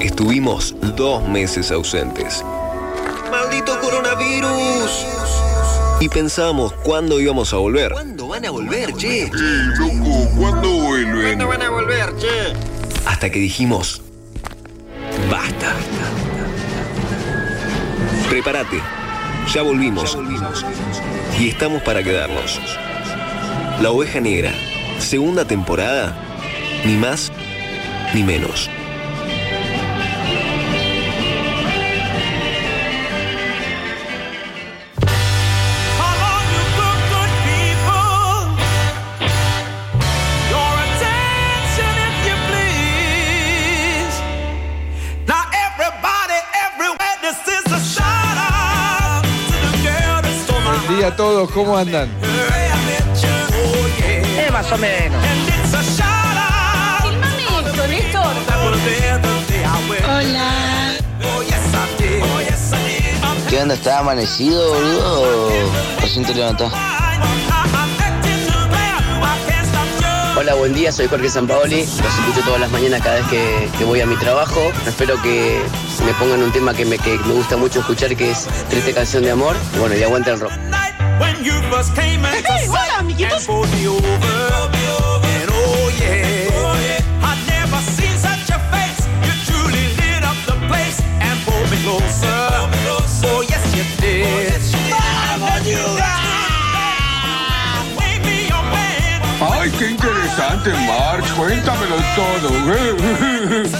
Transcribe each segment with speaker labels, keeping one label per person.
Speaker 1: Estuvimos dos meses ausentes. ¡Maldito coronavirus! Y pensamos cuándo íbamos a volver.
Speaker 2: ¿Cuándo van a volver, che?
Speaker 3: Che, loco, ¿cuándo vuelven?
Speaker 2: van a volver, che?
Speaker 1: Hasta que dijimos, basta. Prepárate, ya volvimos. Y estamos para quedarnos. La oveja negra, segunda temporada, ni más ni menos.
Speaker 4: Buen día a todos, ¿cómo andan?
Speaker 3: Oh,
Speaker 5: Eh, más o menos.
Speaker 6: Filmame esto, Néstor.
Speaker 7: Hola.
Speaker 8: ¿Qué onda? ¿Está amanecido, boludo? ¿O Recién te levantás.
Speaker 9: Hola, buen día, soy Jorge Sampaoli. Los escucho todas las mañanas cada vez que, que voy a mi trabajo. Espero que me pongan un tema que me, que me gusta mucho escuchar, que es Triste Canción de Amor. Y Bueno, y aguanta el rock.
Speaker 7: Hola, amiguitos.
Speaker 3: Ay, qué interesante, March. Cuéntamelo todo. ¿eh?
Speaker 10: oh,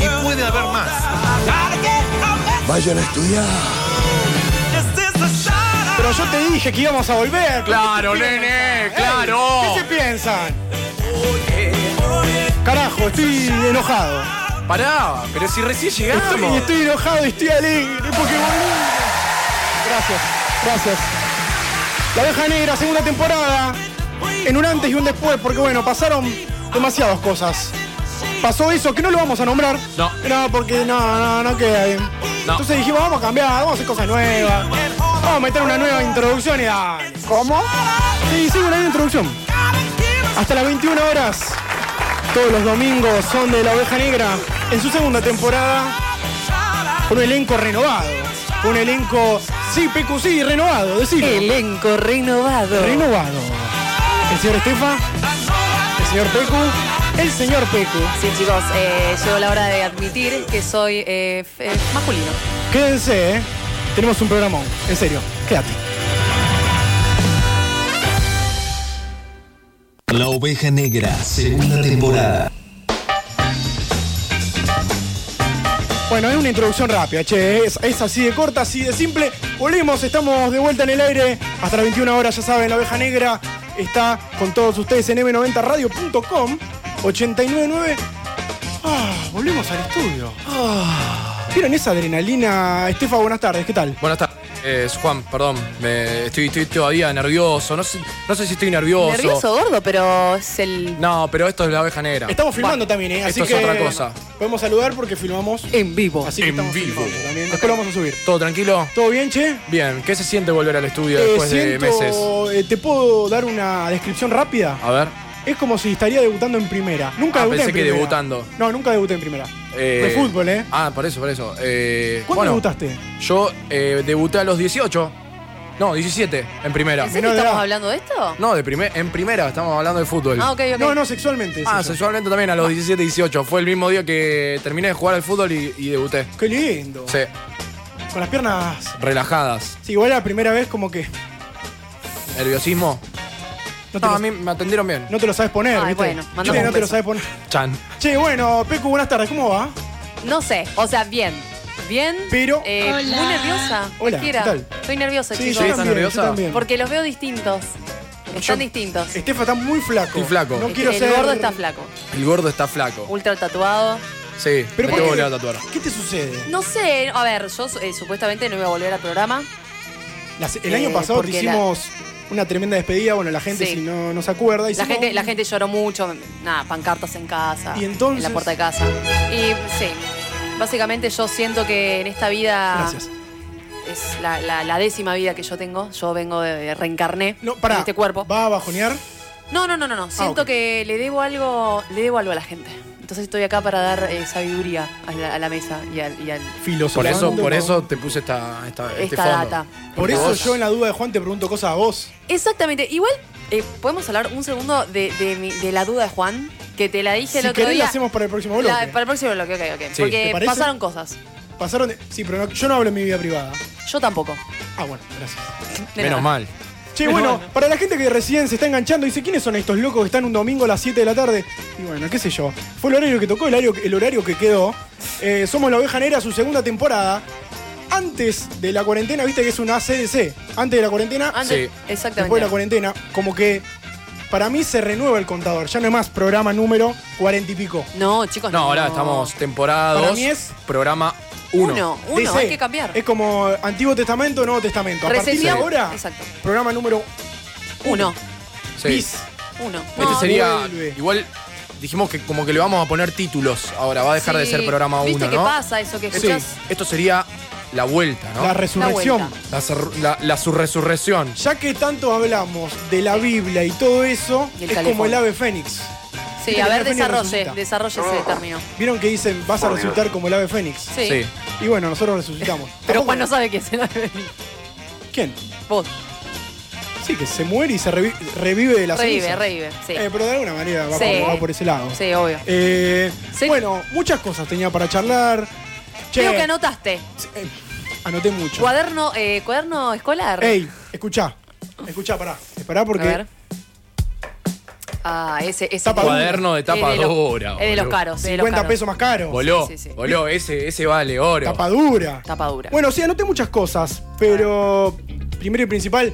Speaker 11: Y puede haber más.
Speaker 3: Vayan a estudiar.
Speaker 5: Pero yo te dije que íbamos a volver.
Speaker 11: Claro, nene, claro.
Speaker 5: ¿Qué se piensan? Carajo, estoy enojado.
Speaker 11: Pará, pero si recién
Speaker 5: Estoy,
Speaker 11: llegamos.
Speaker 5: estoy enojado y estoy alegre porque volvimos. Gracias, gracias. La oveja negra, segunda temporada. En un antes y un después, porque bueno, pasaron demasiadas cosas. Pasó eso, que no lo vamos a nombrar.
Speaker 11: No.
Speaker 5: No, porque no, no, no queda bien.
Speaker 11: No.
Speaker 5: Entonces dijimos, vamos a cambiar, vamos a hacer cosas nuevas. Vamos a meter una nueva introducción y da. ¿Cómo? Sí, sí, una nueva introducción. Hasta las 21 horas, todos los domingos son de La Oveja Negra, en su segunda temporada, con un elenco renovado. Un elenco, sí, PQC, renovado, decir.
Speaker 7: Elenco renovado.
Speaker 5: Renovado. El señor Estefa, el señor Pecu, el señor Pecu.
Speaker 6: Sí, chicos, eh, llegó la hora de admitir que soy eh, f- eh, masculino.
Speaker 5: Quédense, ¿eh? Tenemos un programón, en serio, quédate.
Speaker 1: La oveja negra, segunda temporada.
Speaker 5: Bueno, es una introducción rápida, che. Es, es así de corta, así de simple. Volvemos, estamos de vuelta en el aire. Hasta las 21 horas, ya saben, la oveja negra está con todos ustedes en m90radio.com 899. Ah, volvemos al estudio. Ah, ¿Vieron esa adrenalina? Estefa, buenas tardes, ¿qué tal?
Speaker 11: Bueno, está. Eh, Juan, perdón, me- estoy, estoy todavía nervioso. No sé, no sé si estoy nervioso.
Speaker 6: Nervioso, gordo, pero es el.
Speaker 11: No, pero esto es la oveja negra.
Speaker 5: Estamos filmando también, ¿eh? Así
Speaker 11: esto es
Speaker 5: que
Speaker 11: otra cosa.
Speaker 5: Podemos saludar porque filmamos.
Speaker 7: En vivo.
Speaker 5: Así que
Speaker 11: En
Speaker 5: estamos
Speaker 11: vivo.
Speaker 5: filmando también. Después lo vamos a subir.
Speaker 11: ¿Todo tranquilo?
Speaker 5: ¿Todo bien, che?
Speaker 11: Bien, ¿qué se siente volver al estudio
Speaker 5: Eh,
Speaker 11: después de
Speaker 5: siento-
Speaker 11: meses?
Speaker 5: eh, ¿Te puedo dar una descripción rápida?
Speaker 11: A ver.
Speaker 5: Es como si estaría debutando en primera. Nunca
Speaker 11: Ah,
Speaker 5: debuté
Speaker 11: pensé
Speaker 5: en
Speaker 11: que
Speaker 5: primera.
Speaker 11: debutando.
Speaker 5: No, nunca debuté en primera. De
Speaker 11: eh,
Speaker 5: fútbol, ¿eh?
Speaker 11: Ah, por eso, por eso. Eh,
Speaker 5: ¿Cuándo
Speaker 11: bueno,
Speaker 5: debutaste?
Speaker 11: Yo eh, debuté a los 18. No, 17, en primera.
Speaker 6: ¿En serio
Speaker 5: menor de
Speaker 6: estamos
Speaker 5: edad.
Speaker 6: hablando de esto?
Speaker 11: No, de primer, en primera, estamos hablando de fútbol.
Speaker 6: Ah, ok, ok.
Speaker 5: No, no, sexualmente. es
Speaker 11: Ah,
Speaker 5: eso.
Speaker 11: sexualmente también a los 17, 18. Fue el mismo día que terminé de jugar al fútbol y, y debuté.
Speaker 5: Qué lindo.
Speaker 11: Sí,
Speaker 5: Con las piernas.
Speaker 11: relajadas.
Speaker 5: Sí, igual la primera vez como que
Speaker 11: Nerviosismo.
Speaker 5: no te,
Speaker 11: No,
Speaker 5: lo,
Speaker 11: a mí me atendieron bien.
Speaker 5: no te lo sabes poner,
Speaker 6: Ay,
Speaker 5: ¿viste?
Speaker 6: bueno, mandamos
Speaker 5: che,
Speaker 6: un
Speaker 5: no te lo
Speaker 6: beso.
Speaker 5: sabes poner.
Speaker 11: Chan.
Speaker 5: Che, bueno, Pecu, buenas tardes, ¿cómo va?
Speaker 6: No sé, o sea, bien. Bien.
Speaker 5: Pero-
Speaker 6: eh,
Speaker 7: Hola.
Speaker 6: Muy nerviosa.
Speaker 5: Hola,
Speaker 6: Cualquiera.
Speaker 5: ¿qué tal?
Speaker 6: Estoy nerviosa,
Speaker 5: sí,
Speaker 6: chicos.
Speaker 5: yo
Speaker 11: ¿estás
Speaker 5: también, yo
Speaker 11: nerviosa?
Speaker 5: también.
Speaker 6: Porque los veo distintos. Están
Speaker 11: Yo-
Speaker 6: distintos.
Speaker 5: Estefa está muy flaco.
Speaker 11: Estoy flaco.
Speaker 5: eh, No
Speaker 6: El-
Speaker 5: quiero
Speaker 6: el
Speaker 5: ser.
Speaker 6: gordo está flaco.
Speaker 11: El gordo está flaco.
Speaker 6: Ultra tatuado.
Speaker 11: Sí,
Speaker 5: Pero
Speaker 11: me
Speaker 5: ¿por
Speaker 11: tengo que
Speaker 5: qué?
Speaker 11: volver a tatuar.
Speaker 5: ¿Qué te sucede?
Speaker 6: No sé, a ver, yo eh, supuestamente no iba a volver al programa.
Speaker 5: Las- el
Speaker 6: Eh,
Speaker 5: año pasado te
Speaker 6: porque la-
Speaker 5: hicimos una tremenda despedida. Bueno, la gente,
Speaker 6: Sí.
Speaker 5: si no, no se acuerda,
Speaker 6: La
Speaker 5: hicimos
Speaker 6: gente, la gente lloró mucho, nada, pancartas en casa,
Speaker 5: Y entonces-
Speaker 6: en la puerta de casa. Y sí, básicamente yo siento que en esta vida
Speaker 5: Gracias.
Speaker 6: es la, la- la décima vida que yo tengo. Yo vengo de, de reencarné
Speaker 5: No, pará.
Speaker 6: en este cuerpo.
Speaker 5: ¿Va a bajonear?
Speaker 6: No, no, no, no, no. Siento
Speaker 5: ok.
Speaker 6: que le debo algo, le debo algo a la gente. Entonces estoy acá para dar eh, sabiduría a la, a la mesa y al, y al-
Speaker 11: Por
Speaker 5: Filosofando.
Speaker 11: eso, por eso te puse esta, esta- este
Speaker 6: esta
Speaker 11: fondo.
Speaker 6: data.
Speaker 5: Por
Speaker 11: Porque
Speaker 5: eso
Speaker 11: vos-
Speaker 5: yo en la duda de Juan te pregunto cosas a vos.
Speaker 6: Exactamente. Igual, eh, ¿podemos hablar un segundo de, de mi- de la duda de Juan? Que te la dije el
Speaker 5: si
Speaker 6: otro
Speaker 5: querés
Speaker 6: día.
Speaker 5: la hacemos para el próximo bloque.
Speaker 6: La- para el próximo bloque, ok, ok.
Speaker 5: ¿Te
Speaker 11: Sí.
Speaker 6: Porque
Speaker 5: parece?
Speaker 6: pasaron cosas.
Speaker 5: Pasaron de- Sí, pero no- yo no hablo en mi vida privada.
Speaker 6: Yo tampoco.
Speaker 5: Ah, bueno, gracias.
Speaker 6: De
Speaker 11: Menos
Speaker 6: nada.
Speaker 11: mal.
Speaker 5: Che, bueno, para la gente que recién se está enganchando, dice, ¿quiénes son estos locos que están un domingo a las 7 de la tarde? Y bueno, qué sé yo. Fue el horario que tocó, el horario, el horario que quedó. Eh, somos La Oveja Negra, su segunda temporada. Antes de la cuarentena, viste que es una CDC. Antes de la cuarentena,
Speaker 6: Antes-
Speaker 11: Sí.
Speaker 6: Exactamente.
Speaker 5: después de la cuarentena, como que para mí se renueva el contador. Ya no es más programa número 40 y pico.
Speaker 6: no, chicos, no.
Speaker 11: No, ahora estamos temporada
Speaker 5: Para
Speaker 11: 2,
Speaker 5: mí es-
Speaker 11: programa 1.
Speaker 6: Uno, uno,
Speaker 5: DC.
Speaker 6: hay que cambiar.
Speaker 5: Es como Antiguo Testamento, Nuevo Testamento. A partir de
Speaker 6: Reseteamos-
Speaker 5: ahora,
Speaker 6: Exacto.
Speaker 5: programa número
Speaker 6: Uno.
Speaker 5: bis. Ah,
Speaker 6: Uno.
Speaker 11: Este
Speaker 6: No,
Speaker 11: sería.
Speaker 5: vuelve.
Speaker 11: Igual dijimos que como que le vamos a poner títulos ahora, va a dejar de
Speaker 6: sí.
Speaker 11: ser programa 1,
Speaker 6: ¿Viste
Speaker 11: ¿no?
Speaker 6: qué pasa eso que escuchás?
Speaker 11: Esto sería la vuelta, ¿no?
Speaker 5: La
Speaker 11: La,
Speaker 5: resurrección.
Speaker 6: vuelta.
Speaker 11: sur- la- la surresurrección.
Speaker 5: Ya que tanto hablamos de la Biblia y todo eso,
Speaker 6: Y
Speaker 5: es
Speaker 6: el
Speaker 5: como
Speaker 6: calefón.
Speaker 5: el ave fénix.
Speaker 6: Sí,
Speaker 5: Viste
Speaker 6: a
Speaker 5: que
Speaker 6: ver,
Speaker 5: la Fénix
Speaker 6: desarrolle,
Speaker 5: resucita.
Speaker 6: desarrolle ese término.
Speaker 5: Vieron que dicen, vas a resucitar como el ave fénix.
Speaker 6: Sí.
Speaker 11: Sí.
Speaker 5: Y bueno, nosotros resucitamos.
Speaker 6: Pero
Speaker 5: Tampoco-
Speaker 6: Juan no sabe qué es el
Speaker 5: ¿Quién?
Speaker 6: Vos.
Speaker 5: Sí, que se muere y se revi- revive de la
Speaker 6: Revive,
Speaker 5: ceniza.
Speaker 6: revive. Sí.
Speaker 5: Eh, pero de alguna manera va,
Speaker 6: Sí.
Speaker 5: por, va por ese lado.
Speaker 6: sí, obvio.
Speaker 5: Eh,
Speaker 6: Sí.
Speaker 5: Bueno, muchas cosas tenía para charlar. Che,
Speaker 6: Creo que anotaste.
Speaker 5: eh, anoté mucho.
Speaker 6: Cuaderno, eh, cuaderno escolar.
Speaker 5: Ey, escuchá. Escuchá, pará. Pará
Speaker 6: A
Speaker 5: porque
Speaker 6: ver. Ah, ese, ese
Speaker 5: Tapa
Speaker 11: Cuaderno de
Speaker 6: Es de los-
Speaker 11: tapadura.
Speaker 6: Es de los
Speaker 11: boludo.
Speaker 6: caros. es de los
Speaker 5: 50
Speaker 6: caros.
Speaker 5: pesos más caro.
Speaker 11: Voló,
Speaker 6: Sí, sí, sí.
Speaker 11: voló, ese, ese vale oro.
Speaker 5: Tapadura.
Speaker 6: Tapadura.
Speaker 5: Bueno, sí, anoté muchas cosas, pero primero y principal,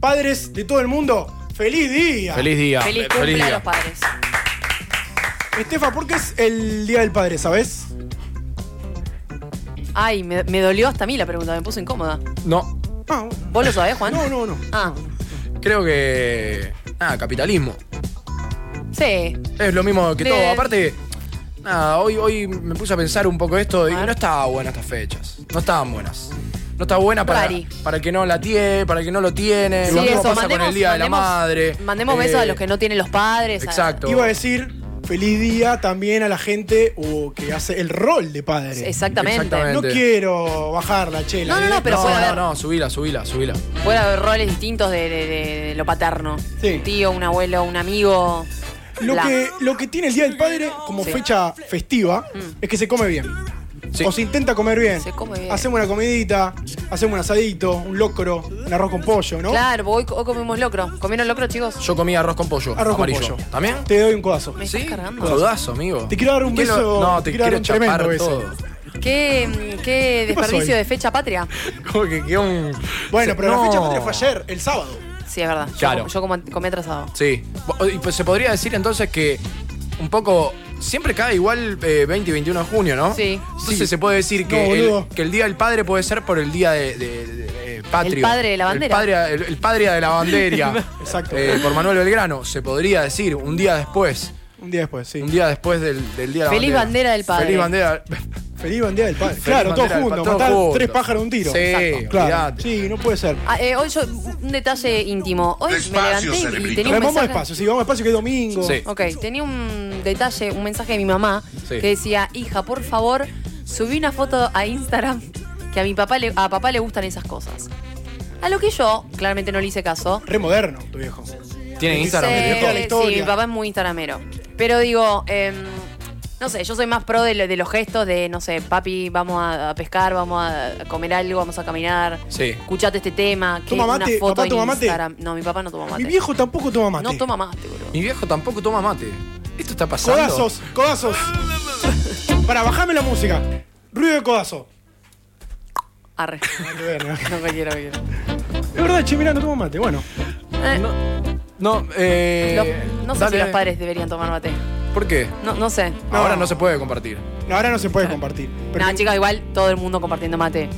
Speaker 5: padres de todo el mundo, feliz día.
Speaker 11: Feliz día.
Speaker 6: Feliz
Speaker 11: eh,
Speaker 6: cumple a los padres.
Speaker 5: Estefa, ¿por qué es el Día del Padre, sabes?
Speaker 6: Ay, me, me dolió hasta a mí la pregunta, me puso incómoda.
Speaker 11: No,
Speaker 5: Ah,
Speaker 6: ¿Vos lo sabés, Juan?
Speaker 5: no, no, no.
Speaker 6: Ah,
Speaker 11: creo que. Ah, capitalismo.
Speaker 6: sí.
Speaker 11: Es lo mismo que
Speaker 6: De-
Speaker 11: todo. Aparte, nada, hoy, hoy me puse a pensar un poco esto y
Speaker 6: A ver.
Speaker 11: no estaban buenas estas fechas. No estaban buenas. No está buena para,
Speaker 6: Rari.
Speaker 11: para el que no la tiene, para el que no lo tiene.
Speaker 6: Sí,
Speaker 11: lo mismo
Speaker 6: eso,
Speaker 11: pasa con el Día de la
Speaker 6: mandemos-
Speaker 11: Madre.
Speaker 6: Mandemos besos a los que no tienen los padres. a-
Speaker 11: Exacto.
Speaker 5: Iba a decir feliz día también a la gente o que hace el rol de padre.
Speaker 6: Exactamente.
Speaker 11: Exactamente.
Speaker 5: No quiero bajar la chela.
Speaker 6: No, no,
Speaker 5: ¿eh?
Speaker 6: no, pero
Speaker 11: no,
Speaker 6: puede
Speaker 11: no,
Speaker 6: haber,
Speaker 11: no, subila, subila, subila.
Speaker 6: puede haber roles distintos de, de- de- de lo paterno.
Speaker 5: Sí.
Speaker 6: Un tío, un abuelo, un amigo.
Speaker 5: Lo
Speaker 6: bla.
Speaker 5: que, lo que tiene el Día del Padre como
Speaker 6: Sí. Mm.
Speaker 5: fecha festiva es que se come bien.
Speaker 11: Sí.
Speaker 5: O se intenta comer bien.
Speaker 6: Se come bien.
Speaker 5: Hacemos una comidita, hacemos un asadito, un locro, un arroz con pollo, ¿no?
Speaker 6: Claro, porque hoy, hoy comimos locro. ¿Comieron locro, chicos?
Speaker 11: Yo comí arroz con pollo.
Speaker 5: Arroz con
Speaker 11: amarillo.
Speaker 5: pollo.
Speaker 11: ¿También?
Speaker 5: Te doy un codazo.
Speaker 6: Me
Speaker 11: Sí,
Speaker 6: estás cargando.
Speaker 11: codazo, amigo.
Speaker 5: Te quiero dar un
Speaker 11: quiero-
Speaker 5: beso,
Speaker 11: No,
Speaker 5: te
Speaker 11: te
Speaker 5: quiero
Speaker 11: quiero,
Speaker 5: dar un
Speaker 11: chapar
Speaker 5: tremendo beso.
Speaker 11: todo.
Speaker 6: ¿Qué, qué
Speaker 5: pasó
Speaker 6: desperdicio
Speaker 5: hoy?
Speaker 6: de fecha patria.
Speaker 11: Como que quedó un.
Speaker 5: Bueno, pero
Speaker 11: No.
Speaker 5: la fecha patria fue ayer, el sábado.
Speaker 6: Sí, es verdad. Yo
Speaker 11: Claro.
Speaker 6: com- Yo, como- comí atrasado.
Speaker 11: Sí. Bo- y, pues, Se podría decir entonces que un poco. Siempre cae igual eh, 20 y 21 de junio, ¿no?
Speaker 6: Sí.
Speaker 11: Entonces
Speaker 5: Sí.
Speaker 11: se puede decir que,
Speaker 5: No, boludo.
Speaker 11: el, que el día del padre puede ser por el día de, de- de- eh, patrio.
Speaker 6: El padre de la bandera.
Speaker 11: El padre, el- el padre de la bandera.
Speaker 5: Exacto.
Speaker 11: Eh, por Manuel Belgrano. Se podría decir un día después.
Speaker 5: Un día después, sí.
Speaker 11: Un día después del, del día de la
Speaker 6: Feliz bandera del padre.
Speaker 11: Feliz bandera.
Speaker 5: Feliz bandera del padre.
Speaker 11: Feliz
Speaker 5: claro, todo
Speaker 11: bandera del
Speaker 5: junto,
Speaker 11: pa- todo
Speaker 5: matar
Speaker 11: junto.
Speaker 5: tres pájaros de un tiro.
Speaker 11: Sí,
Speaker 5: Exacto. claro.
Speaker 11: olvidate.
Speaker 5: Sí, no puede ser.
Speaker 6: Ah, eh, hoy yo, un detalle íntimo. Hoy
Speaker 3: Despacio,
Speaker 6: me levanté y
Speaker 3: cerebrito.
Speaker 6: tenía un
Speaker 5: Pero vamos
Speaker 6: mensaje.
Speaker 5: despacio, sí, vamos despacio que es domingo.
Speaker 11: Sí.
Speaker 6: Ok, tenía un detalle, un mensaje de mi mamá
Speaker 11: Sí.
Speaker 6: que decía, hija, por favor, subí una foto a Instagram que a mi papá le, a papá le gustan esas cosas. A lo que yo claramente no le hice caso.
Speaker 5: Re moderno, tu viejo.
Speaker 11: Tiene Instagram.
Speaker 5: Sí.
Speaker 11: el
Speaker 6: Eh,
Speaker 11: viejo?
Speaker 5: toda la historia.
Speaker 6: sí, mi papá es muy instagramero. Pero digo, em, no sé, yo soy más pro de, lo- de los gestos de, no sé, papi, vamos a, a pescar, vamos a comer algo, vamos a caminar.
Speaker 11: Sí.
Speaker 6: Escuchate este tema, que
Speaker 5: ¿Toma
Speaker 6: una
Speaker 5: mate?
Speaker 6: foto
Speaker 5: ¿Papá
Speaker 6: en
Speaker 5: toma mate?
Speaker 6: Instagram. No, mi papá no toma mate.
Speaker 5: Mi viejo tampoco toma mate.
Speaker 6: No toma mate, boludo.
Speaker 11: Mi viejo tampoco toma mate. Esto está pasando.
Speaker 5: Codazos, codazos. Para, bajame la música. Ruido de codazo.
Speaker 6: Arre.
Speaker 5: Qué ver, ¿no?
Speaker 6: No me quiero, me quiero.
Speaker 5: Es verdad, che, mirá, no tomo mate. Bueno,
Speaker 6: Eh,
Speaker 11: No, eh.
Speaker 6: Lo- no sé
Speaker 11: dale.
Speaker 6: si los padres deberían tomar mate.
Speaker 11: ¿Por qué?
Speaker 6: No, no sé.
Speaker 5: No.
Speaker 11: Ahora no se puede compartir.
Speaker 5: ahora no se puede compartir. Pero
Speaker 6: Nada, chicas, igual todo el mundo compartiendo mate.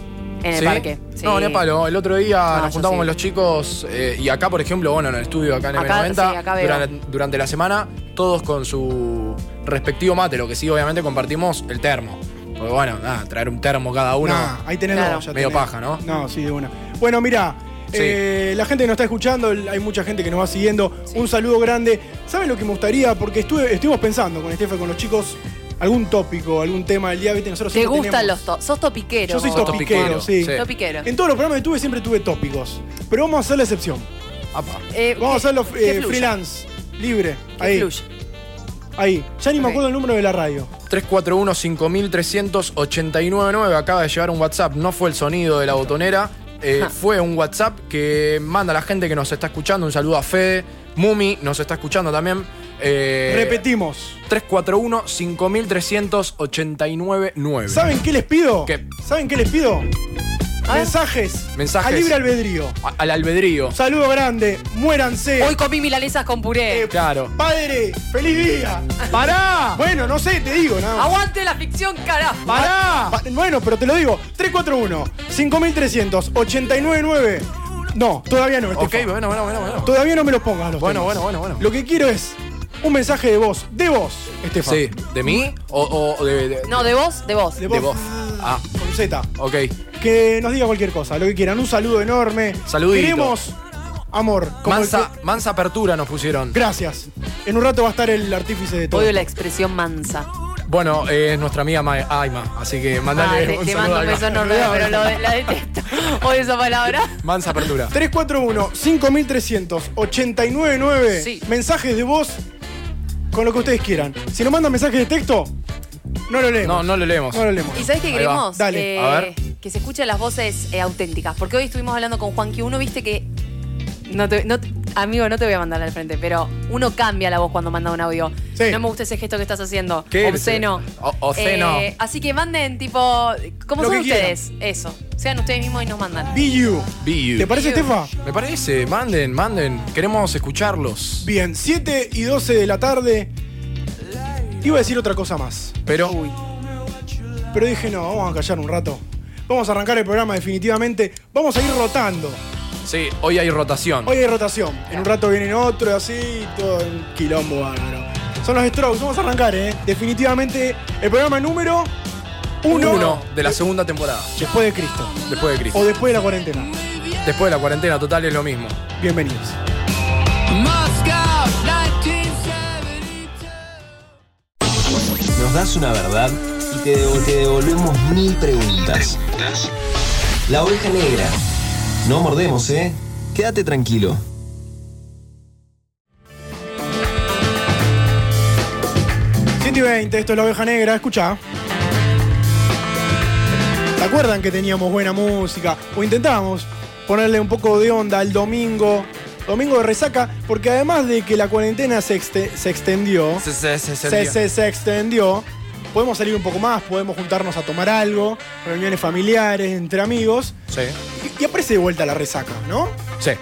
Speaker 6: en el
Speaker 11: ¿Sí?
Speaker 6: parque.
Speaker 11: No, ni a palo. El otro día
Speaker 6: Ah,
Speaker 11: nos
Speaker 6: yo
Speaker 11: juntamos
Speaker 6: sí.
Speaker 11: con los chicos eh, y acá, por ejemplo, bueno, en el estudio acá en
Speaker 6: Acá,
Speaker 11: M90,
Speaker 6: sí, acá veo.
Speaker 11: durante, durante la semana, todos con su respectivo mate, lo que sí, obviamente, compartimos el termo. Porque bueno, nada, traer un termo cada uno.
Speaker 5: Nah, ahí tenés
Speaker 6: Claro.
Speaker 5: dos. ya
Speaker 11: Medio
Speaker 5: tenés.
Speaker 11: paja, ¿no?
Speaker 5: No, sí, de una. Bueno, mira, eh,
Speaker 11: Sí.
Speaker 5: la gente que nos está escuchando, el- hay mucha gente que nos va siguiendo. Un saludo grande. ¿Saben lo que me gustaría? Porque estuve, estuvimos pensando con Estefa, con los chicos, algún tópico, algún tema del día. ¿viste? Nosotros
Speaker 6: Te
Speaker 5: siempre
Speaker 6: gustan
Speaker 5: tenemos-
Speaker 6: los tos. Sos topiquero.
Speaker 5: Yo soy
Speaker 6: vos.
Speaker 5: topiquero,
Speaker 11: topiquero,
Speaker 5: sí.
Speaker 11: sí.
Speaker 6: Topiquero.
Speaker 5: En todos los programas que tuve siempre tuve tópicos. Pero vamos a hacer la excepción.
Speaker 11: Apa.
Speaker 6: Eh,
Speaker 5: Vamos a
Speaker 6: que-
Speaker 5: hacerlo
Speaker 6: que
Speaker 5: eh,
Speaker 6: fluya,
Speaker 5: freelance, libre.
Speaker 6: que
Speaker 5: Ahí.
Speaker 6: fluya.
Speaker 5: Ahí. Ya ni me
Speaker 6: Ok.
Speaker 5: acuerdo el número de la radio.
Speaker 11: 341-5389 acaba de llegar un WhatsApp, no fue el sonido de la botonera, eh,
Speaker 6: Ja.
Speaker 11: fue un WhatsApp que manda a la gente que nos está escuchando, un saludo a Fede, Mumi nos está escuchando también. eh,
Speaker 5: Repetimos.
Speaker 11: 341-5389-9.
Speaker 5: ¿Saben qué les pido?
Speaker 11: ¿Qué?
Speaker 5: ¿Saben qué les pido?
Speaker 6: A ver.
Speaker 5: Mensajes.
Speaker 11: Mensajes.
Speaker 5: A libre albedrío.
Speaker 11: A- Al albedrío.
Speaker 5: Saludo grande. Muéranse.
Speaker 6: Hoy comí milanesas con puré.
Speaker 5: Eh,
Speaker 11: Claro.
Speaker 5: Padre, feliz día.
Speaker 11: ¡Pará!
Speaker 5: Bueno, no sé, te digo, nada
Speaker 11: Ah,
Speaker 5: más. Ah,
Speaker 6: ¡Aguante la ficción, carajo!
Speaker 5: Pa- pa- Bueno, pero te lo digo. 341 5389 No, todavía no.
Speaker 11: Ok,
Speaker 5: Estefa.
Speaker 11: bueno, bueno, bueno. bueno.
Speaker 5: Todavía no me los pongas los
Speaker 11: Bueno,
Speaker 5: temas.
Speaker 11: bueno, bueno, bueno.
Speaker 5: Lo que quiero es un mensaje de voz, de voz, Estefan.
Speaker 11: Sí, ¿de mí? ¿O, o- o de, de-
Speaker 6: No, de vos, de vos.
Speaker 5: De
Speaker 11: de
Speaker 5: voz.
Speaker 11: vos? Ah,
Speaker 5: Con Z.
Speaker 11: ok.
Speaker 5: Que nos diga cualquier cosa, lo que quieran. Un saludo enorme.
Speaker 11: Saludito.
Speaker 5: Queremos amor. como
Speaker 11: Mansa,
Speaker 5: el que-
Speaker 11: mansa apertura nos pusieron.
Speaker 5: Gracias. En un rato va a estar el artífice de todo.
Speaker 6: Odio
Speaker 5: esto.
Speaker 6: la expresión mansa.
Speaker 11: Bueno, eh, es nuestra amiga Ma- Aima, así que
Speaker 6: Ah,
Speaker 11: mandale
Speaker 6: te,
Speaker 11: un
Speaker 6: te
Speaker 11: saludo
Speaker 6: mando
Speaker 11: a
Speaker 6: un
Speaker 11: Aima.
Speaker 6: beso enorme, pero lo de- la detesto. Odio esa palabra.
Speaker 11: Mansa apertura.
Speaker 5: 341-5389-9.
Speaker 6: Sí.
Speaker 5: Mensajes de voz con lo que ustedes quieran. Si nos mandan mensajes de texto, no lo leemos.
Speaker 11: No, no lo leemos.
Speaker 5: No lo leemos.
Speaker 6: ¿Y sabés qué
Speaker 11: Ahí va.
Speaker 6: queremos?
Speaker 5: Dale.
Speaker 6: Eh,
Speaker 11: A ver.
Speaker 6: Que se escuchen las voces eh, auténticas. Porque hoy estuvimos hablando con Juan que uno viste que. No te- no te- amigo, no te voy a mandar al frente, pero uno cambia la voz cuando manda un audio.
Speaker 5: Sí.
Speaker 6: No me gusta ese gesto que estás haciendo.
Speaker 11: ¿Qué?
Speaker 6: Obsceno.
Speaker 11: O- obsceno.
Speaker 6: Eh, así que manden, tipo. ¿Cómo
Speaker 5: Lo
Speaker 6: son
Speaker 5: que quieran.
Speaker 6: ustedes? Eso. Sean ustedes mismos y nos mandan.
Speaker 5: Be you.
Speaker 11: Be you.
Speaker 5: ¿Te parece,
Speaker 6: Be you.
Speaker 5: Estefa?
Speaker 11: Me parece, manden, manden. Queremos escucharlos.
Speaker 5: Bien, 7 y 12 de la tarde. Iba a decir otra cosa más,
Speaker 11: Pero.
Speaker 5: pero dije no, vamos a callar un rato. Vamos a arrancar el programa definitivamente. Vamos a ir rotando.
Speaker 11: Sí, hoy hay rotación.
Speaker 5: Hoy hay rotación. En un rato vienen otro, y así, todo el quilombo bárbaro. Son los Strokes, vamos a arrancar, ¿eh? Definitivamente el programa número uno,
Speaker 11: Uno de la segunda temporada.
Speaker 5: después de Cristo.
Speaker 11: Después de
Speaker 5: O
Speaker 11: Cristo.
Speaker 5: después de la cuarentena.
Speaker 11: Después de la cuarentena total es lo mismo.
Speaker 5: Bienvenidos.
Speaker 1: Nos das una verdad
Speaker 8: Y te, devol- te devolvemos mil preguntas.
Speaker 1: La oveja negra. No mordemos, ¿eh? Quédate tranquilo.
Speaker 5: Siete y 20, esto es La Oveja Negra, escuchá. ¿Se acuerdan que teníamos buena música? O intentábamos ponerle un poco de onda al domingo. Domingo de resaca, porque además de que la cuarentena se, exte- se extendió,
Speaker 11: Se- se- se- se-
Speaker 5: se, se- se extendió, podemos salir un poco más, podemos juntarnos a tomar algo, reuniones familiares, entre amigos,
Speaker 11: Sí.
Speaker 5: y, y aparece de vuelta la resaca, ¿no?
Speaker 11: Sí.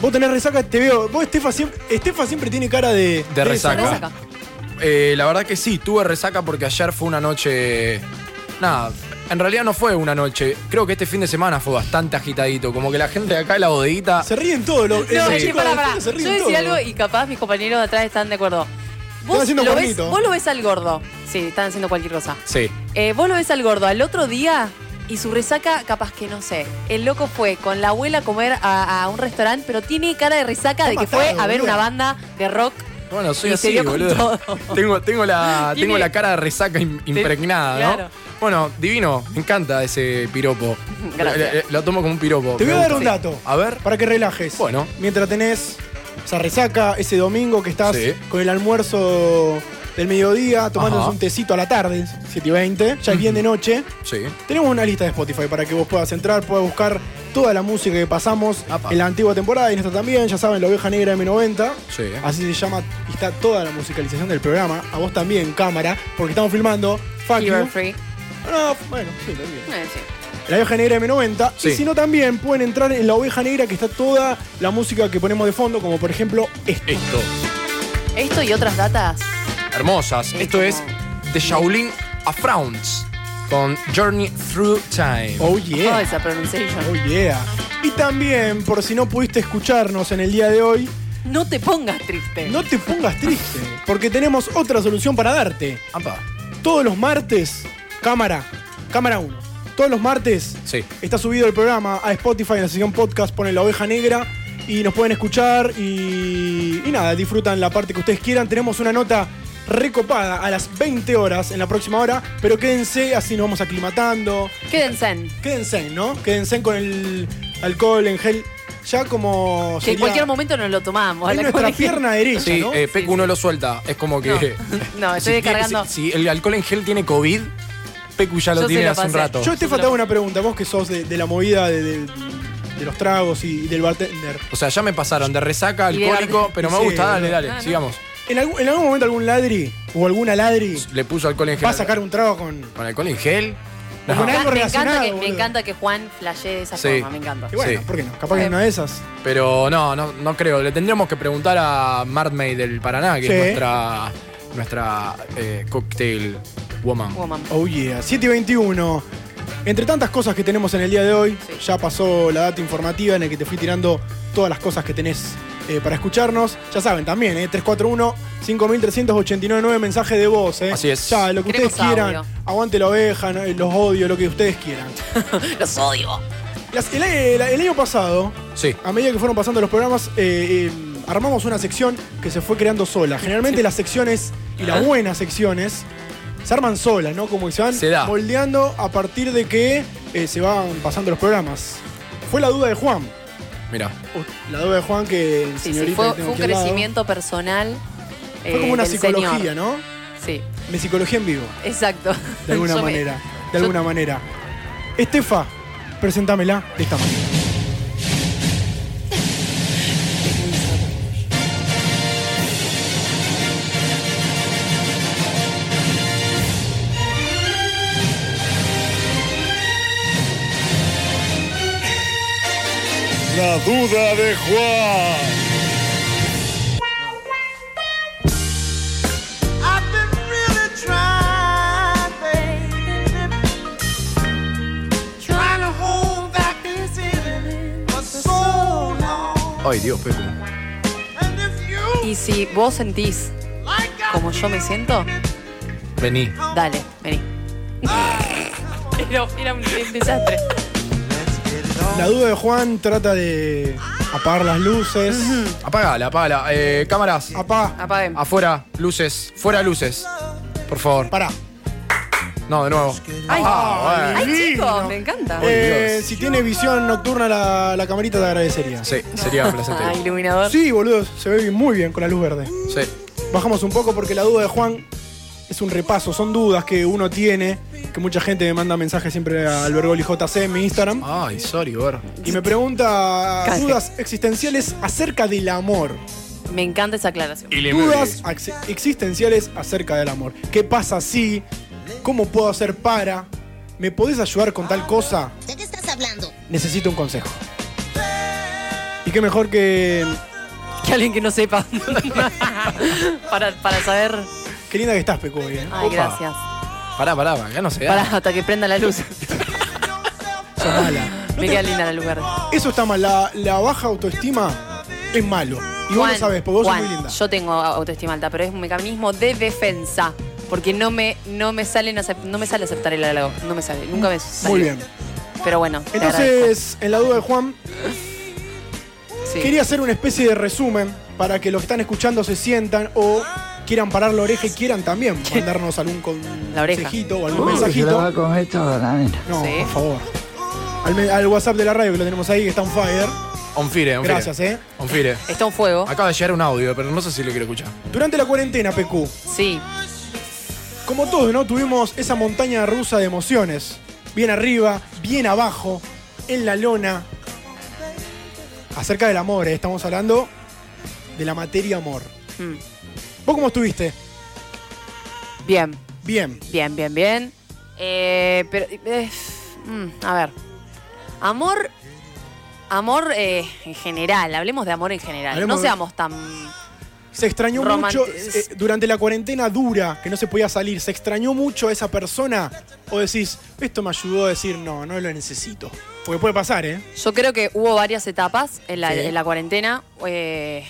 Speaker 5: Vos tenés resaca, te veo. Vos, Estefa, siempre, Estefa siempre tiene cara de.
Speaker 11: De resaca.
Speaker 6: Ahora saca.
Speaker 11: Eh, la verdad que sí, tuve resaca porque ayer fue una noche. Nada, en realidad no fue una noche. Creo que este fin de semana fue bastante agitadito. Como que la gente de acá de la bodeguita.
Speaker 5: Se ríen todos los.
Speaker 6: No,
Speaker 5: esos
Speaker 6: che,
Speaker 5: chicos de
Speaker 6: pará,
Speaker 5: la
Speaker 6: pará.
Speaker 5: fiesta
Speaker 6: Yo
Speaker 5: Eh, se ríen
Speaker 6: voy a decir
Speaker 5: todos.
Speaker 6: algo y capaz mis compañeros de atrás están de acuerdo. Vos,
Speaker 5: haciendo
Speaker 6: lo ves,
Speaker 5: cuernito.
Speaker 6: vos lo ves al gordo. Sí, están haciendo cualquier cosa.
Speaker 11: Sí.
Speaker 6: Eh, vos lo ves al gordo al otro día y su resaca, capaz que no sé. El loco fue con la abuela a comer a, a un restaurante, pero tiene cara de resaca de que
Speaker 5: matado,
Speaker 6: fue a ver
Speaker 5: boludo.
Speaker 6: una banda de rock.
Speaker 11: Bueno,
Speaker 6: Y
Speaker 11: soy
Speaker 6: se
Speaker 11: así,
Speaker 6: dio con
Speaker 11: boludo.
Speaker 6: todo.
Speaker 11: Tengo, tengo, la,
Speaker 6: Tiene-
Speaker 11: tengo la cara de resaca im- impregnada, ¿no?
Speaker 6: claro.
Speaker 11: Bueno, divino, me encanta ese piropo.
Speaker 6: Gracias.
Speaker 11: Eh, eh, Lo, tomo como un piropo.
Speaker 5: Te voy a
Speaker 11: me
Speaker 5: dar
Speaker 11: gusta.
Speaker 5: un dato.
Speaker 11: A ver.
Speaker 5: Para que relajes.
Speaker 11: Bueno.
Speaker 5: Mientras tenés esa resaca, ese domingo que estás
Speaker 11: Sí.
Speaker 5: con el almuerzo del mediodía, tomándonos
Speaker 11: Ajá.
Speaker 5: un tecito a la tarde, 7 y 20, ya es bien de noche.
Speaker 11: Sí.
Speaker 5: Tenemos una lista de Spotify para que vos puedas entrar, puedas buscar toda la música que pasamos
Speaker 11: Apa.
Speaker 5: en la antigua temporada y en esta también, ya saben, la oveja negra M90.
Speaker 11: Sí.
Speaker 5: Así se llama, y está toda la musicalización del programa. A vos también, cámara, porque estamos filmando. Fuck
Speaker 6: Fever
Speaker 5: you.
Speaker 6: Free.
Speaker 5: No, bueno, sí, también.
Speaker 6: Eh, sí.
Speaker 5: La Oveja Negra M90. Y
Speaker 11: Sí.
Speaker 5: si no, también pueden entrar en La Oveja Negra, que está toda la música que ponemos de fondo, como por ejemplo esto.
Speaker 11: Esto.
Speaker 6: Esto y otras datas.
Speaker 11: Hermosas.
Speaker 6: Sí,
Speaker 11: Esto es
Speaker 6: como-
Speaker 11: de Shaolin a Frowns. con Journey Through Time.
Speaker 5: Oh yeah.
Speaker 6: Oh, esa pronunciación.
Speaker 5: Oh yeah. Y también, por si no pudiste escucharnos en el día de hoy,
Speaker 6: No te pongas triste.
Speaker 5: no te pongas triste, porque tenemos otra solución para darte.
Speaker 11: Apa.
Speaker 5: Todos los martes, cámara, cámara 1. Todos los martes
Speaker 11: Sí.
Speaker 5: está subido el programa a Spotify en la sección podcast, ponen la oveja negra y nos pueden escuchar y, y nada, disfrutan la parte que ustedes quieran. Tenemos una nota recopada a las 20 horas en la próxima hora, pero quédense, así nos vamos aclimatando.
Speaker 6: Quédense. en.
Speaker 5: Quédense, ¿no? Quédense con el alcohol en gel, ya como...
Speaker 6: Que en
Speaker 5: sería-
Speaker 6: cualquier momento nos lo tomamos.
Speaker 5: en
Speaker 6: La
Speaker 5: nuestra
Speaker 6: cosa es que-
Speaker 5: pierna derecha,
Speaker 11: Sí,
Speaker 5: ¿no?
Speaker 11: eh, Pecu no lo suelta. Es como que.
Speaker 6: No, no, estoy
Speaker 11: Si tiene-
Speaker 6: descargando.
Speaker 11: Si, si el alcohol en gel tiene COVID, Pecu ya lo
Speaker 6: Yo se
Speaker 11: tiene
Speaker 6: lo
Speaker 11: hace un
Speaker 6: pasé.
Speaker 11: rato.
Speaker 5: Yo, Estefa, te hago una pregunta. Vos que sos de, de la movida de, de- de los tragos y, y del bartender.
Speaker 11: O sea, ya me pasaron de resaca,
Speaker 6: Y de
Speaker 11: alcohólico,
Speaker 6: arte.
Speaker 11: pero me
Speaker 5: Sí,
Speaker 11: gusta. Dale,
Speaker 5: boludo.
Speaker 11: dale,
Speaker 6: Ah, no.
Speaker 11: sigamos.
Speaker 5: ¿En algún, en algún momento algún ladri o alguna ladri
Speaker 11: Le puso alcohol en gel.
Speaker 5: va a sacar un trago con...
Speaker 11: ¿Con alcohol en gel?
Speaker 5: Con
Speaker 11: No,
Speaker 5: una- algo
Speaker 6: me,
Speaker 5: relacionado,
Speaker 6: encanta que, me
Speaker 5: boludo.
Speaker 6: encanta que Juan flashee de esa
Speaker 11: Sí.
Speaker 6: forma, me encanta.
Speaker 5: Y bueno,
Speaker 11: Sí.
Speaker 5: ¿por qué no? Capaz que en una de esas.
Speaker 11: pero no, no, no creo. Le tendríamos que preguntar a Martmay del Paraná, que
Speaker 5: Sí.
Speaker 11: es nuestra, nuestra eh, cocktail woman.
Speaker 6: Woman.
Speaker 5: Oh yeah, 7 y 21. Entre tantas cosas que tenemos en el día de hoy,
Speaker 6: Sí.
Speaker 5: ya pasó la data informativa en la que te fui tirando todas las cosas que tenés eh, para escucharnos. Ya saben, también, eh, 341-5389-9, mensaje de voz. eh.
Speaker 11: Así es.
Speaker 5: Ya, lo que
Speaker 6: Queremos
Speaker 5: ustedes quieran.
Speaker 6: audio.
Speaker 5: Aguante la oveja, no, eh, los odio, lo que ustedes quieran.
Speaker 6: Los odio.
Speaker 5: Las- el, el- el año pasado,
Speaker 11: Sí.
Speaker 5: a medida que fueron pasando los programas, eh, eh, armamos una sección que se fue creando sola. Generalmente las secciones y las buenas secciones se arman solas, ¿no? Como que se van
Speaker 11: Se da.
Speaker 5: moldeando a partir de que eh, se van pasando los programas. Fue la duda de Juan.
Speaker 11: Mira.
Speaker 5: O- La duda de Juan que el
Speaker 6: Sí, sí,
Speaker 5: señorita
Speaker 6: fue,
Speaker 5: que tengo
Speaker 6: fue un
Speaker 5: aquí al lado,
Speaker 6: crecimiento eh, personal.
Speaker 5: Fue como una psicología,
Speaker 6: ¿no?
Speaker 5: ¿no?
Speaker 6: Sí,
Speaker 5: Mi psicología en vivo,
Speaker 6: exacto.
Speaker 5: de alguna
Speaker 6: Yo me-
Speaker 5: manera. De
Speaker 6: yo-
Speaker 5: alguna manera. Estefa, presentámela de esta manera.
Speaker 4: La duda de Juan.
Speaker 11: Ay, Dios, Pecu.
Speaker 6: Y si vos sentís como yo me siento,
Speaker 11: Vení.
Speaker 6: dale, vení. Pero era un desastre.
Speaker 5: La duda de Juan trata de apagar las luces.
Speaker 11: Apagala, apagala. Eh, cámaras.
Speaker 5: Apá,
Speaker 6: Apaguen.
Speaker 11: Afuera, luces. Fuera, luces. Por favor.
Speaker 5: pará.
Speaker 11: No, de nuevo.
Speaker 6: Ay,
Speaker 11: Ah, bueno.
Speaker 6: ay, chicos, me encanta.
Speaker 5: Eh,
Speaker 11: Dios.
Speaker 5: si tiene visión nocturna la, la camarita te agradecería.
Speaker 11: Sí, sería placentero.
Speaker 6: Ah, iluminador.
Speaker 5: Sí, boludo, se ve bien- muy bien con la luz verde.
Speaker 11: Sí.
Speaker 5: Bajamos un poco porque la duda de Juan es un repaso, son dudas que uno tiene, que mucha gente me manda mensajes siempre a Albergoli JC en mi Instagram.
Speaker 11: Ay, sorry, ver.
Speaker 5: Y me pregunta
Speaker 6: Canje.
Speaker 5: dudas existenciales acerca del amor.
Speaker 6: Me encanta esa aclaración.
Speaker 5: Dudas ax- existenciales acerca del amor. ¿Qué pasa si? ¿Cómo puedo hacer para? ¿Me podés ayudar con tal cosa?
Speaker 12: ¿De qué estás hablando?
Speaker 5: necesito un consejo. Y qué mejor que.
Speaker 6: Que alguien que no sepa. para, para saber.
Speaker 5: Qué linda que estás, Pecu, hoy, ¿eh?
Speaker 6: Ay,
Speaker 11: Opa.
Speaker 6: gracias.
Speaker 11: Pará, pará, acá no se da.
Speaker 6: Para hasta que prenda la luz.
Speaker 5: Sos mala.
Speaker 6: Me queda linda la luz verde.
Speaker 5: Eso está mal. La, la baja autoestima es malo. Y vos lo sabés, porque vos
Speaker 6: Juan,
Speaker 5: sos muy linda.
Speaker 6: Yo tengo autoestima alta, pero es un mecanismo de defensa. Porque no me, no me, salen acep- no me sale aceptar el halago. No me sale. Nunca me sale.
Speaker 5: Muy bien.
Speaker 6: Pero bueno, te agradezco.
Speaker 5: Entonces, en la duda de Juan,
Speaker 6: Sí.
Speaker 5: quería hacer una especie de resumen para que los que están escuchando se sientan o quieran parar la oreja y quieran también mandarnos algún
Speaker 6: La oreja. Uh,
Speaker 5: consejito o algún mensajito.
Speaker 8: con esto,
Speaker 5: No,
Speaker 6: Sí.
Speaker 5: por favor. Al, me- al WhatsApp de la radio que lo tenemos ahí, que está on fire.
Speaker 11: On fire, on fire.
Speaker 5: Gracias, ¿eh?
Speaker 11: On fire.
Speaker 6: Está un fuego.
Speaker 11: Acaba de llegar un audio, pero no sé si lo quiero escuchar.
Speaker 5: Durante la cuarentena, PQ,
Speaker 6: Sí.
Speaker 5: Como todos, ¿no? Tuvimos esa montaña rusa de emociones. Bien arriba, bien abajo, en la lona. Acerca del amor, ¿eh? estamos hablando de la materia amor.
Speaker 6: Mm.
Speaker 5: ¿Vos cómo estuviste?
Speaker 6: Bien,
Speaker 5: Bien.
Speaker 6: bien, bien, bien. Eh, pero. eh, mm, a ver. Amor. Amor eh, en general. Hablemos de amor en general.
Speaker 5: Hablemos
Speaker 6: no
Speaker 5: de-
Speaker 6: seamos tan.
Speaker 5: Se extrañó
Speaker 6: Romant-
Speaker 5: mucho eh, durante la cuarentena dura, que no se podía salir. ¿Se extrañó mucho a esa persona? ¿O decís, esto me ayudó a decir, no, no lo necesito? Porque puede pasar, ¿eh?
Speaker 6: Yo creo que hubo varias etapas en la,
Speaker 5: Sí.
Speaker 6: en la cuarentena. Eh,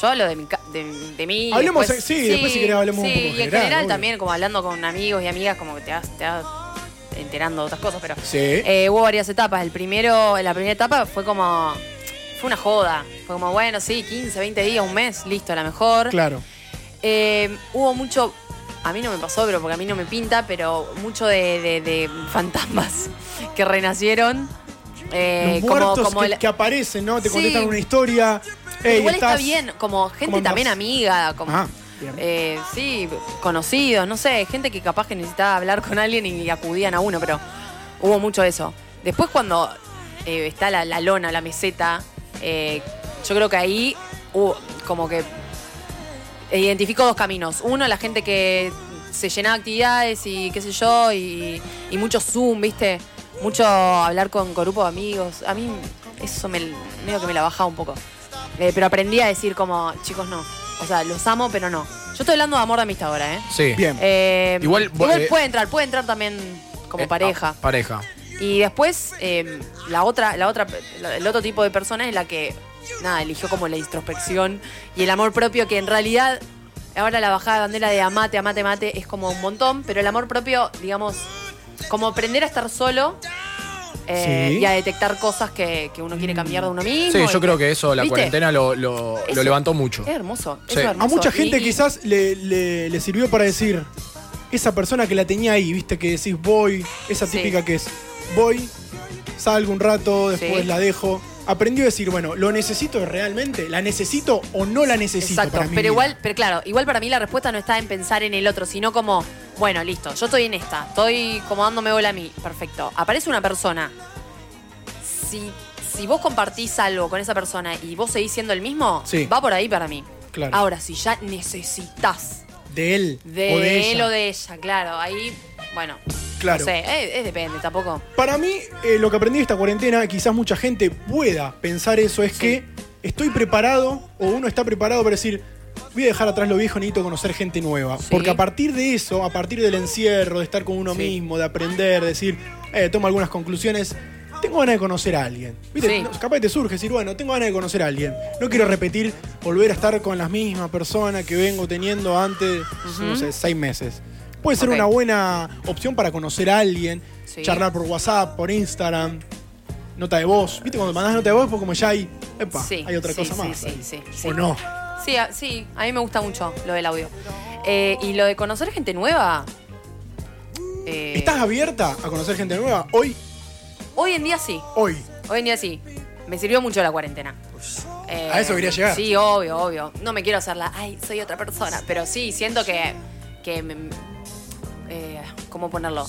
Speaker 6: yo hablo de mi. ca- De, de mí,
Speaker 5: Hablemos, eh, sí, después si querés hablemos un
Speaker 6: sí,
Speaker 5: poco
Speaker 6: y en
Speaker 5: general,
Speaker 6: general,
Speaker 5: obvio.
Speaker 6: también, como hablando con amigos y amigas, como que te vas, te vas enterando de otras cosas, pero.
Speaker 5: Sí.
Speaker 6: eh, hubo varias etapas. El primero, la primera etapa fue como. Fue una joda. Fue como, bueno, sí, 15, 20 días, un mes, listo, a lo mejor.
Speaker 5: claro.
Speaker 6: Eh, hubo mucho. A mí no me pasó, pero porque a mí no me pinta, pero mucho de, de- de fantasmas que renacieron. Eh,
Speaker 5: Los muertos que,
Speaker 6: la-
Speaker 5: que aparecen, ¿no? Te
Speaker 6: Sí.
Speaker 5: contestan una historia.
Speaker 6: pero
Speaker 5: "Ey,
Speaker 6: igual está
Speaker 5: estás-
Speaker 6: bien, como gente
Speaker 5: ¿Cómo andás?
Speaker 6: también amiga, como
Speaker 5: Ah, bien.
Speaker 6: eh, sí, conocidos, no sé, gente que capaz que necesitaba hablar con alguien y acudían a uno, pero hubo mucho de eso. Después cuando eh, está la, la lona, la meseta, eh, yo creo que ahí hubo como que identifico dos caminos. Uno, la gente que se llena de actividades y qué sé yo, y, y mucho Zoom, ¿viste? Mucho hablar con grupo de amigos. A mí eso me, medio que me la bajaba un poco. Eh, pero aprendí a decir como, chicos, no. O sea, los amo, pero no. Yo estoy hablando de amor de amistad ahora, ¿eh?
Speaker 11: Sí.
Speaker 5: Bien.
Speaker 6: Eh,
Speaker 11: Igual, eh,
Speaker 6: puede entrar, puede entrar también como
Speaker 11: Eh,
Speaker 6: pareja.
Speaker 11: ah, pareja.
Speaker 6: Y después, eh, la otra, la otra, la- el otro tipo de persona es la que, nada, eligió como la introspección y el amor propio, que en realidad, ahora la bajada de bandera de amate, amate, amate, es como un montón, pero el amor propio, digamos, como aprender a estar solo eh,
Speaker 5: Sí.
Speaker 6: y a detectar cosas que, que uno quiere cambiar de uno mismo.
Speaker 11: Sí,
Speaker 6: y
Speaker 11: yo creo que eso, la
Speaker 6: ¿Viste?
Speaker 11: cuarentena lo, lo- lo
Speaker 6: Eso.
Speaker 11: levantó mucho.
Speaker 6: Es hermoso,
Speaker 11: Sí.
Speaker 6: eso es
Speaker 5: A
Speaker 6: hermoso.
Speaker 5: mucha
Speaker 6: Y-
Speaker 5: gente
Speaker 6: y-
Speaker 5: quizás le, le- le sirvió para decir, esa persona que la tenía ahí, viste, que decís voy, esa
Speaker 6: Sí.
Speaker 5: típica que es voy, salgo un rato, después
Speaker 6: Sí.
Speaker 5: la dejo. Aprendió a decir, bueno, ¿lo necesito realmente? ¿La necesito o no la necesito?
Speaker 6: Exacto,
Speaker 5: para mi
Speaker 6: pero
Speaker 5: vida?
Speaker 6: igual, pero claro, igual para mí la respuesta no está en pensar en el otro, sino como, bueno, listo, yo estoy en esta, estoy como dándome bola a mí, perfecto. Aparece una persona. Si, si vos compartís algo con esa persona y vos seguís siendo el mismo,
Speaker 5: Sí.
Speaker 6: va por ahí para mí.
Speaker 5: Claro.
Speaker 6: Ahora, si ya necesitas
Speaker 5: De él.
Speaker 6: de,
Speaker 5: o de
Speaker 6: él
Speaker 5: ella.
Speaker 6: o de ella, claro, ahí, bueno,
Speaker 5: Claro.
Speaker 6: no sé, eh, eh, depende, tampoco.
Speaker 5: Para mí, eh, lo que aprendí de esta cuarentena, quizás mucha gente pueda pensar eso, es que estoy preparado o uno está preparado para decir, voy a dejar atrás lo viejo, necesito conocer gente nueva.
Speaker 6: Sí.
Speaker 5: Porque a partir de eso, a partir del encierro, de estar con uno
Speaker 6: Sí.
Speaker 5: mismo, de aprender, de decir, eh, tomo algunas conclusiones. Tengo ganas de conocer a alguien. ¿Viste?
Speaker 6: Sí.
Speaker 5: No, Capaz te surge decir, bueno, tengo ganas de conocer a alguien. No quiero repetir, volver a estar con la misma persona que vengo teniendo antes, no sé, seis meses. Puede ser
Speaker 6: Ok.
Speaker 5: una buena opción para conocer a alguien,
Speaker 6: Sí.
Speaker 5: charlar por WhatsApp, por Instagram, nota de voz. ¿Viste cuando mandás nota de voz? Pues como ya hay, epa,
Speaker 6: Sí,
Speaker 5: hay otra
Speaker 6: sí,
Speaker 5: cosa
Speaker 6: sí,
Speaker 5: más.
Speaker 6: sí,
Speaker 5: ahí.
Speaker 6: sí, sí.
Speaker 5: O no.
Speaker 6: Sí, a, sí, a mí me gusta mucho lo del audio. Eh, y lo de conocer gente nueva. eh,
Speaker 5: ¿Estás abierta a conocer gente nueva? Hoy,
Speaker 6: Hoy en día sí,
Speaker 5: hoy.
Speaker 6: hoy en día sí. Me sirvió mucho la cuarentena. Eh,
Speaker 5: A eso quería llegar.
Speaker 6: Sí, obvio, obvio. No me quiero hacerla, ay, soy otra persona. Pero sí, siento que. que me- eh, ¿Cómo ponerlo?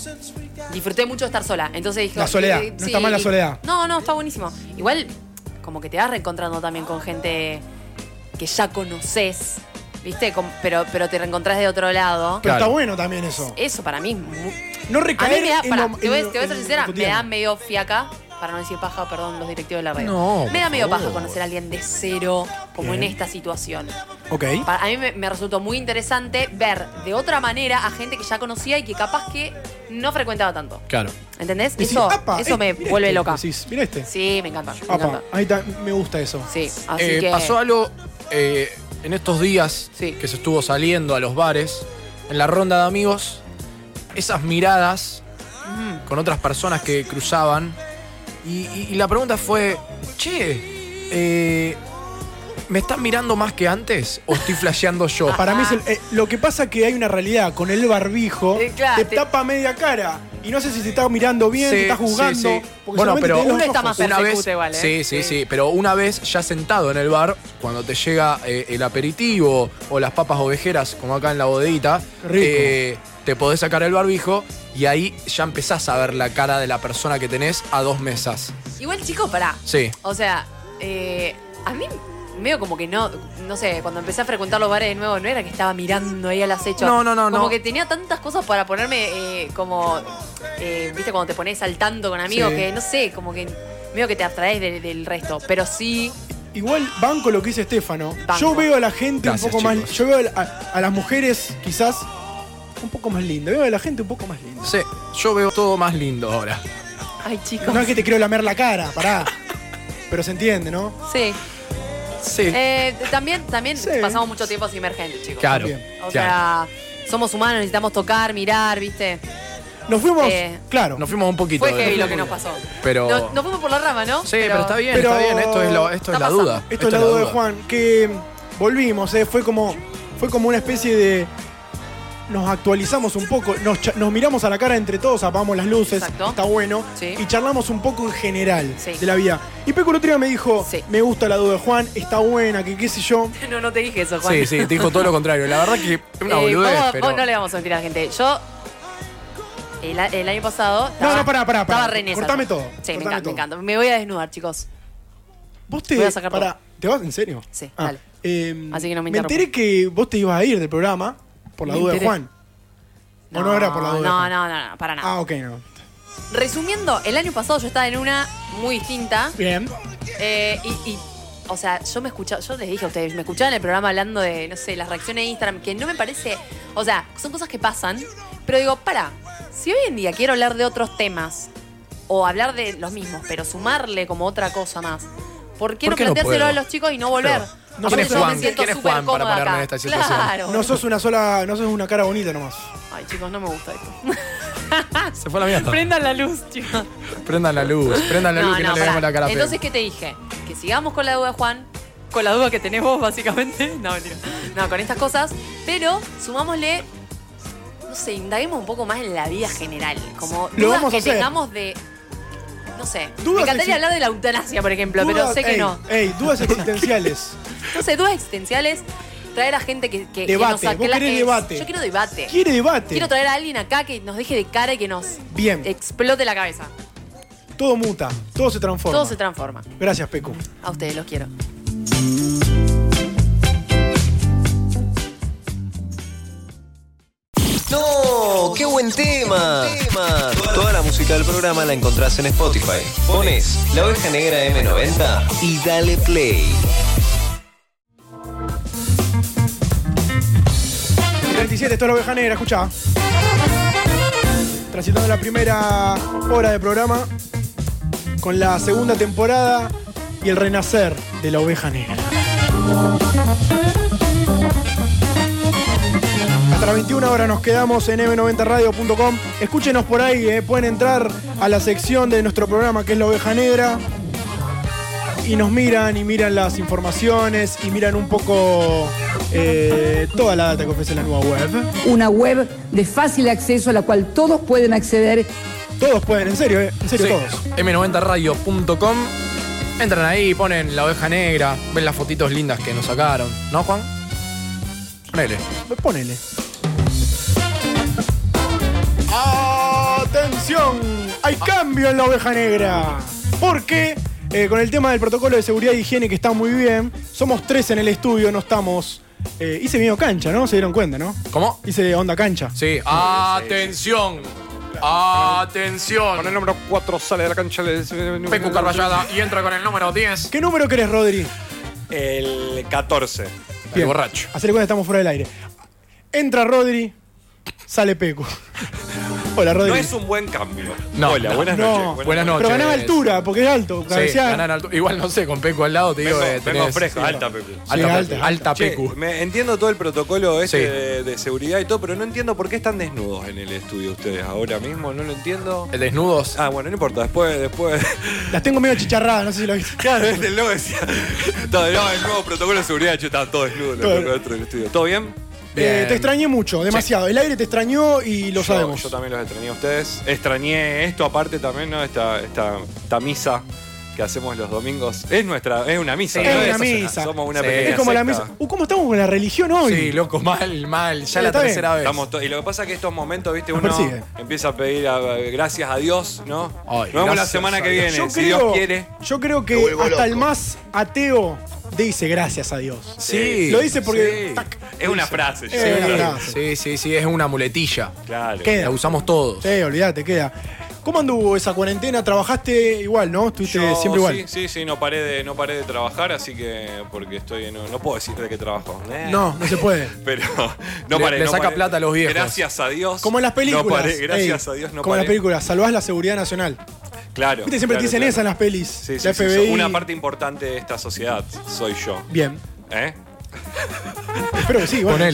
Speaker 6: Disfruté mucho estar sola. Entonces dije.
Speaker 5: La soledad.
Speaker 6: eh,
Speaker 5: No está mal la soledad.
Speaker 6: No, no, está buenísimo. Igual, como que te vas reencontrando también con gente que ya conoces, ¿viste? Com- pero, pero te reencontrás de otro lado.
Speaker 5: Pero
Speaker 11: Claro.
Speaker 5: está bueno también eso.
Speaker 6: Eso para mí es muy-
Speaker 5: No
Speaker 6: Eh, a mí
Speaker 5: recaer
Speaker 6: me da,
Speaker 5: en
Speaker 6: pará,
Speaker 5: lo-
Speaker 6: te voy,
Speaker 5: en lo-
Speaker 6: te voy a
Speaker 5: en
Speaker 6: ser
Speaker 5: lo
Speaker 6: sincera, me
Speaker 5: cotidiano.
Speaker 6: da medio fiaca, para no decir paja, perdón, los directivos de la radio.
Speaker 11: No,
Speaker 6: me da
Speaker 11: por
Speaker 6: medio paja
Speaker 11: favor.
Speaker 6: conocer a alguien de cero, como
Speaker 5: Bien.
Speaker 6: en esta situación.
Speaker 5: Ok.
Speaker 6: Pa- a mí me, me resultó muy interesante ver de otra manera a gente que ya conocía y que capaz que no frecuentaba tanto.
Speaker 11: Claro.
Speaker 6: ¿Entendés?
Speaker 5: Decís,
Speaker 6: eso
Speaker 5: "Apa,
Speaker 6: eso
Speaker 5: eh,
Speaker 6: me
Speaker 5: mirá
Speaker 6: vuelve
Speaker 5: este",
Speaker 6: loca. Sí,
Speaker 5: decís, Mirá este.
Speaker 6: me encanta, me
Speaker 5: Apa,
Speaker 6: encanta.
Speaker 5: ahí está, me gusta eso.
Speaker 6: Sí, así
Speaker 11: Eh,
Speaker 6: que...
Speaker 11: Pasó algo eh, en estos días
Speaker 6: Sí.
Speaker 11: que se estuvo saliendo a los bares, en la ronda de amigos, esas miradas
Speaker 6: Mm.
Speaker 11: con otras personas que cruzaban. Y, y- y la pregunta fue, che, eh, ¿me están mirando más que antes o estoy flasheando yo?
Speaker 5: Para mí es el- eh, lo que pasa que hay una realidad con el barbijo
Speaker 6: Ah. Eh, claro,
Speaker 5: te
Speaker 6: te-
Speaker 5: tapa media cara y no sé si te está mirando bien,
Speaker 11: Sí,
Speaker 5: te está
Speaker 11: sí,
Speaker 5: juzgando.
Speaker 11: sí.
Speaker 5: porque
Speaker 11: Bueno,
Speaker 5: solamente
Speaker 11: pero
Speaker 5: te ven los
Speaker 6: uno está
Speaker 5: ojos.
Speaker 6: más cerca.
Speaker 11: una
Speaker 6: se
Speaker 11: vez,
Speaker 6: discute igual, ¿eh?
Speaker 11: sí, sí,
Speaker 6: Sí.
Speaker 11: sí, pero una vez ya sentado en el bar, cuando te llega eh, el aperitivo o las papas ovejeras, como acá en la bodeguita,
Speaker 5: Qué rico.
Speaker 11: eh, te podés sacar el barbijo y ahí ya empezás a ver la cara de la persona que tenés a dos mesas.
Speaker 6: Igual, chicos, pará.
Speaker 11: Sí.
Speaker 6: O sea, eh, a mí medio como que no, no sé, cuando empecé a frecuentar los bares de nuevo, no era que estaba mirando ahí al acecho.
Speaker 11: No, no, no,
Speaker 6: Como
Speaker 11: no.
Speaker 6: que tenía tantas cosas para ponerme eh, como, eh, viste, cuando te pones al tanto con amigos,
Speaker 5: Sí.
Speaker 6: que no sé, como que medio que te abstraes del, del resto. Pero sí,
Speaker 5: Igual banco lo que dice Estefano.
Speaker 6: Banco.
Speaker 5: Yo veo a la gente
Speaker 11: Gracias,
Speaker 5: un poco más.
Speaker 11: chicos.
Speaker 5: Yo veo a, a las mujeres quizás un poco más linda. Veo a la gente un poco más linda.
Speaker 11: Sí, yo veo todo más lindo ahora.
Speaker 6: Ay, chicos.
Speaker 5: No es que te quiero lamer la cara, pará. Pero se entiende, ¿no?
Speaker 6: Sí.
Speaker 11: Sí.
Speaker 6: Eh, también también
Speaker 5: Sí.
Speaker 6: pasamos mucho tiempo sin ver gente, chicos.
Speaker 11: claro.
Speaker 5: bien.
Speaker 6: O
Speaker 11: claro.
Speaker 6: sea, somos humanos, necesitamos tocar, mirar, ¿viste?
Speaker 5: Nos fuimos.
Speaker 6: Eh,
Speaker 5: claro.
Speaker 11: Nos fuimos un poquito.
Speaker 6: Fue
Speaker 11: de-
Speaker 6: heavy lo que nos pasó.
Speaker 11: Pero-
Speaker 6: Nos, nos fuimos por la rama, ¿no?
Speaker 11: Sí, pero, está bien,
Speaker 5: pero-
Speaker 11: está bien. Esto es, lo- esto es
Speaker 6: Está
Speaker 11: la duda.
Speaker 6: pasando.
Speaker 5: Esto es la duda de Juan, que volvimos, ¿eh? fue como fue como una especie de nos actualizamos un poco, nos, cha- nos miramos a la cara entre todos, apagamos las luces,
Speaker 6: Exacto.
Speaker 5: está bueno,
Speaker 6: Sí.
Speaker 5: y charlamos un poco en general
Speaker 6: Sí.
Speaker 5: de la vida. Y Peco el otro día me dijo,
Speaker 6: Sí.
Speaker 5: me gusta la duda de Juan, está buena, que qué sé yo.
Speaker 6: No, no te dije eso, Juan.
Speaker 11: Sí, sí, te dijo todo lo contrario. La verdad que es una
Speaker 6: Eh,
Speaker 11: boludez,
Speaker 6: vamos-
Speaker 11: pero.
Speaker 6: vos no le vamos a mentir a la gente. Yo, el, a- el año pasado.
Speaker 5: no, pará, pará, pará.
Speaker 6: Estaba re en esa.
Speaker 5: Cortame todo,
Speaker 6: Sí,
Speaker 5: cortame
Speaker 6: me encanta,
Speaker 5: todo.
Speaker 6: me encanta. Me voy a desnudar, chicos.
Speaker 5: Vos te
Speaker 6: Voy a sacar
Speaker 5: pará,
Speaker 6: todo.
Speaker 5: ¿Te vas en serio?
Speaker 6: Sí,
Speaker 5: Ah,
Speaker 6: dale.
Speaker 5: eh,
Speaker 6: Así que no me
Speaker 5: Me
Speaker 6: interrumpa.
Speaker 5: enteré que vos te ibas a ir del programa por la
Speaker 6: Me
Speaker 5: duda de
Speaker 6: enteré.
Speaker 5: Juan. O no era por la duda de
Speaker 6: No,
Speaker 5: Juan.
Speaker 6: no, no, no, para nada.
Speaker 5: Ah, ok, no.
Speaker 6: Resumiendo, el año pasado yo estaba en una muy distinta.
Speaker 5: Bien.
Speaker 6: eh, y, y, o sea, yo me escuchaba, yo les dije a ustedes, me escuchaban en el programa hablando de, no sé, las reacciones de Instagram, que no me parece. O sea, son cosas que pasan, pero digo, para, si hoy en día quiero hablar de otros temas o hablar de los mismos, pero sumarle como otra cosa más, ¿por qué
Speaker 11: ¿Por
Speaker 6: no
Speaker 11: qué no
Speaker 6: planteárselo
Speaker 11: puedo?
Speaker 6: a los chicos y no volver?
Speaker 11: Claro.
Speaker 5: No
Speaker 6: Aparte
Speaker 5: sos
Speaker 6: yo
Speaker 5: Juan.
Speaker 6: me siento
Speaker 11: ¿Quién es
Speaker 6: súper
Speaker 11: Juan para
Speaker 6: cómoda
Speaker 11: ponerme
Speaker 6: acá.
Speaker 11: en esta situación?
Speaker 6: Claro.
Speaker 5: No sos una sola, no sos una cara bonita nomás.
Speaker 6: Ay, chicos, no me gusta esto.
Speaker 11: Se fue la mierda.
Speaker 6: Prendan la luz, chicos.
Speaker 11: Prendan la luz, prendan la luz que no, le
Speaker 6: pará.
Speaker 11: vemos la cara. a Pedro.
Speaker 6: Entonces, ¿qué te dije? Que sigamos con la duda, Juan. Con la duda que tenés vos, básicamente. No, mentira. No, con estas cosas. Pero sumámosle. No sé, indaguemos un poco más en la vida general. Como
Speaker 5: Lo
Speaker 6: dudas
Speaker 5: vamos a
Speaker 6: que
Speaker 5: hacer.
Speaker 6: tengamos de. No sé.
Speaker 5: Dudas
Speaker 6: Me encantaría
Speaker 5: exi-
Speaker 6: hablar de la eutanasia, por ejemplo, pero
Speaker 5: Dudas-
Speaker 6: sé que
Speaker 5: ey,
Speaker 6: no.
Speaker 5: Ey, dudas existenciales.
Speaker 6: Entonces, dudas existenciales. Traer a gente que, que- que
Speaker 5: Debate,
Speaker 6: nos
Speaker 5: vos
Speaker 6: aclare.
Speaker 5: querés debate.
Speaker 6: Yo quiero debate.
Speaker 5: Quiere debate.
Speaker 6: Quiero Eh, traer a alguien acá que nos deje de cara y que nos
Speaker 5: Bien,
Speaker 6: explote la cabeza.
Speaker 5: todo muta, todo se transforma.
Speaker 6: Todo se transforma.
Speaker 5: Gracias, Pecu.
Speaker 6: A ustedes los quiero.
Speaker 1: ¡No! ¡Qué buen tema! Toda la música del programa la encontrás en Spotify. Pones La Oveja Negra M90 y dale play.
Speaker 5: 37, esto es la oveja negra, escuchá. Transitando la primera hora de programa con la segunda temporada y el renacer de la oveja negra. Hasta las 21 horas nos quedamos en m90radio.com. Escúchenos por ahí, eh, pueden entrar a la sección de nuestro programa que es la oveja negra. y nos miran y miran las informaciones y miran un poco eh, toda la data que ofrece la nueva web.
Speaker 12: Una web de fácil acceso a la cual todos pueden acceder.
Speaker 5: Todos pueden, en serio, eh, en serio todos.
Speaker 11: Sí, M90radio.com. Entran ahí, ponen la oveja negra, ven las fotitos lindas que nos sacaron. ¿No, Juan? Ponele.
Speaker 5: Ponele. ¡Atención! Hay cambio en la oveja negra. Porque eh, con el tema del protocolo de seguridad y higiene que está muy bien, somos tres en el estudio, no estamos. eh, hice mío cancha, ¿no? Se dieron cuenta, ¿no?
Speaker 11: ¿Cómo?
Speaker 5: Hice onda cancha.
Speaker 11: Sí. Atención. Atención.
Speaker 3: el número 4 sale de la cancha de...
Speaker 11: Pecu Carballada y entra con el número 10.
Speaker 5: ¿Qué número querés, Rodri?
Speaker 10: El 14.
Speaker 11: El
Speaker 5: Bien.
Speaker 11: borracho.
Speaker 5: Hacele cuenta que estamos fuera del aire. Entra Rodri, sale Pecu. Hola, Rodri.
Speaker 10: No es un buen cambio.
Speaker 11: No,
Speaker 10: Hola,
Speaker 11: no.
Speaker 10: buenas
Speaker 5: No.
Speaker 10: noches.
Speaker 11: Buenas noches.
Speaker 5: Pero ganaba altura, porque es alto.
Speaker 11: Sí,
Speaker 5: cabeceaba.
Speaker 11: ganan alto. Igual no sé, con Pecu al lado te digo.
Speaker 10: Vengo,
Speaker 11: eh,
Speaker 10: vengo
Speaker 11: tenés-
Speaker 10: fresco, alta, Pepe.
Speaker 11: Alta,
Speaker 5: Sí,
Speaker 11: Pecu.
Speaker 5: alta.
Speaker 11: Alta
Speaker 10: Che,
Speaker 11: Pecu.
Speaker 10: me entiendo todo el protocolo ese
Speaker 11: Sí.
Speaker 10: de, de seguridad y todo, pero no entiendo por qué están desnudos en el estudio ustedes ahora mismo, no lo entiendo.
Speaker 11: El Desnudos.
Speaker 10: Ah, bueno, no importa, después, después.
Speaker 5: Las tengo medio chicharradas, no sé si lo viste.
Speaker 10: Claro, el logo decía. Todo, no, el nuevo protocolo de seguridad, che, estaban todos desnudos los
Speaker 5: Todo.
Speaker 10: locos dentro del estudio. ¿Todo bien?
Speaker 5: Eh,
Speaker 11: Bien.
Speaker 5: te extrañé mucho, demasiado. El aire te extrañó y lo
Speaker 10: Yo-
Speaker 5: sabemos.
Speaker 10: Yo también los extrañé a ustedes. Extrañé esto aparte también, ¿no? Esta, esta, esta misa que hacemos los domingos. Es nuestra, es una misa.
Speaker 11: Sí,
Speaker 10: ¿no?
Speaker 11: es
Speaker 5: una
Speaker 10: una-
Speaker 5: misa.
Speaker 10: Somos una
Speaker 11: Sí.
Speaker 10: pequeña
Speaker 5: es como la
Speaker 10: secta.
Speaker 5: misa. Uh, ¿Cómo estamos con la religión hoy?
Speaker 11: Sí, loco, mal, mal. Ya
Speaker 5: Eh,
Speaker 11: la
Speaker 5: está bien.
Speaker 11: tercera vez.
Speaker 10: Estamos to- y lo que pasa es que estos momentos, viste,
Speaker 5: Nos
Speaker 10: uno
Speaker 5: persigue.
Speaker 10: empieza a pedir a- gracias a Dios, ¿no?
Speaker 11: Ay,
Speaker 10: Nos vemos la
Speaker 11: gracias
Speaker 10: semana
Speaker 11: a
Speaker 10: que
Speaker 11: Dios.
Speaker 10: viene,
Speaker 5: yo,
Speaker 10: si
Speaker 5: creo,
Speaker 10: Dios quiere.
Speaker 5: yo creo que hasta el más ateo dice gracias a Dios.
Speaker 11: Sí.
Speaker 5: Lo dice porque.
Speaker 11: sí.
Speaker 5: tac,
Speaker 10: Es una frase.
Speaker 5: Eh,
Speaker 10: sí.
Speaker 5: una frase.
Speaker 11: Sí, sí, sí, es una muletilla.
Speaker 10: Claro.
Speaker 5: ¿Qué?
Speaker 11: La usamos todos.
Speaker 5: Sí, olvídate, queda. ¿Cómo anduvo esa cuarentena? ¿Trabajaste igual, no? Estuviste
Speaker 13: Yo,
Speaker 5: siempre igual.
Speaker 13: Sí, sí, sí, no paré de, no paré de trabajar, así que. Porque estoy. No, no puedo decir de qué trabajo. Eh.
Speaker 5: No, no se puede.
Speaker 13: Pero no
Speaker 11: Le-
Speaker 13: paré.
Speaker 11: le
Speaker 13: no
Speaker 11: saca
Speaker 13: paré.
Speaker 11: plata a los viejos.
Speaker 13: Gracias a Dios.
Speaker 5: Como en las películas.
Speaker 13: No paré, gracias
Speaker 5: ey,
Speaker 13: a Dios no
Speaker 5: Como en las
Speaker 13: paré.
Speaker 5: películas, salvás la seguridad nacional.
Speaker 13: Claro.
Speaker 5: Viste, siempre
Speaker 13: claro,
Speaker 5: te dicen
Speaker 13: claro.
Speaker 5: esa en las pelis.
Speaker 13: Sí, sí,
Speaker 5: la
Speaker 13: sí, sí.
Speaker 5: FBI.
Speaker 13: Una parte importante de esta sociedad soy yo.
Speaker 5: Bien.
Speaker 13: ¿Eh?
Speaker 5: Espero que sí, bueno.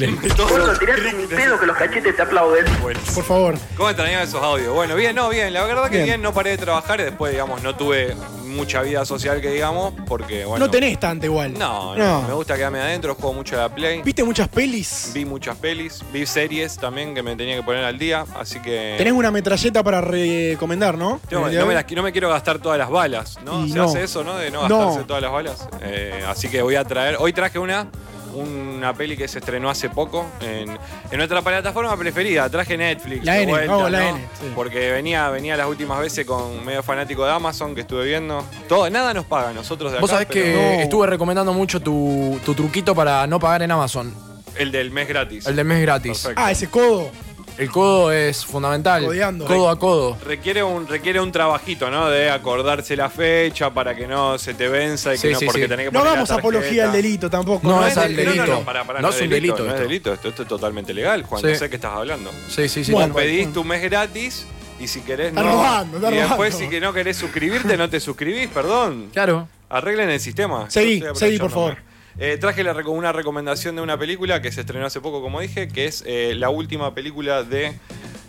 Speaker 13: tirate un pedo que los cachetes te aplauden.
Speaker 5: Por favor.
Speaker 13: ¿Cómo extrañaba esos audios? Bueno, bien, no, bien. La verdad que
Speaker 5: Bien.
Speaker 13: bien, no paré de trabajar y después, digamos, no tuve mucha vida social que digamos, porque, bueno.
Speaker 5: No tenés tanta igual.
Speaker 13: No,
Speaker 5: No.
Speaker 13: no, me gusta quedarme adentro, juego mucho a la Play.
Speaker 5: ¿Viste muchas pelis?
Speaker 13: Vi muchas pelis, vi series también que me tenía que poner al día, así que.
Speaker 5: Tenés una metralleta para recomendar, ¿no?
Speaker 13: Tengo-
Speaker 5: El día
Speaker 13: no, me
Speaker 5: de hoy.
Speaker 13: las- no me quiero gastar todas las balas, ¿no?
Speaker 5: Y
Speaker 13: ¿Se
Speaker 5: no.
Speaker 13: hace eso, no? De no
Speaker 5: No.
Speaker 13: gastarse todas las balas. Eh, así que voy a traer. Hoy traje una. Una peli que se estrenó hace poco en, en nuestra plataforma preferida. Traje Netflix.
Speaker 5: La
Speaker 13: de
Speaker 5: N,
Speaker 13: vuelta,
Speaker 5: vamos, la
Speaker 13: ¿no?
Speaker 5: N, sí.
Speaker 13: Porque venía, venía las últimas veces con medio fanático de Amazon que estuve viendo. Todo, nada nos paga a nosotros de
Speaker 11: Vos
Speaker 13: acá,
Speaker 11: sabés
Speaker 13: pero-
Speaker 11: que estuve recomendando mucho tu, tu truquito para no pagar en Amazon.
Speaker 13: El del mes gratis.
Speaker 11: El del mes gratis.
Speaker 13: Perfecto.
Speaker 5: Ah, ese codo.
Speaker 11: El codo es fundamental.
Speaker 5: Codeando.
Speaker 11: Codo a codo.
Speaker 13: Requiere un, requiere un trabajito, ¿no? De acordarse la fecha para que no se te venza y que
Speaker 11: Sí,
Speaker 13: no
Speaker 11: sí,
Speaker 13: porque
Speaker 11: sí.
Speaker 13: tenés que
Speaker 5: No
Speaker 13: poner la
Speaker 5: hagamos apología
Speaker 13: tarjeta.
Speaker 5: al delito tampoco.
Speaker 11: No,
Speaker 5: es
Speaker 11: es al
Speaker 5: del-
Speaker 11: delito.
Speaker 13: No, no, pará, pará,
Speaker 11: No es un delito
Speaker 13: No es
Speaker 11: esto.
Speaker 13: delito, esto, esto es totalmente legal, Juan.
Speaker 11: Sí.
Speaker 13: No sé qué estás hablando.
Speaker 11: Sí, sí, sí.
Speaker 13: Vos
Speaker 11: Bueno.
Speaker 13: pedís tu mes gratis y si querés
Speaker 5: Está
Speaker 13: no.
Speaker 5: robando, está
Speaker 13: y después,
Speaker 5: robando.
Speaker 13: si que no querés suscribirte, no te suscribís, perdón.
Speaker 11: Claro.
Speaker 13: Arreglen el sistema.
Speaker 5: Seguí,
Speaker 13: Yo estoy
Speaker 5: seguí, por
Speaker 13: aprovechándome.
Speaker 5: favor.
Speaker 13: Eh, traje la, reco- una recomendación de una película que se estrenó hace poco, como dije, que es eh, la última película de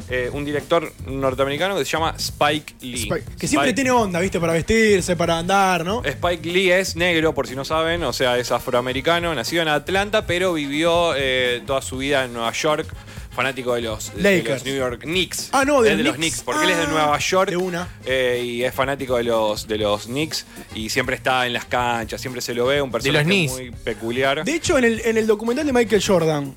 Speaker 13: eh, un director norteamericano que se llama Spike Lee.
Speaker 5: Spike- Que siempre
Speaker 13: Spike-
Speaker 5: tiene onda, ¿viste? Para vestirse, para andar, ¿no?
Speaker 13: Spike Lee es negro, por si no saben, o sea, es afroamericano, nacido en Atlanta, pero vivió eh, toda su vida en Nueva York, fanático de los, de
Speaker 5: Lakers.
Speaker 13: los New York Knicks.
Speaker 5: Ah, no, de
Speaker 13: Es
Speaker 5: los
Speaker 13: los
Speaker 5: Knicks.
Speaker 13: Knicks, porque él es de
Speaker 5: Ah,
Speaker 13: Nueva York
Speaker 5: de una.
Speaker 13: eh, y es fanático de los, de los Knicks y siempre está en las canchas, siempre se lo ve, un personaje
Speaker 11: Knicks.
Speaker 13: muy peculiar.
Speaker 5: De hecho, en el, en el documental de Michael Jordan,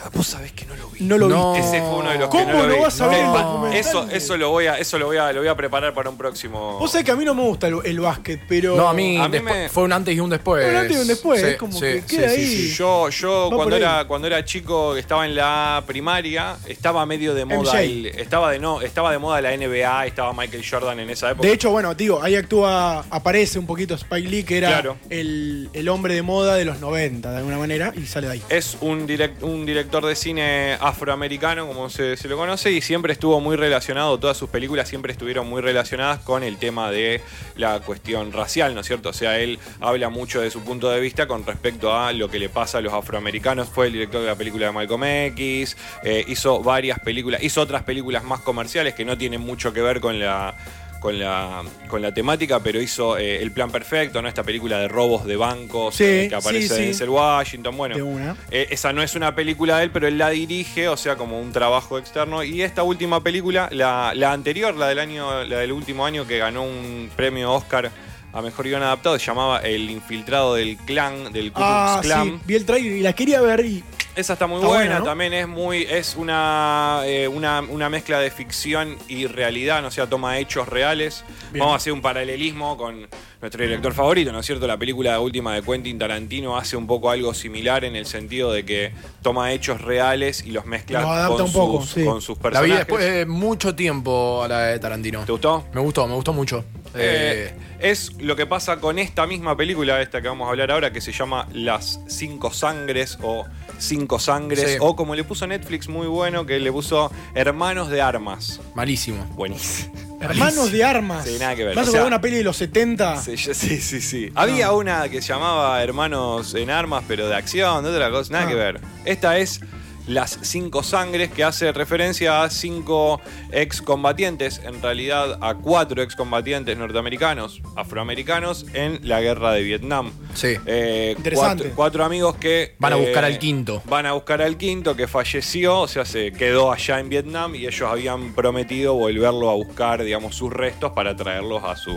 Speaker 13: Ah, Vos sabés que no lo vi.
Speaker 5: no lo
Speaker 11: No.
Speaker 5: viste.
Speaker 13: Ese fue uno de los
Speaker 5: ¿Cómo
Speaker 13: que no lo
Speaker 5: no
Speaker 13: vi.
Speaker 5: vas a ver el
Speaker 13: Tengo-
Speaker 5: documental?
Speaker 13: Eso, eso lo voy a, eso lo voy a, lo voy a preparar para un próximo.
Speaker 5: Vos sabés que a mí no me gusta el, el básquet, pero.
Speaker 11: No, a mí,
Speaker 13: A mí
Speaker 11: despu-
Speaker 13: me-
Speaker 11: fue un antes y un después.
Speaker 5: Fue un antes y un después,
Speaker 11: Sí,
Speaker 5: es como
Speaker 11: sí,
Speaker 5: que
Speaker 11: sí,
Speaker 5: queda
Speaker 11: sí,
Speaker 5: ahí.
Speaker 11: sí, sí.
Speaker 13: Yo, yo
Speaker 5: Va
Speaker 13: cuando
Speaker 5: por ahí.
Speaker 13: era cuando era chico, estaba en la primaria, estaba medio de moda
Speaker 5: MJ.
Speaker 13: el- estaba de no, estaba de moda la NBA, estaba Michael Jordan en esa época.
Speaker 5: De hecho, bueno, digo, ahí actúa, aparece un poquito Spike Lee, que era
Speaker 13: Claro.
Speaker 5: el, el hombre de moda de los 90, de alguna manera, y sale de ahí.
Speaker 13: es un, direc- un director de cine afroamericano, como se, se lo conoce, y siempre estuvo muy relacionado, todas sus películas siempre estuvieron muy relacionadas con el tema de la cuestión racial, ¿no es cierto? O sea, él habla mucho de su punto de vista con respecto a lo que le pasa a los afroamericanos. Fue el director de la película de Malcolm X, eh, hizo varias películas, hizo otras películas más comerciales que no tienen mucho que ver con la... Con la, con la temática, pero hizo eh, El Plan Perfecto, ¿no? Esta película de robos de bancos
Speaker 5: Sí,
Speaker 13: eh, que
Speaker 5: sí, sí.
Speaker 13: aparece en Denzel Washington. Bueno,
Speaker 5: De una.
Speaker 13: eh, esa no es una película de él, pero él la dirige, o sea, como un trabajo externo. Y esta última película, la, la anterior, la del año, la del último año que ganó un premio Oscar a mejor guión adaptado, se llamaba El infiltrado del clan, del Ku Klux
Speaker 5: Ah,
Speaker 13: Klan.
Speaker 5: sí, vi el trailer y la quería ver y.
Speaker 13: Esa está muy
Speaker 5: Está
Speaker 13: buena,
Speaker 5: buena, ¿no?
Speaker 13: también es muy es una, eh, una, una mezcla de ficción y realidad, ¿no? o sea, toma hechos reales.
Speaker 5: Bien.
Speaker 13: Vamos a hacer un paralelismo con nuestro director favorito, ¿no es cierto? La película última de Quentin Tarantino hace un poco algo similar en el sentido de que toma hechos reales y los mezcla
Speaker 5: Los adapta
Speaker 13: con,
Speaker 5: un poco,
Speaker 13: sus,
Speaker 5: sí.
Speaker 13: con sus
Speaker 11: La vi
Speaker 13: personajes.
Speaker 11: después eh. de mucho tiempo a la de Tarantino.
Speaker 13: ¿Te gustó?
Speaker 11: Me gustó, me gustó mucho.
Speaker 13: Eh,
Speaker 11: Eh,
Speaker 13: es lo que pasa con esta misma película, esta que vamos a hablar ahora, que se llama Las Cinco Sangres o Cinco Sangres,
Speaker 11: Sí.
Speaker 13: o como le puso Netflix muy bueno, que le puso Hermanos de Armas.
Speaker 11: malísimo.
Speaker 13: Buenísimo.
Speaker 5: Hermanos de armas.
Speaker 13: Sí, nada que ver,
Speaker 5: Vas a
Speaker 13: o sea-
Speaker 5: acordar una peli de los 70.
Speaker 13: Sí, yo- sí, sí, sí. Había una que se llamaba Hermanos en Armas, pero de acción, de otra cosa, nada
Speaker 5: Ah.
Speaker 13: que ver. Esta es Las Cinco Sangres, que hace referencia a cinco excombatientes, en realidad a cuatro excombatientes norteamericanos, afroamericanos, en la guerra de Vietnam.
Speaker 11: Sí.
Speaker 13: Eh,
Speaker 5: Interesante.
Speaker 13: Cuatro, cuatro amigos que... eh,
Speaker 11: Van a buscar al quinto.
Speaker 13: Van a buscar al quinto que falleció, o sea, se quedó allá en Vietnam y ellos habían prometido volverlo a buscar, digamos, sus restos para traerlos a su,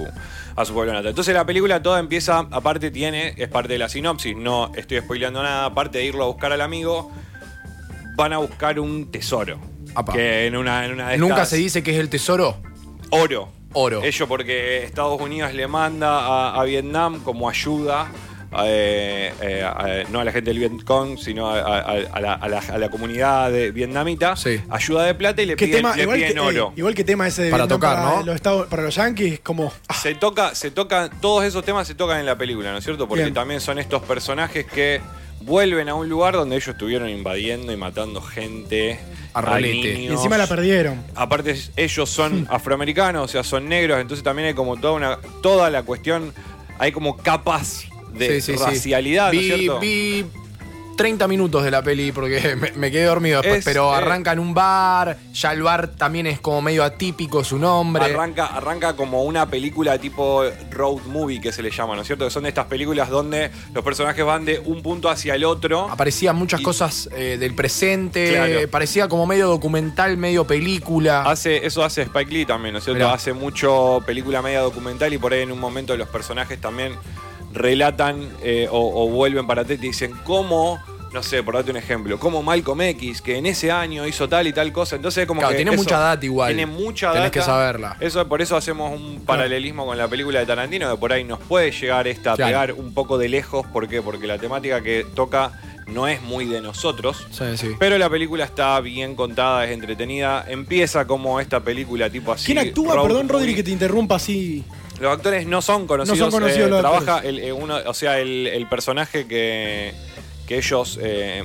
Speaker 13: a su pueblo natal. Entonces la película toda empieza, aparte tiene, es parte de la sinopsis, no estoy spoileando nada, aparte de irlo a buscar al amigo, van a buscar un tesoro.
Speaker 11: Apa.
Speaker 13: Que en una, en una de
Speaker 11: Eh, Nunca
Speaker 13: estas-
Speaker 11: se dice que es el tesoro.
Speaker 13: Oro.
Speaker 11: Oro.
Speaker 13: Ello porque Estados Unidos le manda a, a Vietnam como ayuda eh, eh, a- no a la gente del Vietcong, sino a, a- a- a la, a la- a la comunidad de- vietnamita, ayuda de plata y le
Speaker 5: ¿Qué
Speaker 13: piden,
Speaker 5: tema?
Speaker 13: le
Speaker 5: Igual
Speaker 13: piden
Speaker 5: que,
Speaker 13: oro.
Speaker 5: eh, igual que tema ese de
Speaker 13: Para tocar,
Speaker 5: para
Speaker 13: ¿no?
Speaker 5: Los estados, para los yankees, como.
Speaker 13: Se toca, se toca, todos esos temas se tocan en la película, ¿no es cierto? Porque
Speaker 5: Bien.
Speaker 13: también son estos personajes que vuelven a un lugar donde ellos estuvieron invadiendo y matando gente. a
Speaker 11: Arrolete.
Speaker 5: Y
Speaker 13: niños.
Speaker 5: encima la perdieron.
Speaker 13: Aparte ellos son afroamericanos, o sea, son negros, entonces también hay como toda una toda la cuestión, hay como capas
Speaker 11: Sí,
Speaker 13: de
Speaker 11: sí, sí.
Speaker 13: racialidad,
Speaker 11: Vi-
Speaker 13: ¿no es cierto?
Speaker 11: vi 30 minutos de la peli porque me, me quedé dormido después,
Speaker 13: Es,
Speaker 11: pero
Speaker 13: eh,
Speaker 11: arranca en un bar, ya el bar también es como medio atípico su nombre.
Speaker 13: Arranca, arranca como una película tipo road movie que se le llama, ¿no es cierto? Que son de estas películas donde los personajes van de un punto hacia el otro.
Speaker 11: Aparecían muchas cosas eh, del presente,
Speaker 13: Claro. Ah,
Speaker 11: parecía como medio documental, medio película.
Speaker 13: Hace, eso hace Spike Lee también, ¿no es cierto?
Speaker 11: Mirá.
Speaker 13: Hace mucho película media documental y por ahí en un momento los personajes también relatan eh, o, o vuelven para atrás y te dicen cómo, no sé, por darte un ejemplo, cómo Malcolm X, que en ese año hizo tal y tal cosa. Entonces, como
Speaker 11: Claro,
Speaker 13: que.
Speaker 11: tiene
Speaker 13: eso-
Speaker 11: mucha data igual.
Speaker 13: Tiene mucha data.
Speaker 11: Tenés que saberla.
Speaker 13: Eso, por eso hacemos un paralelismo con la película de Tarantino, que por ahí nos puede llegar esta a
Speaker 11: Claro.
Speaker 13: pegar un poco de lejos. ¿Por qué? Porque la temática que toca no es muy de nosotros.
Speaker 11: Sí, sí.
Speaker 13: Pero la película está bien contada, es entretenida. Empieza como esta película tipo así.
Speaker 5: ¿Quién actúa?
Speaker 13: road
Speaker 5: Perdón, Rodri,
Speaker 13: movie.
Speaker 5: que te interrumpa así.
Speaker 13: Los actores no son conocidos.
Speaker 5: No son conocidos los
Speaker 13: trabaja
Speaker 5: actores.
Speaker 13: el- eh, uno, o sea, el, el personaje que, que ellos, eh,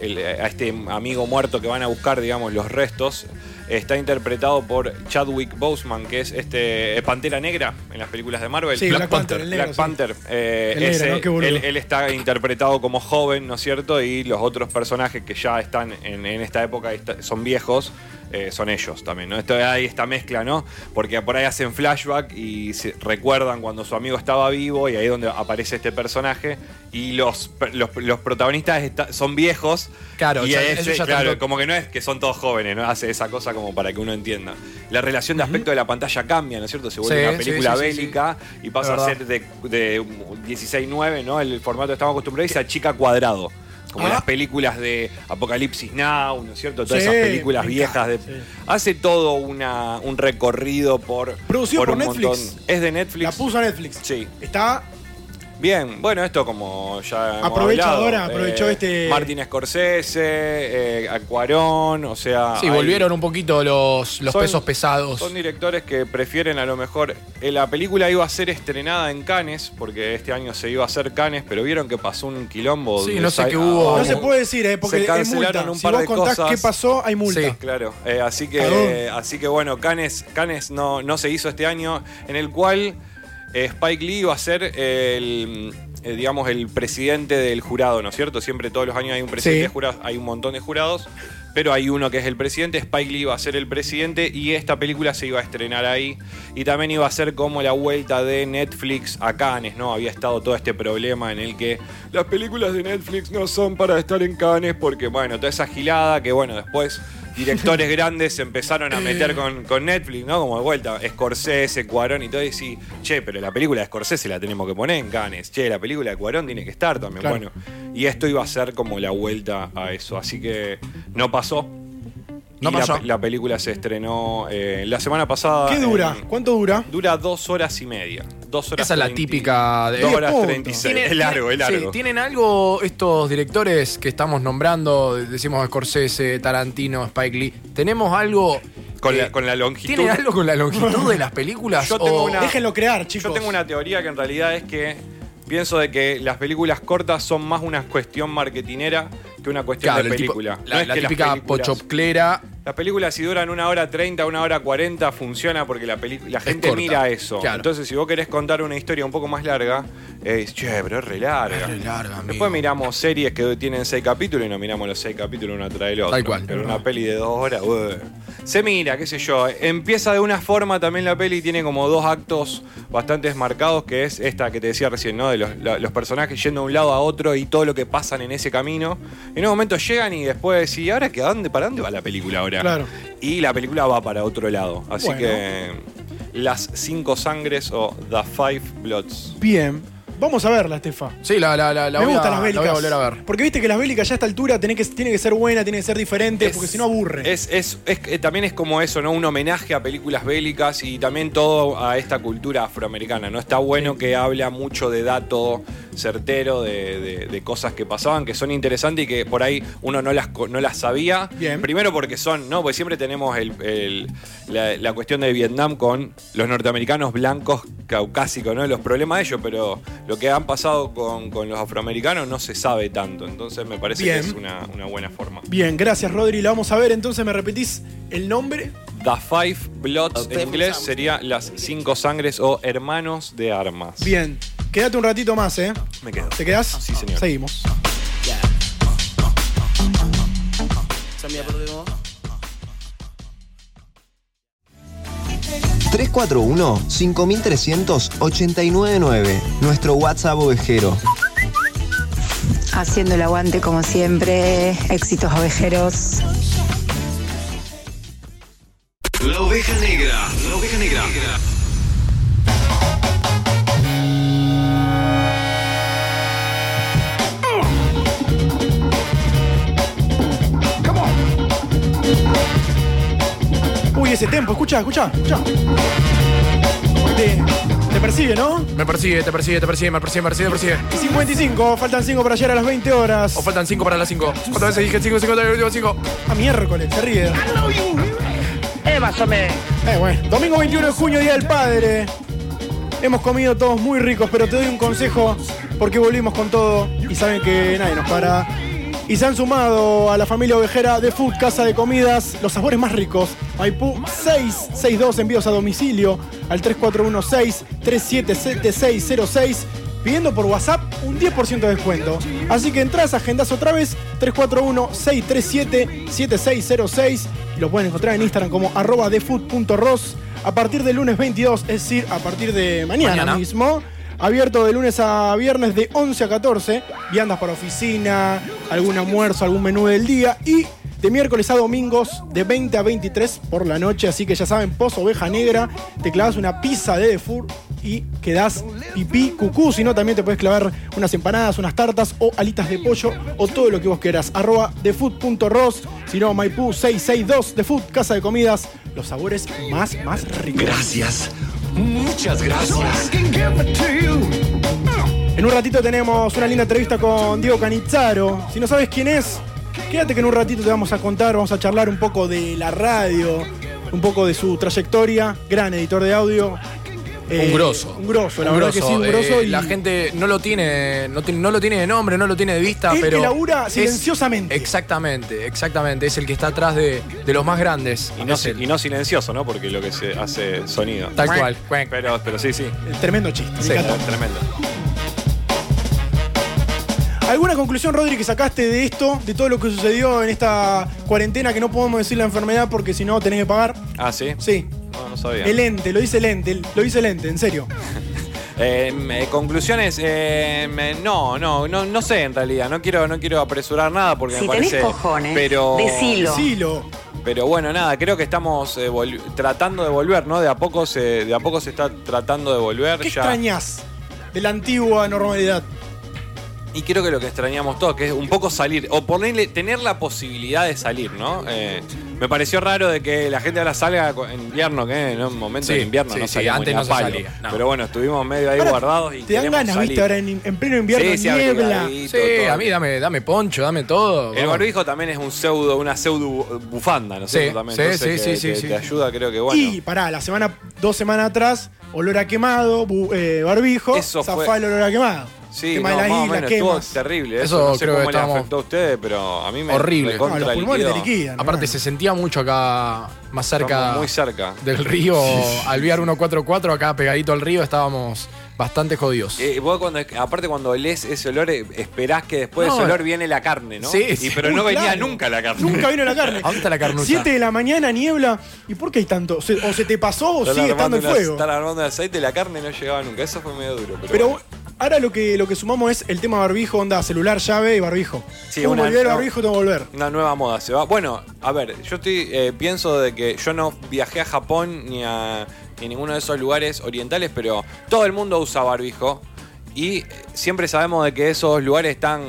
Speaker 13: el- eh, a este amigo muerto que van a buscar, digamos, los restos, está interpretado por Chadwick Boseman, que es este eh, Pantera Negra en las películas de Marvel.
Speaker 5: Sí, Black Black Panther, Panther. el negro,
Speaker 13: Black
Speaker 5: sí.
Speaker 13: Panther. eh,
Speaker 5: El negro,
Speaker 13: ese,
Speaker 5: ¿no? Qué boludo.
Speaker 13: él, él está interpretado como joven, ¿no es cierto? Y los otros personajes que ya están en, en esta época y está- son viejos. eh, son ellos también, ¿no? Esto, hay esta mezcla, ¿no? Porque por ahí hacen flashback y se recuerdan cuando su amigo estaba vivo y ahí es donde aparece este personaje y los, per- los, los protagonistas está- son viejos.
Speaker 11: Claro,
Speaker 13: y
Speaker 11: ya-
Speaker 13: ese,
Speaker 11: eso ya
Speaker 13: claro,
Speaker 11: tanto-
Speaker 13: como que no es que son todos jóvenes, ¿no? Hace esa cosa como para que uno entienda. La relación de aspecto de la pantalla cambia, ¿no es cierto? Se vuelve
Speaker 11: Sí,
Speaker 13: una
Speaker 11: sí, sí,
Speaker 13: película
Speaker 11: sí, sí.
Speaker 13: bélica y pasa
Speaker 11: Es
Speaker 13: a ser de, de 16-9, ¿no? El formato que estamos acostumbrados y se achica a cuadrado. Como las películas de Apocalipsis Now, ¿no es cierto? Todas
Speaker 5: Ah. Sí,
Speaker 13: esas películas
Speaker 5: me
Speaker 13: viejas. De, Hace todo una, un recorrido por.
Speaker 5: Producido por
Speaker 13: un
Speaker 5: Netflix.
Speaker 13: montón- Es de Netflix.
Speaker 5: La puso a Netflix.
Speaker 13: Sí.
Speaker 5: Está.
Speaker 13: Bien, bueno, esto como ya. hemos
Speaker 5: Aprovecha
Speaker 13: hablado, eh,
Speaker 5: ahora, aprovechó este-
Speaker 13: Martin Scorsese, eh, Acuarón, o sea.
Speaker 11: Sí,
Speaker 13: hay-
Speaker 11: volvieron un poquito los, los
Speaker 13: Son-
Speaker 11: pesos pesados.
Speaker 13: Son directores que prefieren a lo mejor. eh, la película iba a ser estrenada en Cannes, porque este año se iba a hacer Cannes, pero vieron que pasó un quilombo.
Speaker 11: Sí,
Speaker 13: donde
Speaker 11: no sé
Speaker 13: sa-
Speaker 11: qué hubo.
Speaker 13: ah,
Speaker 5: No se puede decir, eh, porque
Speaker 13: se
Speaker 5: hay
Speaker 13: cancelaron
Speaker 5: multa.
Speaker 13: un
Speaker 5: Si
Speaker 13: par
Speaker 5: vos
Speaker 13: de
Speaker 5: contás
Speaker 13: cosas.
Speaker 5: qué pasó, hay multa.
Speaker 13: Claro, eh, así, que,
Speaker 5: Cagón.
Speaker 13: eh, así que bueno, Cannes, Cannes no, no se hizo este año, en el cual eh, Spike Lee iba a ser el, eh, digamos, el presidente del jurado, ¿no es cierto? Siempre todos los años hay un presidente
Speaker 5: Sí.
Speaker 13: de jurado, hay un montón de jurados, pero hay uno que es el presidente, Spike Lee iba a ser el presidente y esta película se iba a estrenar ahí y también iba a ser como la vuelta de Netflix a Cannes, ¿no? Había estado todo este problema en el que las películas de Netflix no son para estar en Cannes porque, bueno, toda esa gilada que, bueno, después directores grandes se empezaron a meter con, con Netflix, ¿no? Como de vuelta, Scorsese, Cuarón y todo, y sí, che, pero la película de Scorsese la tenemos que poner en Cannes, che, la película de Cuarón tiene que estar también,
Speaker 5: Claro.
Speaker 13: bueno. Y esto iba a ser como la vuelta a eso, así que no pasó.
Speaker 11: No
Speaker 13: Y la
Speaker 11: pasó.
Speaker 13: pe- La, película se estrenó eh, la semana pasada.
Speaker 5: ¿Qué dura? ¿Cuánto dura?
Speaker 13: Dura dos horas y media. Dos horas
Speaker 11: Esa es la
Speaker 13: 30.
Speaker 11: típica de
Speaker 13: Dos horas
Speaker 11: Punto.
Speaker 13: 36.
Speaker 11: Tiene-
Speaker 13: Es largo, es
Speaker 11: tiene- sí,
Speaker 13: largo.
Speaker 11: ¿Tienen algo estos directores que estamos nombrando? Decimos Scorsese, Tarantino, Spike Lee. ¿Tenemos algo.
Speaker 13: con,
Speaker 11: eh,
Speaker 13: la, con la longitud.
Speaker 11: ¿Tienen algo con la longitud de las películas?
Speaker 13: Yo tengo
Speaker 11: O-
Speaker 13: una-
Speaker 5: Déjenlo crear, chicos.
Speaker 13: Yo tengo una teoría que en realidad es que pienso de que las películas cortas son más una cuestión marketinera que una cuestión
Speaker 11: Claro,
Speaker 13: de
Speaker 11: el tipo-
Speaker 13: película.
Speaker 11: la,
Speaker 13: No es
Speaker 11: la
Speaker 13: que las
Speaker 11: típica
Speaker 13: películas-
Speaker 11: pochoclera.
Speaker 13: Las películas si duran una hora 30, una hora 40 funciona porque la, peli- la gente
Speaker 11: corta,
Speaker 13: mira eso.
Speaker 11: claro.
Speaker 13: Entonces, si vos querés contar una historia un poco más larga, eh, dices, che, pero es re larga.
Speaker 11: Es re larga, amigo.
Speaker 13: Después miramos series que tienen seis capítulos y no miramos los seis capítulos uno tras el otro.
Speaker 11: Tal cual.
Speaker 13: Pero una peli de dos horas, ué. Se mira, qué sé yo. eh. Empieza de una forma también la peli, tiene como dos actos bastante marcados, que es esta que te decía recién, ¿no? De los, la- los personajes yendo de un lado a otro y todo lo que pasan en ese camino. En un momento llegan y después, ¿y ahora qué? ¿A dónde, ¿Para dónde va la película ahora?
Speaker 5: Claro.
Speaker 13: Y la película va para otro lado. Así
Speaker 5: Bueno.
Speaker 13: que Las Cinco Sangres o The Five Bloods.
Speaker 5: Bien. Vamos a verla, Estefa.
Speaker 11: Sí, la, la, la, la
Speaker 5: Me
Speaker 11: voy
Speaker 5: gustan
Speaker 11: a-
Speaker 5: las
Speaker 11: la
Speaker 5: bélicas.
Speaker 11: voy a volver a ver.
Speaker 5: Porque viste que las bélicas ya a esta altura tiene que, tiene que ser buena, tiene que ser diferente, porque si no aburre.
Speaker 13: Es, es- es- eh, también es como eso, ¿no? Un homenaje a películas bélicas y también todo a esta cultura afroamericana, ¿no? Está bueno que habla mucho de dato certero de, de- de cosas que pasaban, que son interesantes y que por ahí uno no las, co- no las sabía. Primero porque son, ¿no? Pues siempre tenemos el- el- la, la cuestión de Vietnam con los norteamericanos blancos caucásicos, ¿no? Los problemas de ellos, pero lo que han pasado con, con los afroamericanos no se sabe tanto. Entonces me parece
Speaker 5: Bien.
Speaker 13: que es una, una buena forma.
Speaker 5: Bien, gracias Rodri. La vamos a ver entonces. ¿Me repetís el nombre?
Speaker 13: The Five Bloods en inglés sería las cinco sangres o hermanos de armas.
Speaker 5: Bien. Quédate un ratito más, ¿eh?
Speaker 13: Me quedo.
Speaker 5: ¿Te quedás?
Speaker 13: Sí, señor.
Speaker 5: Seguimos.
Speaker 14: Tell me I believe in
Speaker 1: 341-5300-899. Nuestro WhatsApp ovejero.
Speaker 15: Haciendo el aguante como siempre. Éxitos ovejeros.
Speaker 16: La oveja negra. La oveja negra.
Speaker 5: Uy, ese tempo. Escucha, escucha, escucha. Te, te persigue, ¿no?
Speaker 11: Me persigue, te persigue, te persigue, me persigue, me persigue, me persigue.
Speaker 5: 55, faltan 5 para llegar a las 20 horas.
Speaker 11: O faltan 5 para las 5. ¿Cuántas veces dije 5, 5, 5, 5?
Speaker 5: A miércoles, se ríe.
Speaker 14: Eh, más o menos.
Speaker 5: Eh, bueno. Domingo 21 de junio, Día del Padre. Hemos comido todos muy ricos, pero te doy un consejo porque volvimos con todo y saben que nadie nos para. Y se han sumado a la familia ovejera de Food Casa de Comidas, los sabores más ricos. Maipú 662 envíos a domicilio al 3416-377606 pidiendo por WhatsApp un 10% de descuento. Así que entras, agendas otra vez 341-637-7606 y lo pueden encontrar en Instagram como arroba defood.ros a partir del lunes 22, es decir, a partir de mañana,
Speaker 11: Mañana.
Speaker 5: mismo. Abierto de lunes a viernes de 11 a 14, viandas para oficina, algún almuerzo, algún menú del día y de miércoles a domingos de 20 a 23 por la noche, así que ya saben, pozo oveja negra, te clavas una pizza de Defur y quedás pipí cucú, si no también te puedes clavar unas empanadas, unas tartas o alitas de pollo o todo lo que vos quieras. Arroba defood.ros, si no Maipú 662 Defood, casa de comidas, los sabores más, más ricos.
Speaker 16: Gracias. Muchas gracias.
Speaker 5: En un ratito tenemos una linda entrevista con Diego Canizzaro. Si no sabes quién es, quédate que en un ratito te vamos a contar, vamos a charlar un poco de la radio, un poco de su trayectoria. Gran editor de audio. Eh,
Speaker 11: un grosso.
Speaker 5: Un grosso, la
Speaker 11: Un
Speaker 5: verdad que sí, un grosso.
Speaker 11: eh,
Speaker 5: y
Speaker 11: La gente no lo tiene, no, tiene- no lo tiene de nombre, no lo tiene de vista,
Speaker 5: Él que
Speaker 11: pero.
Speaker 5: labura
Speaker 11: es-
Speaker 5: silenciosamente.
Speaker 11: exactamente, exactamente. Es el que está atrás de, de los más grandes.
Speaker 13: Y no, y no silencioso, ¿no? Porque lo que se hace sonido.
Speaker 11: Tal cual.
Speaker 13: Pero, pero sí, sí.
Speaker 5: Tremendo chiste.
Speaker 13: Sí,
Speaker 5: me encantó.
Speaker 13: tremendo.
Speaker 5: ¿Alguna conclusión, Rodri, que sacaste de esto, de todo lo que sucedió en esta cuarentena, que no podemos decir la enfermedad porque si no tenés que pagar?
Speaker 13: Ah, sí.
Speaker 5: Sí.
Speaker 13: No, no sabía.
Speaker 5: El ente, lo dice el ente, el- lo dice el ente, en serio.
Speaker 13: Eh, me- conclusiones, eh, me- no, no, no, no sé en realidad. No quiero, no quiero apresurar nada porque me parece. pero
Speaker 5: Decilo.
Speaker 13: Pero bueno, nada, creo que estamos eh, vol- tratando de volver, ¿no? De a poco se, de a poco se está tratando de volver.
Speaker 5: ¿Qué
Speaker 13: ya.
Speaker 5: extrañas de la antigua normalidad?
Speaker 13: Y creo que lo que extrañamos todos, que es un poco salir, o ponerle, tener la posibilidad de salir, ¿no? Eh, me pareció raro de que la gente ahora salga co- en invierno, que en un momento
Speaker 11: Sí,
Speaker 13: en invierno
Speaker 11: sí,
Speaker 13: no
Speaker 11: sí,
Speaker 13: salíamos
Speaker 11: antes
Speaker 13: ni a
Speaker 11: no se
Speaker 13: palo.
Speaker 11: salía, no.
Speaker 13: Pero bueno, estuvimos medio ahí
Speaker 5: Ahora
Speaker 13: guardados y
Speaker 5: Te dan
Speaker 13: queremos
Speaker 5: ganas,
Speaker 13: salir.
Speaker 5: viste, ahora en, en pleno invierno,
Speaker 13: Sí, sí,
Speaker 5: niebla.
Speaker 13: abrigadito,
Speaker 11: Sí,
Speaker 13: todo.
Speaker 11: a mí dame, dame poncho, dame todo.
Speaker 13: El
Speaker 11: vamos.
Speaker 13: barbijo también es un pseudo, una pseudo bufanda, ¿no es
Speaker 11: Sí,
Speaker 13: cierto? También,
Speaker 11: sí,
Speaker 13: Entonces
Speaker 11: sí,
Speaker 13: que
Speaker 11: sí,
Speaker 13: te,
Speaker 11: sí, sí.
Speaker 13: te ayuda, creo que bueno.
Speaker 5: Y pará, la semana, dos semanas atrás, olor a quemado, bu- eh, barbijo,
Speaker 13: Eso
Speaker 5: zafá
Speaker 13: fue-
Speaker 5: el olor a quemado.
Speaker 13: Sí,
Speaker 5: Tema
Speaker 13: no,
Speaker 5: de las
Speaker 13: más o
Speaker 5: islas,
Speaker 13: menos,
Speaker 5: quemas.
Speaker 13: estuvo terrible. Eso,
Speaker 11: Eso
Speaker 13: no sé
Speaker 11: creo que
Speaker 13: cómo le
Speaker 11: estábamos-
Speaker 13: afectó a ustedes, pero a mí me
Speaker 11: Horrible.
Speaker 13: recontra liquidó.
Speaker 11: Aparte, se sentía mucho acá, más cerca
Speaker 13: Estamos muy cerca.
Speaker 11: del río, Alvear 144, acá pegadito al río, estábamos bastante jodidos.
Speaker 13: Eh, vos cuando, aparte cuando olés ese olor, eh, esperás que después de
Speaker 11: No.
Speaker 13: ese olor viene la carne, ¿no?
Speaker 11: Sí,
Speaker 13: Y-
Speaker 11: sí.
Speaker 13: pero
Speaker 11: Uy,
Speaker 13: no venía
Speaker 11: claro.
Speaker 13: nunca la carne.
Speaker 5: Nunca vino la carne.
Speaker 11: ¿A dónde está la carnusa?
Speaker 5: 7 de la mañana, niebla. ¿Y por qué hay tanto? Se- ¿O se te pasó o
Speaker 13: Están
Speaker 5: sigue estando
Speaker 13: armando
Speaker 5: el
Speaker 13: una-
Speaker 5: fuego?
Speaker 13: Están armando el aceite, la carne no llegaba nunca. Eso fue medio duro. Pero,
Speaker 5: Pero
Speaker 13: bueno.
Speaker 5: ahora lo que, lo que sumamos es el tema barbijo, onda, celular, llave y barbijo.
Speaker 13: Sí,
Speaker 5: Tengo que
Speaker 13: una-
Speaker 5: volver el
Speaker 13: no.
Speaker 5: barbijo, tengo que volver.
Speaker 13: una nueva moda se va. Bueno, a ver, yo estoy eh, pienso de que yo no viajé a Japón ni a, ni a ninguno de esos lugares orientales, pero todo el mundo usa barbijo. Y siempre sabemos de que esos lugares están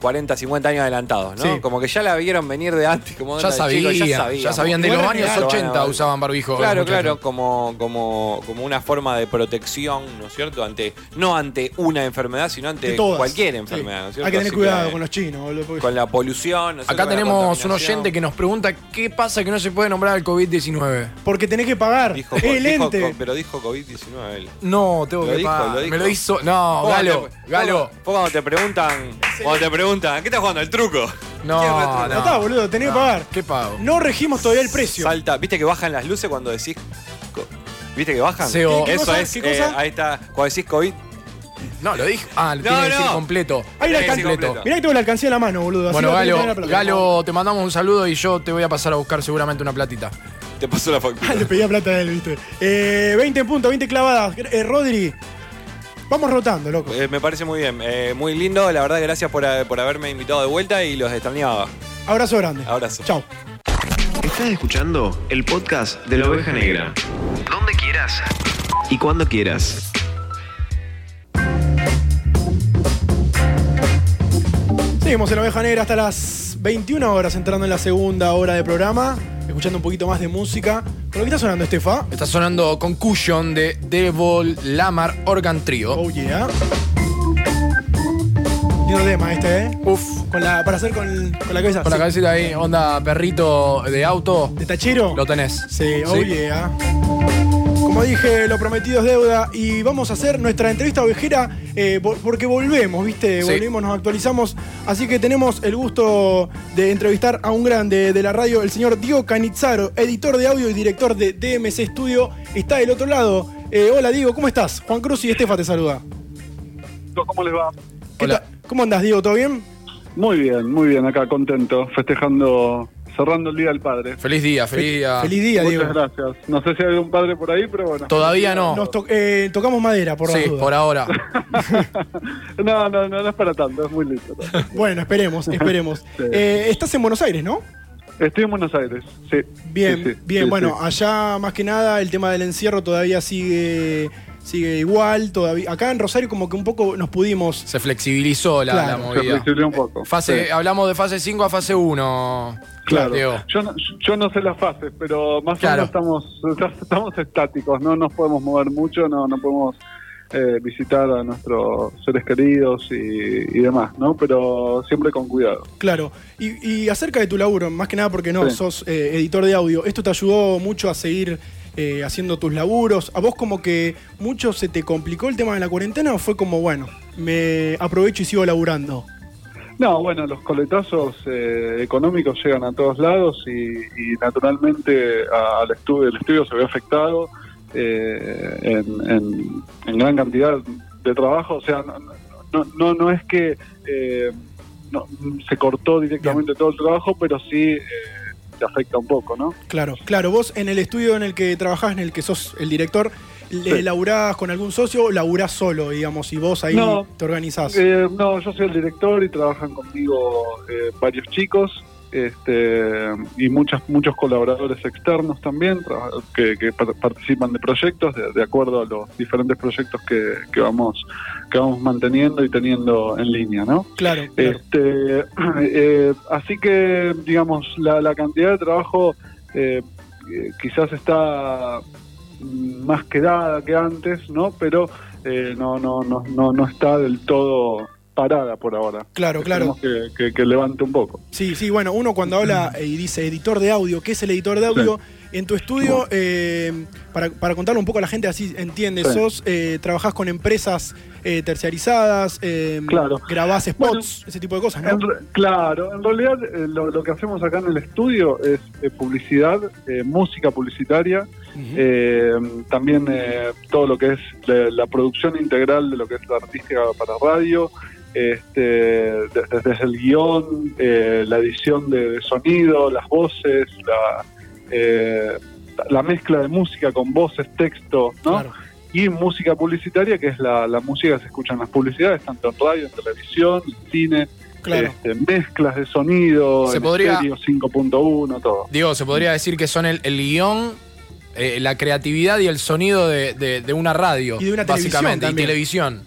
Speaker 10: 40, 50 años adelantados, ¿no?
Speaker 11: Sí.
Speaker 10: Como que ya la vieron venir de antes, como
Speaker 11: Ya
Speaker 10: onda de chicos,
Speaker 11: sabían, ya sabían, de los
Speaker 10: Igual es
Speaker 11: años
Speaker 10: raro,
Speaker 11: 80
Speaker 10: bueno,
Speaker 11: usaban barbijo.
Speaker 10: Claro,
Speaker 11: los muchachos.
Speaker 10: claro, como, como, como una forma de protección, ¿no es cierto? Ante, no ante una enfermedad, sino ante
Speaker 5: De todas.
Speaker 10: cualquier
Speaker 5: Sí.
Speaker 10: enfermedad, ¿no es cierto?
Speaker 5: Hay que tener
Speaker 10: Así
Speaker 5: cuidado
Speaker 10: eh,
Speaker 5: con los chinos, boludo. porque-
Speaker 10: con la polución, ¿no es cierto?
Speaker 11: Acá
Speaker 10: Con la
Speaker 11: tenemos un
Speaker 10: contaminación.
Speaker 11: oyente que nos pregunta qué pasa que no se puede nombrar al COVID-19.
Speaker 5: Porque tenés que pagar.
Speaker 10: Dijo,
Speaker 5: el
Speaker 10: dijo-
Speaker 5: ente.
Speaker 10: pero dijo COVID-19 él.
Speaker 11: No, tengo
Speaker 10: Lo
Speaker 11: que
Speaker 10: dijo,
Speaker 11: pagar.
Speaker 10: lo dijo.
Speaker 11: Me lo hizo. No,
Speaker 10: Vos
Speaker 11: Galo,
Speaker 10: cuando te-
Speaker 11: Galo.
Speaker 10: vos- vos cuando te preguntan, cuando te preguntan, ¿qué estás jugando? ¿El truco?
Speaker 11: No,
Speaker 5: Ya está,
Speaker 11: no.
Speaker 5: boludo, tenés que pagar.
Speaker 11: ¿Qué pago?
Speaker 5: No regimos todavía el precio.
Speaker 10: Salta, ¿viste que bajan las luces cuando decís co- ¿Viste que bajan?
Speaker 11: Se- ¿Qué- qué
Speaker 10: Eso
Speaker 11: cosa?
Speaker 10: es,
Speaker 11: ¿Qué cosa?
Speaker 10: eh, ahí está, cuando decís COVID.
Speaker 11: No, lo dije. Ah,
Speaker 10: No,
Speaker 11: tiene que decir
Speaker 10: no.
Speaker 11: completo.
Speaker 5: Hay una
Speaker 11: Tiene que
Speaker 5: alcancía.
Speaker 11: decir completo.
Speaker 5: Mirá que tengo la alcancía en la mano, boludo. así
Speaker 11: Bueno,
Speaker 5: la tenés que
Speaker 11: Galo,
Speaker 5: tener la plata.
Speaker 11: Galo, te mandamos un saludo y yo te voy a pasar a buscar seguramente una platita.
Speaker 10: Te paso la factura.
Speaker 5: Le pedía plata a él, viste. Eh, 20 en punto, 20 clavadas. Eh, Rodri, vamos rotando, loco.
Speaker 10: Eh, me parece muy bien, eh, muy lindo. La verdad, gracias por, a- por haberme invitado de vuelta y los extrañaba.
Speaker 5: Abrazo grande.
Speaker 10: Abrazo.
Speaker 5: Chao.
Speaker 1: Estás escuchando el podcast de la oveja negra. Donde quieras y cuando quieras.
Speaker 5: Seguimos en la oveja negra hasta las 21 horas, entrando en la segunda hora de programa, escuchando un poquito más de música. ¿Con lo que está sonando, Estefa?
Speaker 11: Está sonando Concussion de Devil Lamar Organ Trio.
Speaker 5: Oh yeah. Lindo tema este, ¿eh?
Speaker 11: Uf.
Speaker 5: Con la, para hacer con, con la cabeza.
Speaker 11: Con la
Speaker 5: sí.
Speaker 11: cabecita ahí, onda perrito de auto.
Speaker 5: ¿De tachero?
Speaker 11: Lo tenés.
Speaker 5: Sí, oh yeah. Como dije, lo prometido es deuda y vamos a hacer nuestra entrevista ovejera eh, vo- porque volvemos, ¿viste?
Speaker 11: Sí.
Speaker 5: Volvemos, nos actualizamos. Así que tenemos el gusto de entrevistar a un grande de la radio, el señor Diego Canizzaro, editor de audio y director de DMC Studio. Está del otro lado. Eh, hola Diego, ¿cómo estás? Juan Cruz y Estefa te saluda.
Speaker 13: ¿Cómo les va?
Speaker 5: ¿Qué tal? ¿Cómo andás, Diego? ¿Todo bien?
Speaker 13: Muy bien, muy bien, acá contento, festejando, cerrando el Día del Padre.
Speaker 11: Feliz día, feliz día.
Speaker 5: Feliz día,
Speaker 13: Muchas
Speaker 5: Diego.
Speaker 13: gracias. No sé si hay algún padre por ahí, pero bueno.
Speaker 5: Nos to- eh, tocamos madera, por las
Speaker 11: Sí,
Speaker 5: dudas.
Speaker 11: por ahora.
Speaker 13: No, no, no, no es para tanto, es muy lindo.
Speaker 5: Bueno, esperemos, esperemos.
Speaker 13: Sí.
Speaker 5: Eh, estás en Buenos Aires, ¿no?
Speaker 13: Estoy en Buenos Aires, sí.
Speaker 5: Bien,
Speaker 13: Sí, sí,
Speaker 5: bien.
Speaker 13: sí,
Speaker 5: bueno,
Speaker 13: sí.
Speaker 5: allá más que nada el tema del encierro todavía sigue, sigue igual. Todavía. Acá en Rosario como que un poco nos pudimos...
Speaker 11: Se flexibilizó la, la
Speaker 5: Claro.
Speaker 13: Se
Speaker 11: movida.
Speaker 13: flexibilizó un poco.
Speaker 11: Fase,
Speaker 13: Sí.
Speaker 11: Hablamos de fase 5 a fase 1.
Speaker 13: Claro,
Speaker 11: Diego.
Speaker 13: yo no, yo no sé las fases, pero más
Speaker 11: Claro.
Speaker 13: o menos estamos, estamos estáticos, no nos podemos mover mucho, no, no podemos eh, visitar a nuestros seres queridos y, y demás, ¿no? Pero siempre con cuidado.
Speaker 5: Claro. Y, y acerca de tu laburo, más que nada porque no,
Speaker 13: Sí.
Speaker 5: sos eh, editor de audio. ¿Esto te ayudó mucho a seguir eh, haciendo tus laburos? ¿A vos como que mucho se te complicó el tema de la cuarentena o fue como, bueno, me aprovecho y sigo laburando?
Speaker 13: No, bueno, los coletazos eh, económicos llegan a todos lados y, y naturalmente a- al estudio, el estudio se ve afectado eh, en, en- en gran cantidad de trabajo. O sea, no, no, no, no es que eh, no, se cortó directamente todo el trabajo, pero sí eh, te afecta un poco, ¿no?
Speaker 5: Claro, claro. Vos en el estudio en el que trabajás, en el que sos el director, ¿le
Speaker 13: Sí.
Speaker 5: laburás con algún socio o laburás solo, digamos, y vos ahí
Speaker 13: No.
Speaker 5: te organizás?
Speaker 13: Eh, no, yo soy el director y trabajan conmigo eh, varios chicos este, y muchas, muchos colaboradores externos también tra- que, que par- participan de proyectos de, de acuerdo a los diferentes proyectos que, que vamos que vamos manteniendo y teniendo en línea, ¿no?
Speaker 5: Claro,
Speaker 13: Este, eh, así que, digamos, la, la cantidad de trabajo eh, eh, quizás está mm, más quedada que antes, ¿no? Pero eh, no, no, no, no, no está del todo parada por ahora.
Speaker 5: Claro, claro.
Speaker 13: Esperemos Que, que- que levante un poco.
Speaker 5: Sí, sí, bueno, uno cuando habla eh, y dice editor de audio, ¿qué es el editor de audio? En tu estudio, eh, para, para contarlo un poco a la gente así entiende,
Speaker 13: Sí.
Speaker 5: sos, eh, trabajás con empresas eh, terciarizadas, eh,
Speaker 13: Claro.
Speaker 5: grabás spots, ese tipo de cosas, ¿no?
Speaker 13: En re- claro, en realidad eh, lo, lo que hacemos acá en el estudio es eh, publicidad, eh, música publicitaria, eh, también eh, todo lo que es la, la producción integral de lo que es la artística para radio, este, de- de- desde el guión, eh, la edición de, de sonido, las voces, la, eh, la mezcla de música con voces, texto, ¿no? Y música publicitaria, que es la, la música que se escucha en las publicidades, tanto en radio, en televisión, en cine,
Speaker 11: Claro.
Speaker 13: este, mezclas de sonido,
Speaker 11: Se
Speaker 13: en
Speaker 11: podría-
Speaker 13: estéreo 5.1, todo.
Speaker 11: Diego, se podría decir que son el, el guión, eh, la creatividad y el sonido de, de- de una radio.
Speaker 13: Y de una televisión
Speaker 11: básicamente, y
Speaker 13: también.
Speaker 11: televisión.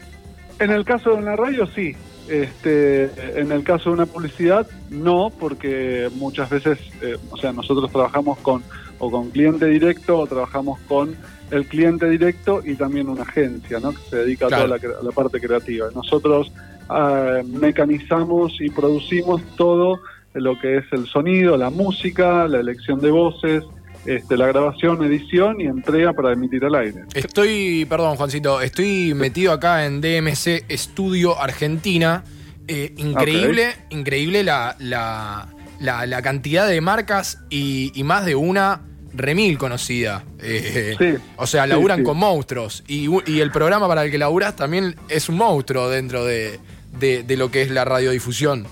Speaker 13: En el caso de una radio, sí. Este, en el caso de una publicidad, no, porque muchas veces, eh, o sea, nosotros trabajamos con o con cliente directo o trabajamos con el cliente directo y también una agencia, ¿no? Que se dedica
Speaker 17: Claro.
Speaker 13: a toda la, cre- la parte creativa. Nosotros eh, mecanizamos y producimos todo lo que es el sonido, la música, la elección de voces, este, la grabación, edición y entrega para emitir al aire.
Speaker 11: Estoy, perdón Juancito, estoy metido acá en DMC Estudio Argentina. Eh, increíble, increíble la, la- la- la cantidad de marcas y, y más de una remil conocida. Eh, o sea,
Speaker 18: sí,
Speaker 11: laburan
Speaker 18: sí.
Speaker 11: con monstruos. Y, u- y el programa para el que laburas también es un monstruo dentro de, de- de lo que es la radiodifusión.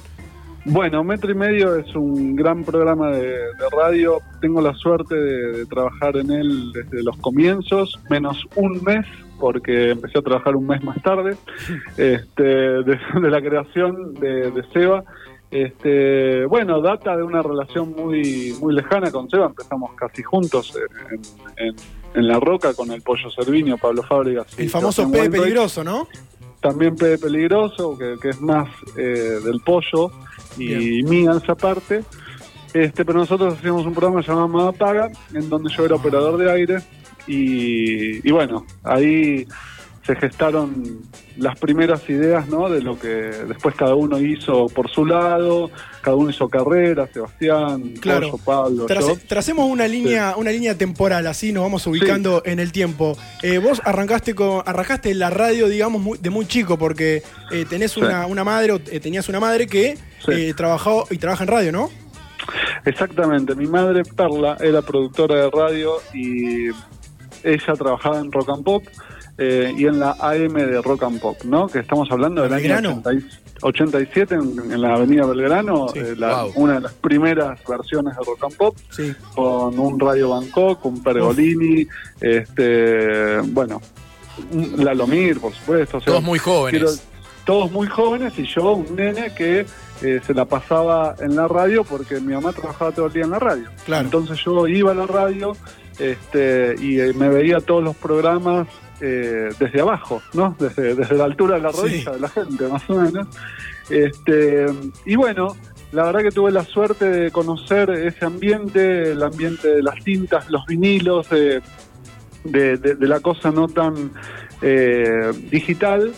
Speaker 13: Bueno, Metro y Medio es un gran programa de, de radio. Tengo la suerte de, de trabajar en él desde los comienzos, menos un mes, porque empecé a trabajar un mes más tarde, este, de, de la creación de, de Seba. Este, bueno, data de una relación muy, muy lejana con Seba. Empezamos casi juntos eh, en, en- en La Roca con el Pollo Servinio, Pablo Fábregas. y
Speaker 5: El famoso P
Speaker 13: Sebastián
Speaker 5: de
Speaker 13: Weinreich
Speaker 5: peligroso, ¿no?
Speaker 13: también Pede Peligroso, que, que es más eh, del pollo y mía esa parte. Este, pero nosotros hacíamos un programa llamado Amada Paga, en donde yo era operador de aire. Y, y bueno, ahí se gestaron las primeras ideas ¿no? de lo que después cada uno hizo por su lado, cada uno hizo carrera, Sebastián,
Speaker 5: Claro.
Speaker 13: Pollo, Pablo,
Speaker 5: Trace-
Speaker 13: yo.
Speaker 5: tracemos una línea, una línea temporal, así nos vamos ubicando en el tiempo. Eh, vos arrancaste con, arrancaste en la radio, digamos, muy- de muy chico, porque eh, tenés
Speaker 13: Sí.
Speaker 5: una, una madre, o eh, tenías una madre que eh, trabajó y trabaja en radio, ¿no?
Speaker 13: Exactamente, mi madre Perla era productora de radio y ella trabajaba en Rock and Pop eh, y en la AM de Rock and Pop, ¿no? Que estamos hablando del
Speaker 5: Belgrano.
Speaker 13: año 80 y- 87 en, en la avenida Belgrano, eh, la- una de las primeras versiones de Rock and Pop, con un Radio Bangkok, un Pergolini, este, bueno, un- Lalomir, por supuesto. o sea,
Speaker 11: Todos muy jóvenes.
Speaker 13: quiero- todos muy jóvenes y yo un nene que eh, se la pasaba en la radio porque mi mamá trabajaba todo el día en la radio. Entonces yo iba a la radio este, y eh, me veía todos los programas eh, desde abajo, ¿no? Desde, desde la altura de la rodilla de la gente, más o menos. Este, y bueno, la verdad que tuve la suerte de conocer ese ambiente, el ambiente de las tintas, los vinilos, de, de- de- de la cosa no tan eh, digital.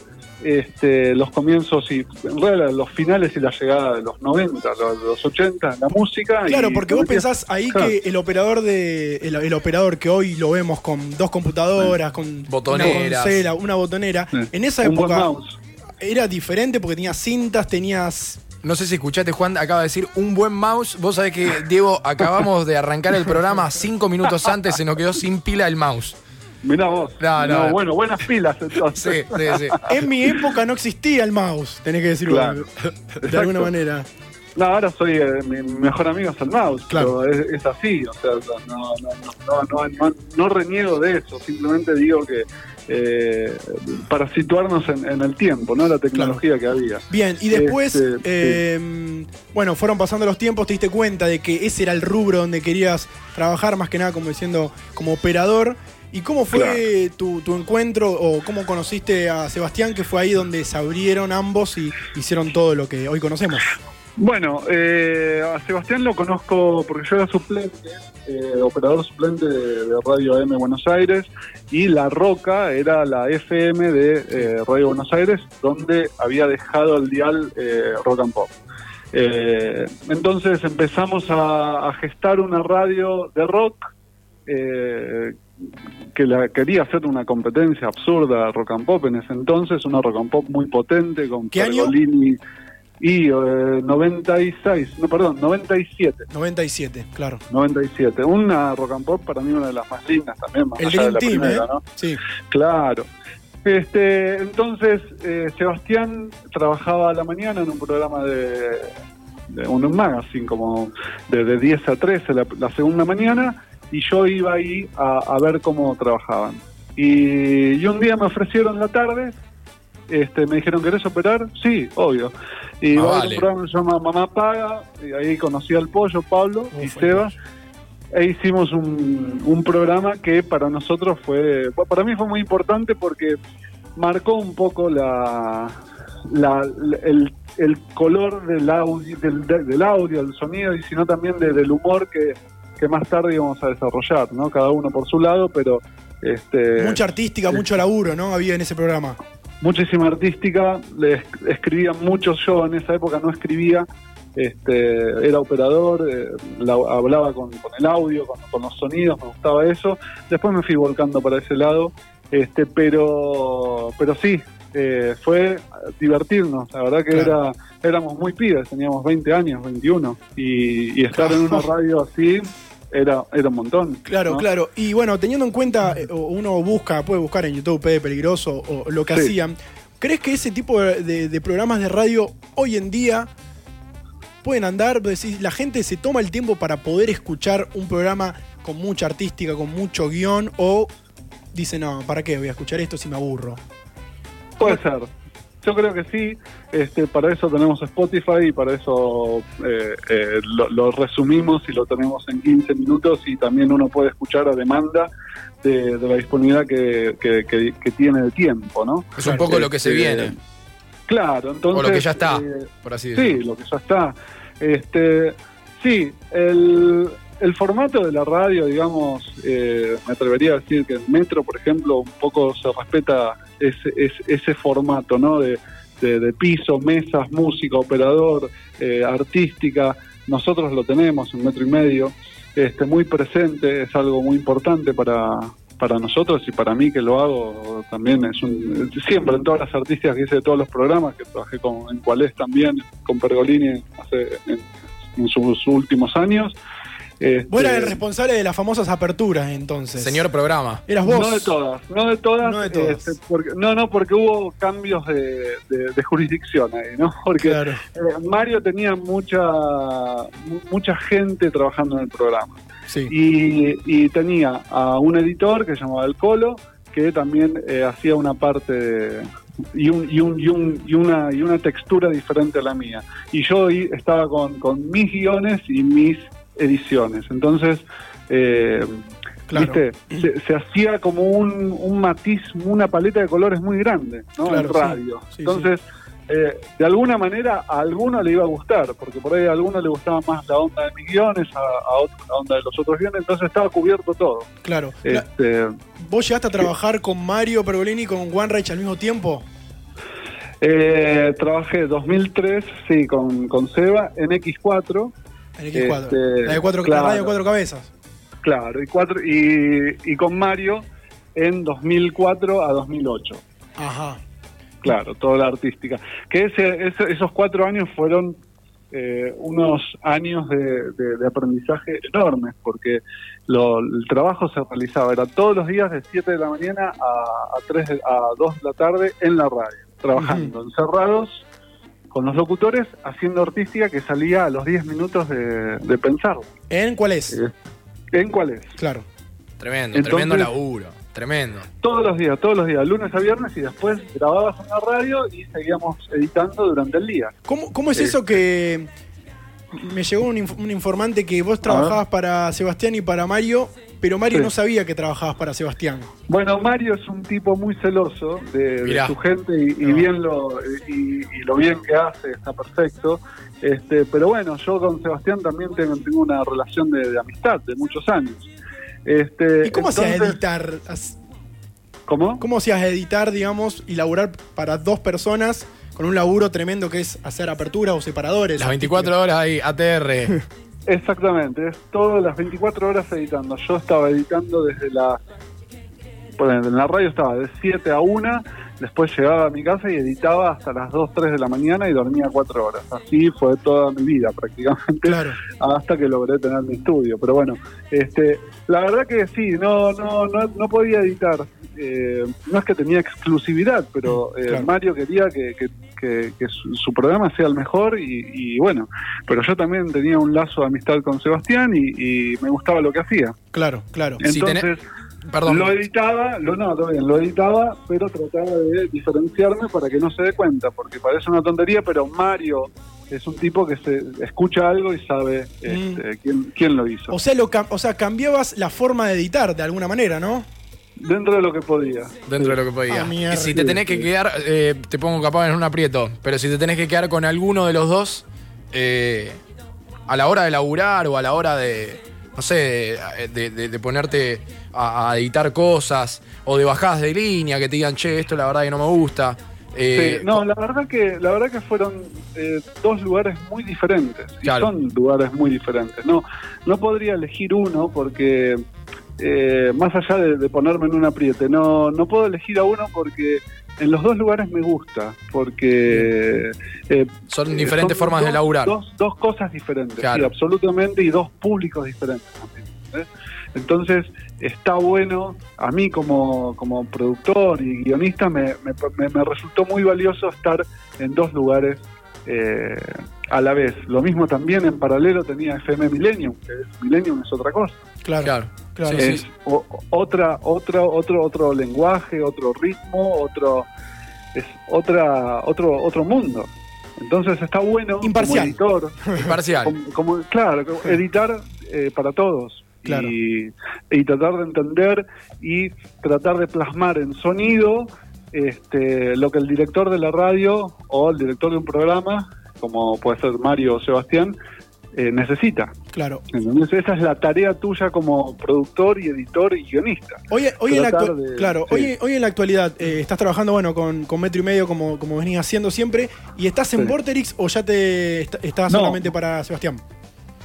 Speaker 13: Este, los comienzos y en realidad los finales y la llegada de los 90, los, los 80, la música. y-
Speaker 5: Claro, porque vos
Speaker 13: cometía-
Speaker 5: pensás ahí
Speaker 13: Claro.
Speaker 5: que el operador de el, el operador que hoy lo vemos con dos computadoras, con una
Speaker 11: Botoneras.
Speaker 5: consela, una botonera, en esa
Speaker 11: Un buen
Speaker 5: época
Speaker 11: mouse.
Speaker 5: era diferente porque tenía cintas, tenías
Speaker 11: No sé si escuchaste, Juan, acaba de decir un buen mouse. Vos sabés que, Diego, acabamos de arrancar el programa cinco minutos antes, se nos quedó sin pila el mouse.
Speaker 13: Mirá vos.
Speaker 11: No, no.
Speaker 13: No, bueno, buenas pilas entonces.
Speaker 11: Sí, sí, sí.
Speaker 5: En mi época no existía el mouse, tenés que decirlo
Speaker 13: Claro.
Speaker 5: de alguna
Speaker 13: Exacto.
Speaker 5: manera.
Speaker 13: No, ahora soy eh, mi mi mejor amigo es el mouse, pero es, es así, o sea, no, no, no, no, no- no- no reniego de eso, simplemente digo que eh, para situarnos en, en el tiempo, ¿no? La tecnología que había.
Speaker 5: Bien, y después,
Speaker 13: Este, sí.
Speaker 5: eh, bueno, fueron pasando los tiempos, te diste cuenta de que ese era el rubro donde querías trabajar, más que nada como diciendo, como operador. ¿Y cómo fue tu, tu encuentro o cómo conociste a Sebastián, que fue ahí donde se abrieron ambos y hicieron todo lo que hoy conocemos?
Speaker 13: Bueno, eh, a Sebastián lo conozco porque yo era suplente, eh, operador suplente de, de Radio AM Buenos Aires y La Roca era la FM de eh, Radio Buenos Aires donde había dejado el dial eh, Rock and Pop. Eh, entonces empezamos a, a gestar una radio de rock eh, que la, quería hacer una competencia absurda a rock and pop en ese entonces, una rock and pop muy potente con Pergolini y eh, 96, no, perdón, 97.
Speaker 5: 97, claro.
Speaker 13: 97, una rock and pop para mí una de las más lindas también, más
Speaker 5: El
Speaker 13: allá de
Speaker 5: Dream
Speaker 13: la
Speaker 5: Team,
Speaker 13: primera,
Speaker 5: ¿eh?
Speaker 13: ¿no?
Speaker 5: Sí.
Speaker 13: Claro. Este, entonces, eh, Sebastián trabajaba a la mañana en un programa de, de un, un magazine, como de, de 10 a 13 la, la segunda mañana, y yo iba ahí a, a ver cómo trabajaban. Y, y un día me ofrecieron la tarde, este, me dijeron, ¿querés operar? Sí, obvio. Y
Speaker 17: Ah,
Speaker 13: va a haber
Speaker 17: vale.
Speaker 13: un programa que se llama Mamá Paga, y ahí conocí al pollo, Pablo y
Speaker 17: Uf,
Speaker 13: Seba e hicimos un, un programa que para nosotros fue, para mí fue muy importante porque marcó un poco la, la- la- el, el color del audio, del, del audio, del sonido, y sino también de- del humor que, que más tarde íbamos a desarrollar, ¿no? Cada uno por su lado, pero... Este,
Speaker 5: Mucha artística, mucho laburo, ¿no? Había en ese programa.
Speaker 13: muchísima artística, le es- escribía mucho yo en esa época, no escribía, este, era operador, eh, la- hablaba con, con el audio, con, con los sonidos, me gustaba eso, después me fui volcando para ese lado, este, pero, pero sí, eh, fue divertirnos, la verdad que era, éramos muy pibes, teníamos 20 años, 21, y, y estar en una radio así era, era un montón.
Speaker 5: Claro,
Speaker 13: ¿no?
Speaker 5: claro. Y bueno, teniendo en cuenta, eh, o uno busca, puede buscar en YouTube P Peligroso o lo que
Speaker 13: Sí.
Speaker 5: hacían. ¿Crees que ese tipo de, de- de programas de radio hoy en día pueden andar? Vos Decís, la gente se toma el tiempo para poder escuchar un programa con mucha artística, con mucho guión, o dice, no, ¿para qué voy a escuchar esto si me aburro?
Speaker 13: Puede ser. Yo creo que sí. Este, para eso tenemos Spotify y para eso eh, eh, lo, lo resumimos y lo tenemos en 15 minutos y también uno puede escuchar a demanda de, de la disponibilidad que, que- que- que tiene de tiempo, ¿no?
Speaker 11: Es un poco lo que se
Speaker 13: Este,
Speaker 11: viene.
Speaker 13: Claro, entonces.
Speaker 11: o lo que ya está,
Speaker 13: eh,
Speaker 11: por así
Speaker 13: Sí,
Speaker 11: decirlo.
Speaker 13: lo que ya está. Este, sí, el, el formato de la radio, digamos, eh, me atrevería a decir que en Metro, por ejemplo, un poco se respeta ese, es- ese formato, ¿no? De, de- de piso, mesas, música, operador, eh, artística. Nosotros lo tenemos en Metro y Medio, este, muy presente, es algo muy importante para, para nosotros y para mí que lo hago también es un siempre en todas las artistas que hice de todos los programas que trabajé con en Cualés también con Pergolini hace en, en sus últimos años Este,
Speaker 5: Vos eras el responsable de las famosas aperturas entonces.
Speaker 11: Señor programa.
Speaker 5: Eras vos.
Speaker 13: no de todas no de todas no
Speaker 5: todas.
Speaker 13: porque, no no porque hubo cambios de, de- de jurisdicción ahí no porque eh, Mario tenía mucha mu- mucha gente trabajando en el programa
Speaker 5: Sí.
Speaker 13: y, y tenía a un editor que se llamaba El Colo, que también eh, hacía una parte de- y, un- y un- y un- y una, y una textura diferente a la mía. Y yo ahí estaba con, con mis guiones y mis ediciones. Entonces, eh,
Speaker 5: Claro.
Speaker 13: ¿viste? Se, se hacía como un, un matiz, una paleta de colores muy grande ¿no?
Speaker 5: Claro,
Speaker 13: en radio.
Speaker 5: sí, sí,
Speaker 13: Entonces, eh, de alguna manera a alguno le iba a gustar, porque por ahí a alguno le gustaba más la onda de mis guiones, a, a otro la onda de los otros guiones, entonces estaba cubierto todo.
Speaker 5: Claro.
Speaker 13: Este,
Speaker 5: ¿Vos llegaste a trabajar con Mario Pergolini y con Juan Reich al mismo tiempo?
Speaker 13: eh, trabajé 2003, sí, con, con Seba en X4.
Speaker 5: En X4.
Speaker 13: Este,
Speaker 5: la, de cuatro, la
Speaker 13: claro.
Speaker 5: radio de cuatro cabezas.
Speaker 13: Claro, y, cuatro, y, y con Mario en 2004 a 2008.
Speaker 5: Ajá.
Speaker 13: Claro, toda la artística. Que ese, ese- esos cuatro años fueron eh, unos años de, de- de aprendizaje enormes, porque lo- el trabajo se realizaba, era todos los días de 7 de la mañana a, a, 3 de- a 2 de la tarde en la radio, trabajando, encerrados con los locutores, haciendo artística que salía a los 10 minutos de, de pensar.
Speaker 5: ¿En cuál es?
Speaker 13: Eh. ¿En cuál es?
Speaker 5: Claro.
Speaker 11: Tremendo,
Speaker 13: Entonces-
Speaker 11: tremendo laburo. Tremendo.
Speaker 13: Todos los días, todos los días, lunes a viernes y después grababas en la radio y seguíamos editando durante el día.
Speaker 5: ¿Cómo, cómo es
Speaker 13: Eh,
Speaker 5: eso que me llegó un, inf- un informante que vos trabajabas para Sebastián y para Mario, pero Mario
Speaker 13: Ah. Sí.
Speaker 5: no sabía que trabajabas para Sebastián?
Speaker 13: Bueno, Mario es un tipo muy celoso de, de
Speaker 5: Mirá.
Speaker 13: su gente y, y bien lo y, y lo bien que hace, está perfecto. Este, pero bueno, yo con Sebastián también tengo, tengo una relación de, de amistad de muchos años. Este,
Speaker 5: ¿Y cómo hacías
Speaker 13: entonces-
Speaker 5: editar? As-
Speaker 13: ¿Cómo?
Speaker 5: ¿Cómo hacías editar, digamos, y laburar para dos personas con un laburo tremendo que es hacer aperturas o separadores?
Speaker 11: Las 24 horas ahí, ATR.
Speaker 13: Exactamente, es todas las 24 horas editando. Yo estaba editando desde la... Bueno, en la radio estaba de 7 a 1, después llegaba a mi casa y editaba hasta las 2, 3 de la mañana y dormía 4 horas. Así fue toda mi vida prácticamente, hasta que logré tener mi estudio. Pero bueno, este, la verdad que sí, no, no, no, no podía editar. Eh, no es que tenía exclusividad, pero eh,
Speaker 5: Claro.
Speaker 13: Mario quería que, que- que- que su, su programa sea el mejor y, y bueno, pero yo también tenía un lazo de amistad con Sebastián y, y me gustaba lo que hacía.
Speaker 5: Claro, claro.
Speaker 13: Entonces,
Speaker 11: Perdón.
Speaker 13: lo editaba, lo, no, todo bien, lo editaba, pero trataba de diferenciarme para que no se dé cuenta, porque parece una tontería, pero Mario es un tipo que se escucha algo y sabe este, quién, quién lo hizo.
Speaker 5: O sea, lo cam- o sea, cambiabas la forma de editar de alguna manera, ¿no?
Speaker 13: Dentro de lo que podía.
Speaker 11: Dentro de lo que podía.
Speaker 13: Ah, mierda.
Speaker 11: y si te tenés que quedar, eh, te pongo capaz en un aprieto, pero si te tenés que quedar con alguno de los dos, eh, a la hora de laburar o a la hora de, no sé, de, de- de ponerte a, a editar cosas o de bajadas de línea que te digan, che, esto la verdad que no me gusta. eh,
Speaker 13: Sí, no, la verdad que la verdad que fueron eh, dos lugares muy diferentes. Y
Speaker 11: Claro.
Speaker 13: son lugares muy diferentes. No, no podría elegir uno porque eh, más allá de, de ponerme en un apriete, no, no puedo elegir a uno porque en los dos lugares me gusta, porque eh,
Speaker 11: Son
Speaker 13: eh,
Speaker 11: diferentes formas de
Speaker 13: dos-
Speaker 11: laburar.
Speaker 13: Dos, dos cosas diferentes,
Speaker 11: Claro.
Speaker 13: sí, absolutamente, y dos públicos diferentes también. ¿eh? Entonces, está bueno, a mí como, como productor y guionista me, me- me- me resultó muy valioso estar en dos lugares eh, a la vez. Lo mismo también en paralelo tenía FM Millennium, que es, Millennium es otra cosa.
Speaker 5: Claro.
Speaker 11: Claro.
Speaker 5: Claro.
Speaker 13: es o- otra, otra, otro, otro lenguaje, otro ritmo, otro es otra, otro, otro mundo. Entonces está bueno
Speaker 5: Imparcial.
Speaker 13: como editor,
Speaker 11: Imparcial.
Speaker 13: como, como- claro, como editar eh, para todos.
Speaker 5: Claro.
Speaker 13: Y, y tratar de entender y tratar de plasmar en sonido este, lo que el director de la radio o el director de un programa, como puede ser Mario o Sebastián, eh, necesita.
Speaker 5: Claro.
Speaker 13: Entonces esa es la tarea tuya como productor y editor y guionista.
Speaker 5: Hoy, hoy en la
Speaker 13: Tratar
Speaker 5: actu-
Speaker 13: de-
Speaker 5: claro,
Speaker 13: sí.
Speaker 5: hoy, hoy en la actualidad eh, estás trabajando bueno con, con metro y medio como, como venís haciendo siempre. ¿Y estás en
Speaker 13: Sí.
Speaker 5: Vorterix o ya te est- estás
Speaker 13: No.
Speaker 5: solamente para Sebastián?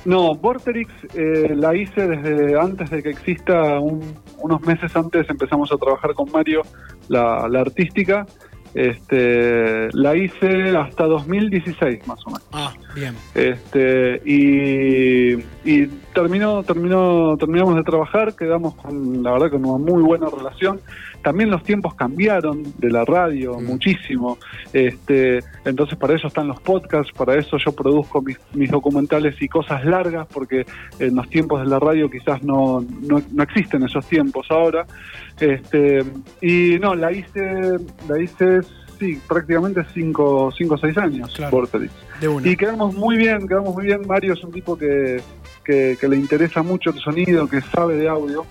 Speaker 13: No, Vorterix eh, la hice desde antes de que exista, un- unos meses antes empezamos a trabajar con Mario la, la artística. Este, la hice hasta 2016 más o menos.
Speaker 5: Ah, bien.
Speaker 13: Este, y y terminó, terminó, terminamos de trabajar, quedamos con, la verdad, con una muy buena relación. También los tiempos cambiaron de la radio muchísimo. Este, entonces para eso están los podcasts, para eso yo produzco mis, mis documentales y cosas largas, porque en los tiempos de la radio quizás no, no, no existen esos tiempos ahora. Este, y no, la hice, la hice sí, prácticamente 5 cinco, o 6 años, Vorterix.
Speaker 5: De una.
Speaker 13: Y quedamos muy bien, quedamos muy bien. Mario es un tipo que, que- que le interesa mucho el sonido, que sabe de audio.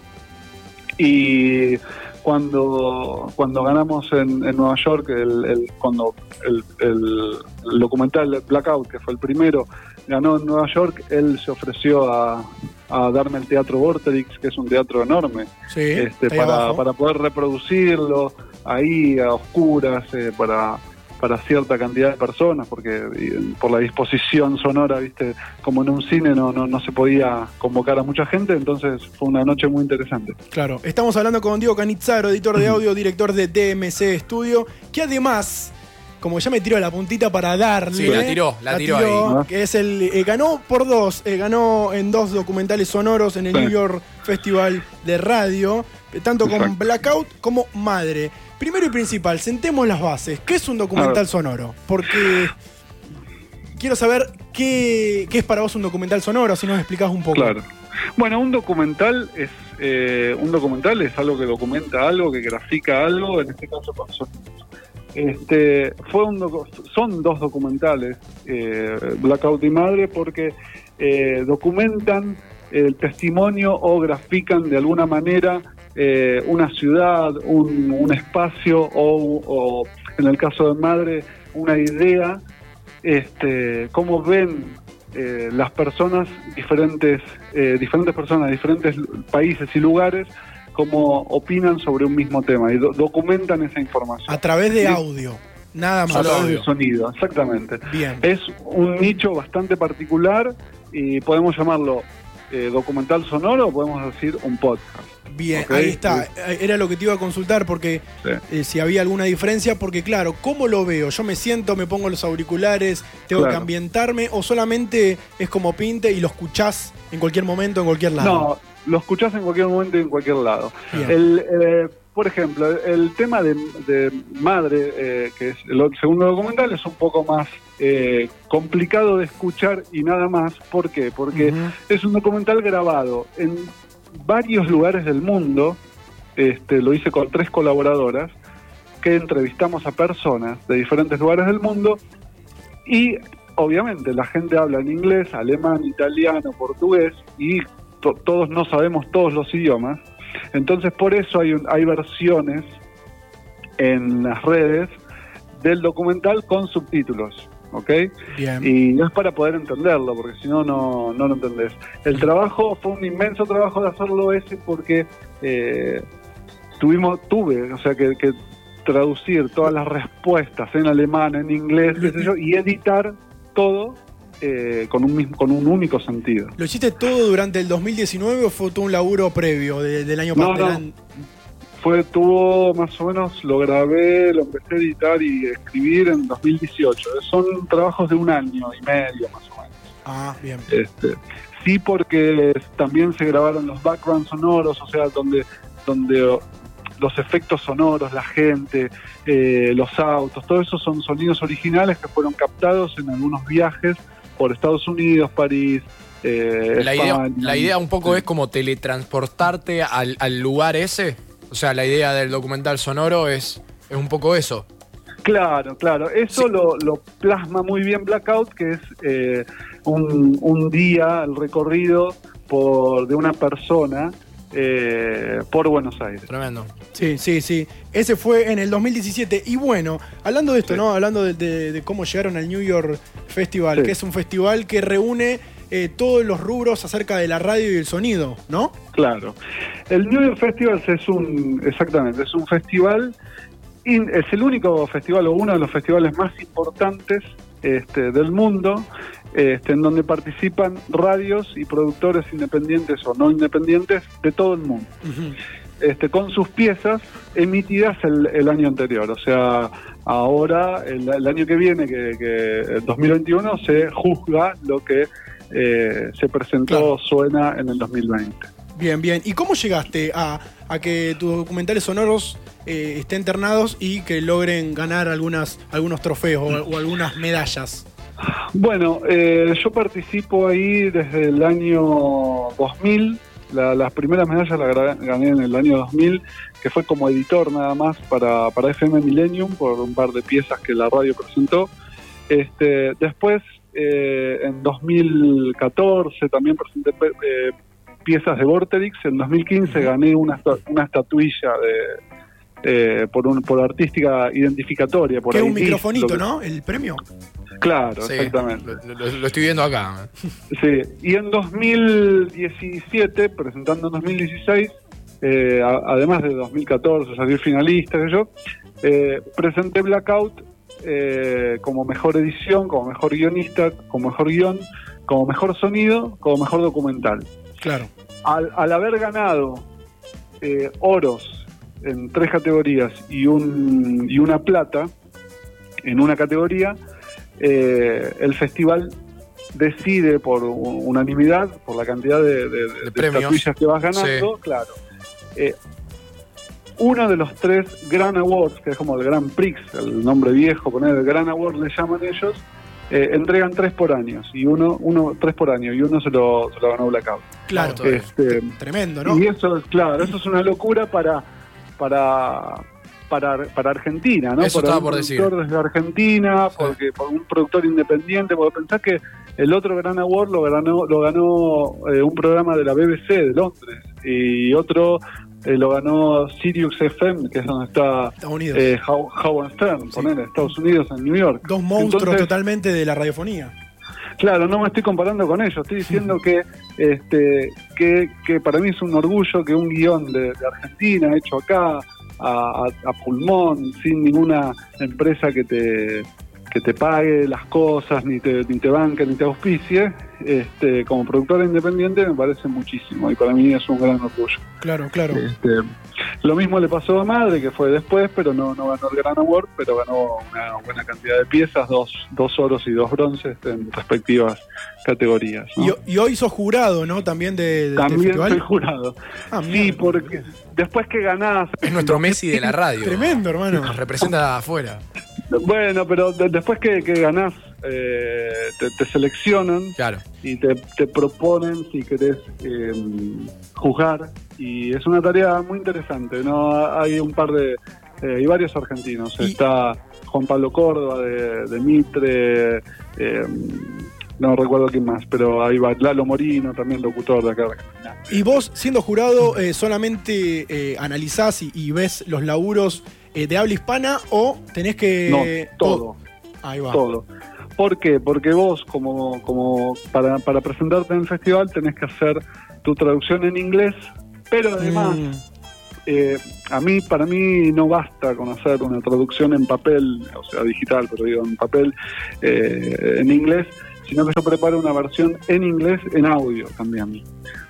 Speaker 13: Y cuando, cuando ganamos en, en Nueva York, el, el- cuando el, el- el documental Blackout, que fue el primero, ganó en Nueva York, él se ofreció a, a darme el Teatro Vorterix, que es un teatro enorme,
Speaker 5: Sí,
Speaker 13: este,
Speaker 5: ahí
Speaker 13: para,
Speaker 5: abajo.
Speaker 13: para poder reproducirlo ahí a oscuras, eh, para, para cierta cantidad de personas, porque eh, por la disposición sonora, viste, como en un cine no, no, no se podía convocar a mucha gente, entonces fue una noche muy interesante.
Speaker 5: Claro, estamos hablando con Diego Canizzaro, editor de audio, director de DMC Studio, que además, como ya me tiró la puntita para darle.
Speaker 11: Sí, la tiró, la tiró ahí.
Speaker 5: Que es el. eh, ganó por dos, eh, ganó en dos documentales sonoros en el
Speaker 11: Sí.
Speaker 5: New York Festival de Radio, eh, tanto con
Speaker 11: Exacto.
Speaker 5: Blackout como Madre. Primero y principal, sentemos las bases. ¿Qué es un
Speaker 13: A
Speaker 5: documental
Speaker 13: ver.
Speaker 5: sonoro? Porque. Quiero saber qué, qué es para vos un documental sonoro, si nos explicás un poco.
Speaker 13: Claro. Bueno, un documental es eh, un documental es algo que documenta algo, que grafica algo, en este caso con sonido. Este, fue un docu- son dos documentales, eh, Blackout y Madre, porque eh, documentan el testimonio o grafican de alguna manera eh, una ciudad, un, un espacio o, o, en el caso de Madre, una idea, este, cómo ven eh, las personas, diferentes, eh, diferentes personas, diferentes países y lugares, cómo opinan sobre un mismo tema y do- documentan esa información.
Speaker 5: A través de
Speaker 13: Sí.
Speaker 5: audio, nada más.
Speaker 13: A través del sonido, exactamente.
Speaker 5: Bien.
Speaker 13: Es un nicho bastante particular y podemos llamarlo eh, documental sonoro o podemos decir un podcast.
Speaker 5: Bien,
Speaker 13: Ok.
Speaker 5: ahí está. Eh, Era lo que te iba a consultar porque
Speaker 13: Sí.
Speaker 5: eh, si había alguna diferencia, porque claro, ¿cómo lo veo? Yo me siento, me pongo los auriculares, tengo que
Speaker 13: Claro.
Speaker 5: ambientarme o solamente es como pinte y lo escuchás en cualquier momento, en cualquier lado.
Speaker 13: No, lo escuchás en cualquier momento y en cualquier lado.
Speaker 5: Bien.
Speaker 13: El, eh, por ejemplo, el tema de, de Madre, eh, que es el ot- segundo documental, es un poco más eh, complicado de escuchar y nada más. ¿Por qué? Porque es un documental grabado en varios lugares del mundo. Este, lo hice con tres colaboradoras que entrevistamos a personas de diferentes lugares del mundo y obviamente la gente habla en inglés, alemán, italiano, portugués y to- todos no sabemos todos los idiomas. Entonces por eso hay, un- hay versiones en las redes del documental con subtítulos, ¿ok?
Speaker 5: Bien.
Speaker 13: Y es para poder entenderlo, porque si no, no, no lo entendés. El trabajo fue un inmenso trabajo de hacerlo ese porque eh, tuvimos, tuve, o sea, que, que traducir todas las respuestas en alemán, en inglés, qué sé yo, y editar todo eh, con, un, mismo- con un único sentido.
Speaker 5: ¿Lo hiciste todo durante el 2019 o fue todo un laburo previo de- del año
Speaker 13: No,
Speaker 5: pasado?
Speaker 13: no. Fue, tuvo más o menos, lo grabé, lo empecé a editar y a escribir en 2018. Son trabajos de un año y medio más o menos.
Speaker 5: Ah, bien.
Speaker 13: Este, sí, porque también se grabaron los backgrounds sonoros, o sea, donde, donde los efectos sonoros, la gente, eh, los autos, todo eso son sonidos originales que fueron captados en algunos viajes por Estados Unidos, París. eh,
Speaker 11: La idea,
Speaker 13: España.
Speaker 11: la idea un poco es como teletransportarte al, al lugar ese. O sea, la idea del documental sonoro es, es un poco eso.
Speaker 13: Claro, claro. Eso lo, lo plasma muy bien Blackout, que es eh, un, un día, el recorrido por, de una persona eh, por Buenos Aires.
Speaker 11: Tremendo.
Speaker 5: Sí, sí, sí. Ese fue en el 2017. Y bueno, hablando de esto, ¿no? Hablando de, de- de cómo llegaron al New York Festival,
Speaker 13: Sí.
Speaker 5: que es un festival que reúne eh, todos los rubros acerca de la radio y el sonido, ¿no?
Speaker 13: Claro. El New York Festival es un, exactamente, es un festival, in- es el único festival o uno de los festivales más importantes este, del mundo, este, en donde participan radios y productores independientes o no independientes de todo el mundo. este, con sus piezas emitidas el, el año anterior. O sea, ahora, el, el año que viene, que, que eh, el 2021, se juzga lo que eh, se presentó suena en el 2020.
Speaker 5: Bien, bien. ¿Y cómo llegaste a, a que tus documentales sonoros eh, estén ternados y que logren ganar algunas, algunos trofeos o,
Speaker 13: Mm.
Speaker 5: o algunas medallas?
Speaker 13: Bueno, eh, yo participo ahí desde el año 2000. La- las primeras medallas las gra- gané en el año 2000, que fue como editor nada más para, para FM Millennium, por un par de piezas que la radio presentó. Este, después, eh, en 2014, también presenté pe- eh, piezas de Vorterix. En 2015 gané una, esta- una estatuilla de, eh, por, un, por artística identificatoria. Por
Speaker 5: que es
Speaker 13: ahí
Speaker 5: un
Speaker 13: dice, lo
Speaker 5: microfonito,
Speaker 13: que-
Speaker 5: ¿no? El premio.
Speaker 13: Claro,
Speaker 11: Sí,
Speaker 13: exactamente.
Speaker 11: Lo, lo- lo estoy viendo acá.
Speaker 13: Sí, y en 2017, presentando en 2016, eh, a- además de 2014, salió finalista, qué sé yo, eh, presenté Blackout eh, como mejor edición, como mejor guionista, como mejor guión, como mejor sonido, como mejor documental.
Speaker 5: Claro.
Speaker 13: Al, al haber ganado eh, oros en tres categorías y, un, y una plata en una categoría, eh, el festival decide por u- unanimidad, por la cantidad de, de- de- de
Speaker 11: premios.
Speaker 13: estatuillas que vas ganando,
Speaker 11: Sí.
Speaker 13: claro. eh, uno de los tres Gran Awards, que es como el Gran Prix, el nombre viejo, poner el Gran Award le llaman ellos, eh, entregan tres por año, y uno, uno, tres por año, y uno se lo, se lo ganó Blackout.
Speaker 5: Claro.
Speaker 13: Este,
Speaker 5: Tremendo, ¿no?
Speaker 13: y eso es, claro, eso es una locura para para para, para Argentina, ¿no?
Speaker 11: Eso
Speaker 13: para
Speaker 11: estaba
Speaker 13: un
Speaker 11: por decir.
Speaker 13: productor desde Argentina, porque por un productor independiente, porque pensás que el otro Gran Award lo ganó lo ganó eh, un programa de la BBC de Londres y otro eh, lo ganó Sirius FM, que es donde está
Speaker 5: Unidos.
Speaker 13: eh, How- Howard Stern, ponele, Estados Unidos, en New York.
Speaker 5: Dos monstruos
Speaker 13: Entonces,
Speaker 5: totalmente de la radiofonía.
Speaker 13: Claro, no me estoy comparando con ellos, estoy diciendo que, este, que, que para mí es un orgullo que un guión de, de Argentina hecho acá, a, a- a pulmón, sin ninguna empresa que te, que te pague las cosas, ni te, ni te banque, ni te auspicie, este, como productora independiente me parece muchísimo y para mí es un gran orgullo.
Speaker 5: Claro, claro.
Speaker 13: Este, lo mismo le pasó a Madre, que fue después, pero no, no ganó el Gran Award, pero ganó una buena cantidad de piezas, dos, dos oros y dos bronces este, en respectivas categorías. ¿no?
Speaker 5: Y, y hoy sos jurado, ¿no? También de, de este
Speaker 13: También
Speaker 5: festival. Ah,
Speaker 13: soy jurado. sí, porque después que ganás...
Speaker 11: Es nuestro Messi de la radio.
Speaker 5: Tremendo, hermano.
Speaker 11: Nos representa afuera.
Speaker 13: Bueno, pero de- después que, que ganás, eh, te, te seleccionan y te, te proponen si querés eh, juzgar. Y es una tarea muy interesante. no Hay un par de. eh, hay varios argentinos. Está Juan Pablo Córdoba de, de Mitre. eh, no recuerdo quién más, pero ahí va Lalo Morino, también locutor de acá. de Argentina.
Speaker 5: Y vos, siendo jurado, eh, solamente eh, analizás y, y ves los laburos eh, de habla hispana o tenés que.
Speaker 13: No, todo.
Speaker 5: Ahí Eh, oh, va. Mm.
Speaker 13: Todo. ¿Por qué? Porque vos, como, como para, para presentarte en el festival, tenés que hacer tu traducción en inglés, pero además, eh, a mí, para mí no basta con hacer una traducción en papel, o sea, digital, pero digo en papel, eh, en inglés, sino que yo preparo una versión en inglés en audio también.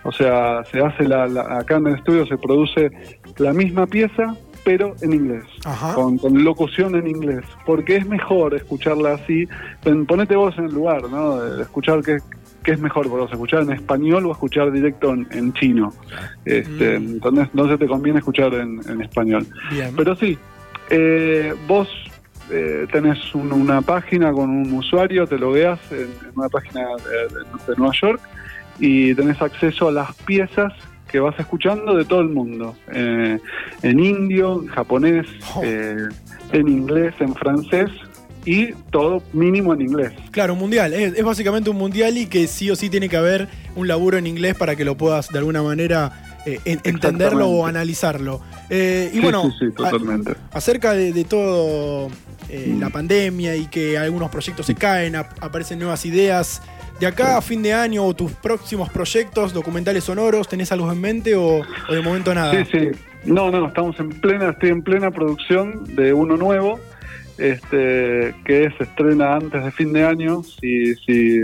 Speaker 13: O sea, se hace la, la- acá en el estudio se produce la misma pieza, pero en inglés, con, con locución en inglés, porque es mejor escucharla así. Pon- Ponete vos en el lugar, ¿no? De escuchar qué, qué es mejor para vos, escuchar en español o escuchar directo en, en chino. Este, entonces, entonces te conviene escuchar en, en español.
Speaker 5: Mm. Bien.
Speaker 13: Pero sí, eh, vos eh, tenés un- una página con un usuario, te logueas en, en una página de, de- de Nueva York y tenés acceso a las piezas que vas escuchando de todo el mundo, eh, en indio, en japonés,
Speaker 5: Oh.
Speaker 13: eh, en inglés, en francés y todo mínimo en inglés.
Speaker 5: Claro, un mundial. Es, es básicamente un mundial y que sí o sí tiene que haber un laburo en inglés para que lo puedas de alguna manera eh, en- entenderlo o analizarlo. Eh, y
Speaker 13: Sí,
Speaker 5: bueno,
Speaker 13: sí, sí,
Speaker 5: a-
Speaker 13: totalmente. Mm.
Speaker 5: acerca de, de todo eh, la pandemia y que algunos proyectos se caen, ap- aparecen nuevas ideas. De acá a fin de año o tus próximos proyectos, documentales sonoros, ¿tenés algo en mente o, o de momento nada?
Speaker 11: Ah.
Speaker 13: Sí, sí. No, no, estamos en plena, estoy en plena producción de uno nuevo, este, que se estrena antes de fin de año, si, si,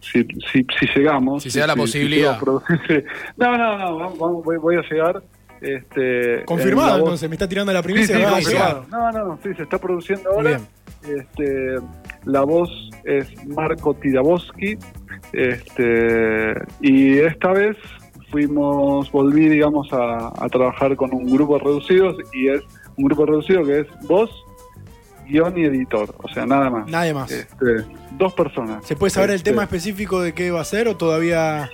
Speaker 13: si, si, si llegamos.
Speaker 11: Si se da la posibilidad.
Speaker 13: quiero producir- no, no, no, vamos- vamos- voy, voy a llegar. Este,
Speaker 5: Confirmado,
Speaker 13: en la voz-
Speaker 5: entonces, me está tirando la
Speaker 13: Sí,
Speaker 5: primicia.
Speaker 13: sí,
Speaker 5: va a
Speaker 13: confirmado.
Speaker 5: llegar.
Speaker 13: No, no, no, sí, se está produciendo ahora. Este, la voz es Marco Tiraboski. Este, y esta vez fuimos, volví, digamos, a, a trabajar con un grupo reducido y es un grupo reducido que es voz, guión y editor. O sea, nada más.
Speaker 5: Nadie más.
Speaker 13: Este, dos personas.
Speaker 5: ¿Se puede saber el
Speaker 13: Este,
Speaker 5: tema específico de qué va a ser o todavía.?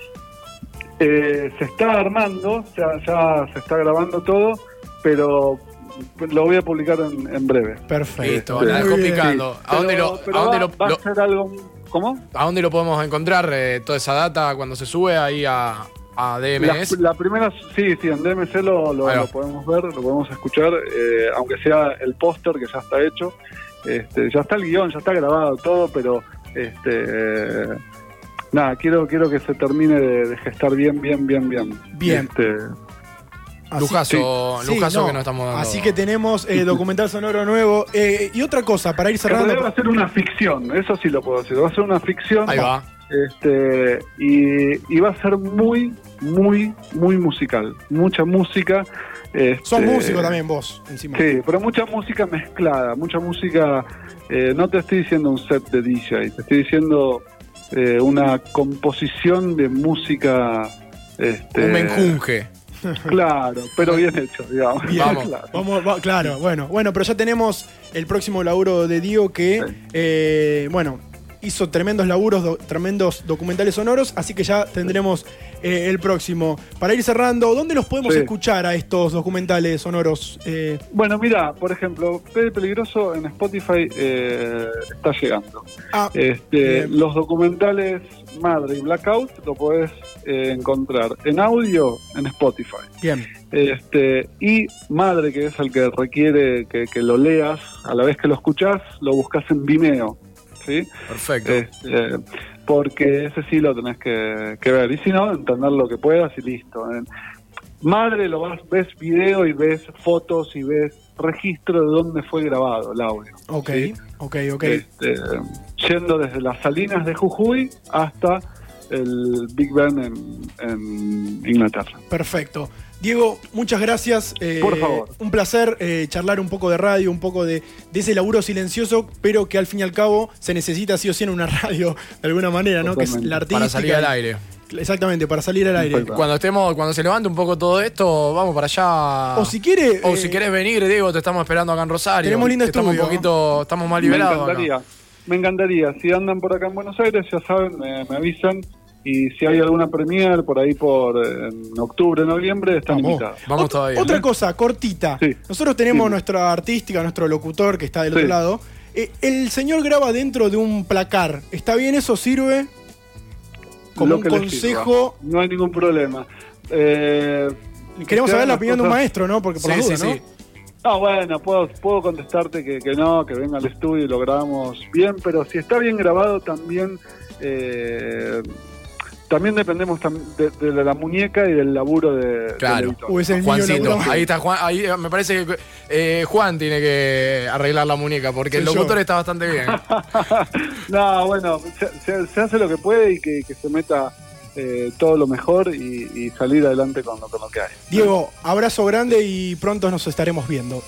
Speaker 13: eh, se está armando, ya, ya se está grabando todo, pero lo voy a publicar en, en breve.
Speaker 5: Perfecto.
Speaker 11: Listo, la dejo
Speaker 13: Muy bien.
Speaker 11: picando.
Speaker 13: Sí.
Speaker 11: ¿A dónde
Speaker 13: Pero-
Speaker 11: lo,
Speaker 13: pero
Speaker 11: a dónde
Speaker 13: va-
Speaker 11: lo-
Speaker 13: va a
Speaker 11: lo-
Speaker 13: ser algo- ¿Cómo?
Speaker 11: ¿A dónde lo podemos encontrar eh, toda esa data cuando se sube ahí a, a
Speaker 13: La,
Speaker 11: DMS?
Speaker 13: la primera, sí, sí, en DMC lo, lo-
Speaker 11: Ahí va.
Speaker 13: lo podemos ver, lo podemos escuchar, eh, aunque sea el póster que ya está hecho. Este, ya está el guión, ya está grabado todo, pero este, eh, nada, quiero, quiero que se termine de, de gestar bien, bien, bien, bien.
Speaker 5: Bien.
Speaker 13: Este,
Speaker 5: Así-
Speaker 11: Lujazo,
Speaker 5: Sí,
Speaker 11: lujazo
Speaker 5: no.
Speaker 11: que nos estamos dando.
Speaker 5: Así que tenemos eh, documental sonoro nuevo. Eh, y otra cosa, para ir
Speaker 13: En realidad va
Speaker 5: cerrando.
Speaker 13: a ser una ficción, eso sí lo puedo decir. Va a ser una ficción.
Speaker 11: Ahí va.
Speaker 13: Este, y, y va a ser muy, muy, muy musical. Mucha música. este,
Speaker 5: Sos músico también vos, encima.
Speaker 13: Sí, pero mucha música mezclada, mucha música. eh, no te estoy diciendo un set de DJ, te estoy diciendo eh, una composición de música. Este,
Speaker 11: Un menjunje.
Speaker 13: Claro, pero bien hecho, digamos. Claro.
Speaker 5: Vamos, va- claro, bueno. Bueno, pero ya tenemos el próximo laburo de Dio que, eh, bueno, hizo tremendos laburos, do- tremendos documentales sonoros, así que ya tendremos eh, el próximo. Para ir cerrando, ¿dónde los podemos
Speaker 13: Sí.
Speaker 5: escuchar a estos documentales sonoros? Eh,
Speaker 13: Bueno, mira, por ejemplo, Pede Peligroso en Spotify eh, está llegando.
Speaker 5: Ah,
Speaker 13: Este, los documentales Madre y Blackout lo podés eh, encontrar en audio en Spotify.
Speaker 5: bien.
Speaker 13: Este, y Madre, que es el que requiere que, que lo leas, a la vez que lo escuchás, lo buscas en Vimeo. ¿sí?
Speaker 11: Perfecto.
Speaker 13: Este, porque ese sí lo tenés que, que ver. Y si no, entender lo que puedas y listo. En- Madre, lo vas, ves video y ves fotos y ves registro de dónde fue grabado el audio.
Speaker 5: Ok, ok, ok.
Speaker 13: Este, yendo desde las salinas de Jujuy hasta el Big Ben en, en Inglaterra.
Speaker 5: Perfecto. Diego, muchas gracias. eh,
Speaker 13: Por favor.
Speaker 5: Un placer eh, charlar un poco de radio, un poco de, de ese laburo silencioso, pero que al fin y al cabo se necesita sí o sí en una radio, de alguna manera, ¿no? Que es la artística.
Speaker 11: Para salir al aire.
Speaker 5: Exactamente, para salir al aire.
Speaker 11: Cuando estemos, cuando se levante un poco todo esto, vamos para allá.
Speaker 5: O si quiere,
Speaker 11: Ah.
Speaker 5: eh,
Speaker 11: O si quieres venir, Diego, te estamos esperando acá en Rosario.
Speaker 5: Tenemos lindo
Speaker 11: que estamos
Speaker 5: estudio.
Speaker 11: un poquito, estamos más
Speaker 13: me
Speaker 11: liberados. acá.
Speaker 13: encantaría. Me encantaría. Si andan por acá en Buenos Aires, ya saben, me, me avisan. Y si hay alguna premier por ahí por eh, en octubre, noviembre, están invitados.
Speaker 11: Vamos todavía.
Speaker 5: Otra cosa, cortita. Nosotros tenemos nuestra artística, nuestro locutor que está del
Speaker 13: Sí.
Speaker 5: otro lado. Eh, el señor graba dentro de un placar. ¿Está bien? ¿Eso sirve? como
Speaker 19: lo
Speaker 5: un
Speaker 19: que les
Speaker 5: consejo.
Speaker 19: sirva. No hay ningún problema. Eh,
Speaker 5: Queremos
Speaker 19: que
Speaker 5: saber la
Speaker 19: hagan
Speaker 5: opinión de un
Speaker 19: cosas-
Speaker 5: maestro, ¿no? Porque por la duda, ¿no?
Speaker 19: No, bueno, puedo, puedo contestarte que, que no, que venga al estudio y lo grabamos bien, pero si está bien grabado también, eh, también dependemos tam- de, de la muñeca y del laburo de...
Speaker 11: Claro. Juancito, ahí está Juan, ahí eh, me parece que eh, Juan tiene que arreglar la muñeca porque el
Speaker 19: Soy yo.
Speaker 11: locutor está bastante bien.
Speaker 19: No, bueno, se, se- se hace lo que puede y que, que se meta eh, todo lo mejor y, y salir adelante con lo, con lo que hay.
Speaker 5: Diego, abrazo grande y pronto nos estaremos viendo.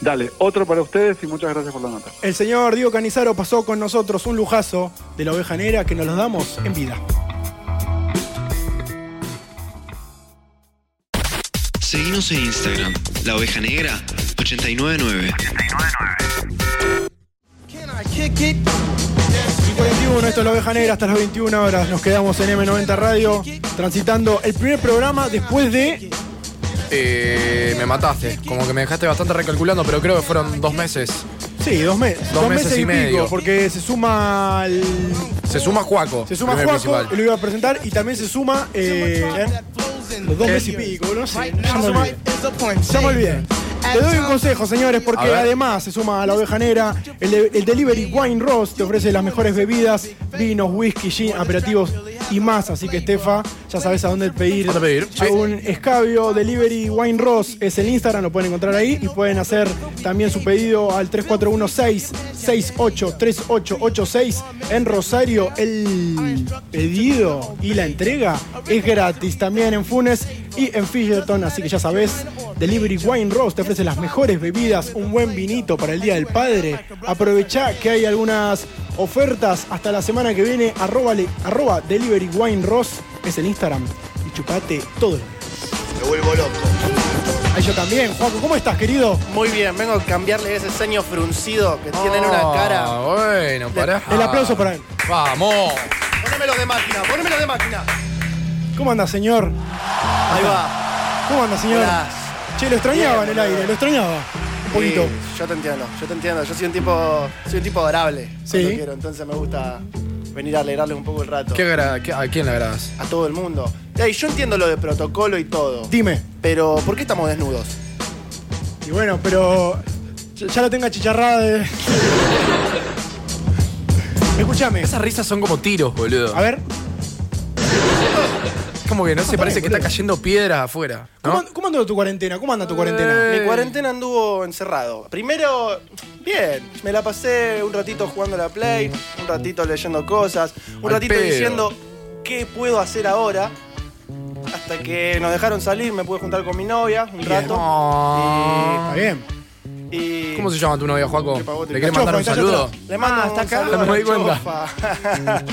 Speaker 19: Dale, otro para ustedes y muchas gracias por la nota.
Speaker 5: El señor Diego Canizaro pasó con nosotros un lujazo de la oveja negra que nos los damos en vida.
Speaker 1: Seguimos en Instagram, La Oveja Negra 899.
Speaker 5: Y 41, esto es la oveja negra hasta las 21 horas. Nos quedamos en M90 Radio transitando el primer programa después de.
Speaker 11: Eh, me mataste, como que me dejaste bastante recalculando, pero creo que fueron dos meses.
Speaker 5: Sí, dos meses.
Speaker 11: Dos meses y medio.
Speaker 5: Porque se suma el-
Speaker 11: Se suma Juaco.
Speaker 5: Se suma
Speaker 11: primer
Speaker 5: Juaco,
Speaker 11: principal.
Speaker 5: lo iba a presentar, y también se suma. eh, los dos meses y pico, no sé. Ya me olvidé. Ya me olvidé. Te doy un consejo, señores, porque
Speaker 20: A ver.
Speaker 5: además se suma a la oveja negra. El, de- el delivery Wine Ross te ofrece las mejores bebidas, vinos, whisky, gin, aperitivos y más. Así que, Estefa, ya sabes a dónde pedir.
Speaker 11: ¿Dónde pedir? Sí.
Speaker 5: Un escabio Delivery Wine Ross es el Instagram, lo pueden encontrar ahí. Y pueden hacer también su pedido al 3416-683886 en Rosario. El pedido y la entrega es gratis también en Funes y en Fisherton. Así que ya sabes, Delivery Wine Ross te ofrece las mejores bebidas, un buen vinito para el Día del Padre. Aprovecha que hay algunas ofertas hasta la semana que viene. Arróbale- arroba Delivery Wine Ross es el Instagram. Y chupate todo el
Speaker 13: Me vuelvo loco.
Speaker 5: Ahí Ah, yo también, Juaco, ¿cómo estás, querido?
Speaker 13: Muy bien, vengo a cambiarle ese ceño fruncido que tienen una cara.
Speaker 5: Oh.
Speaker 11: Ah, bueno, pará.
Speaker 5: El aplauso para él.
Speaker 11: Vamos.
Speaker 13: Ponémelo de máquina, ponémelo de máquina.
Speaker 5: ¿Cómo anda, señor?
Speaker 13: Ahí va.
Speaker 5: ¿Cómo anda, señor?
Speaker 13: Hola.
Speaker 5: Che, lo extrañaba en el aire, lo extrañaba. Un poquito.
Speaker 13: Sí, yo te entiendo, yo te entiendo. Yo soy un tipo, soy un tipo adorable.
Speaker 5: Sí.
Speaker 13: cuando quiero, entonces me gusta venir a alegrarles un poco el rato.
Speaker 11: ¿Qué agra- qué- ¿A quién le agradas?
Speaker 13: A todo el mundo. Ey, yo entiendo lo de protocolo y todo.
Speaker 5: Dime.
Speaker 13: Pero, ¿por qué estamos desnudos?
Speaker 5: Y bueno, pero ya- ya la tenga chicharrada de... Escúchame.
Speaker 11: Esas risas son como tiros, boludo.
Speaker 5: A ver.
Speaker 11: Como que no se
Speaker 5: está
Speaker 11: parece
Speaker 5: bien,
Speaker 11: que está
Speaker 5: boludo.
Speaker 11: cayendo piedra afuera.
Speaker 5: ¿Cómo, and- cómo anda tu cuarentena? ¿Cómo anda tu cuarentena?
Speaker 13: Eh, Mi cuarentena anduvo encerrado. Primero, bien, me la pasé un ratito jugando a la Play, un ratito leyendo cosas, un
Speaker 11: Mm. Al
Speaker 13: ratito
Speaker 11: pedo.
Speaker 13: diciendo qué puedo hacer ahora. Hasta que nos dejaron salir, me pude juntar con mi novia un rato.
Speaker 11: Está
Speaker 5: bien.
Speaker 13: Y
Speaker 11: Ah, ¿Cómo se llama tu novia, Juaco? ¿Le querés mandar un saludo?
Speaker 13: Le mando
Speaker 11: Ah,
Speaker 13: un
Speaker 11: está acá.
Speaker 13: saludo a
Speaker 11: Me
Speaker 13: la
Speaker 11: di cuenta. Mm.
Speaker 13: chofa.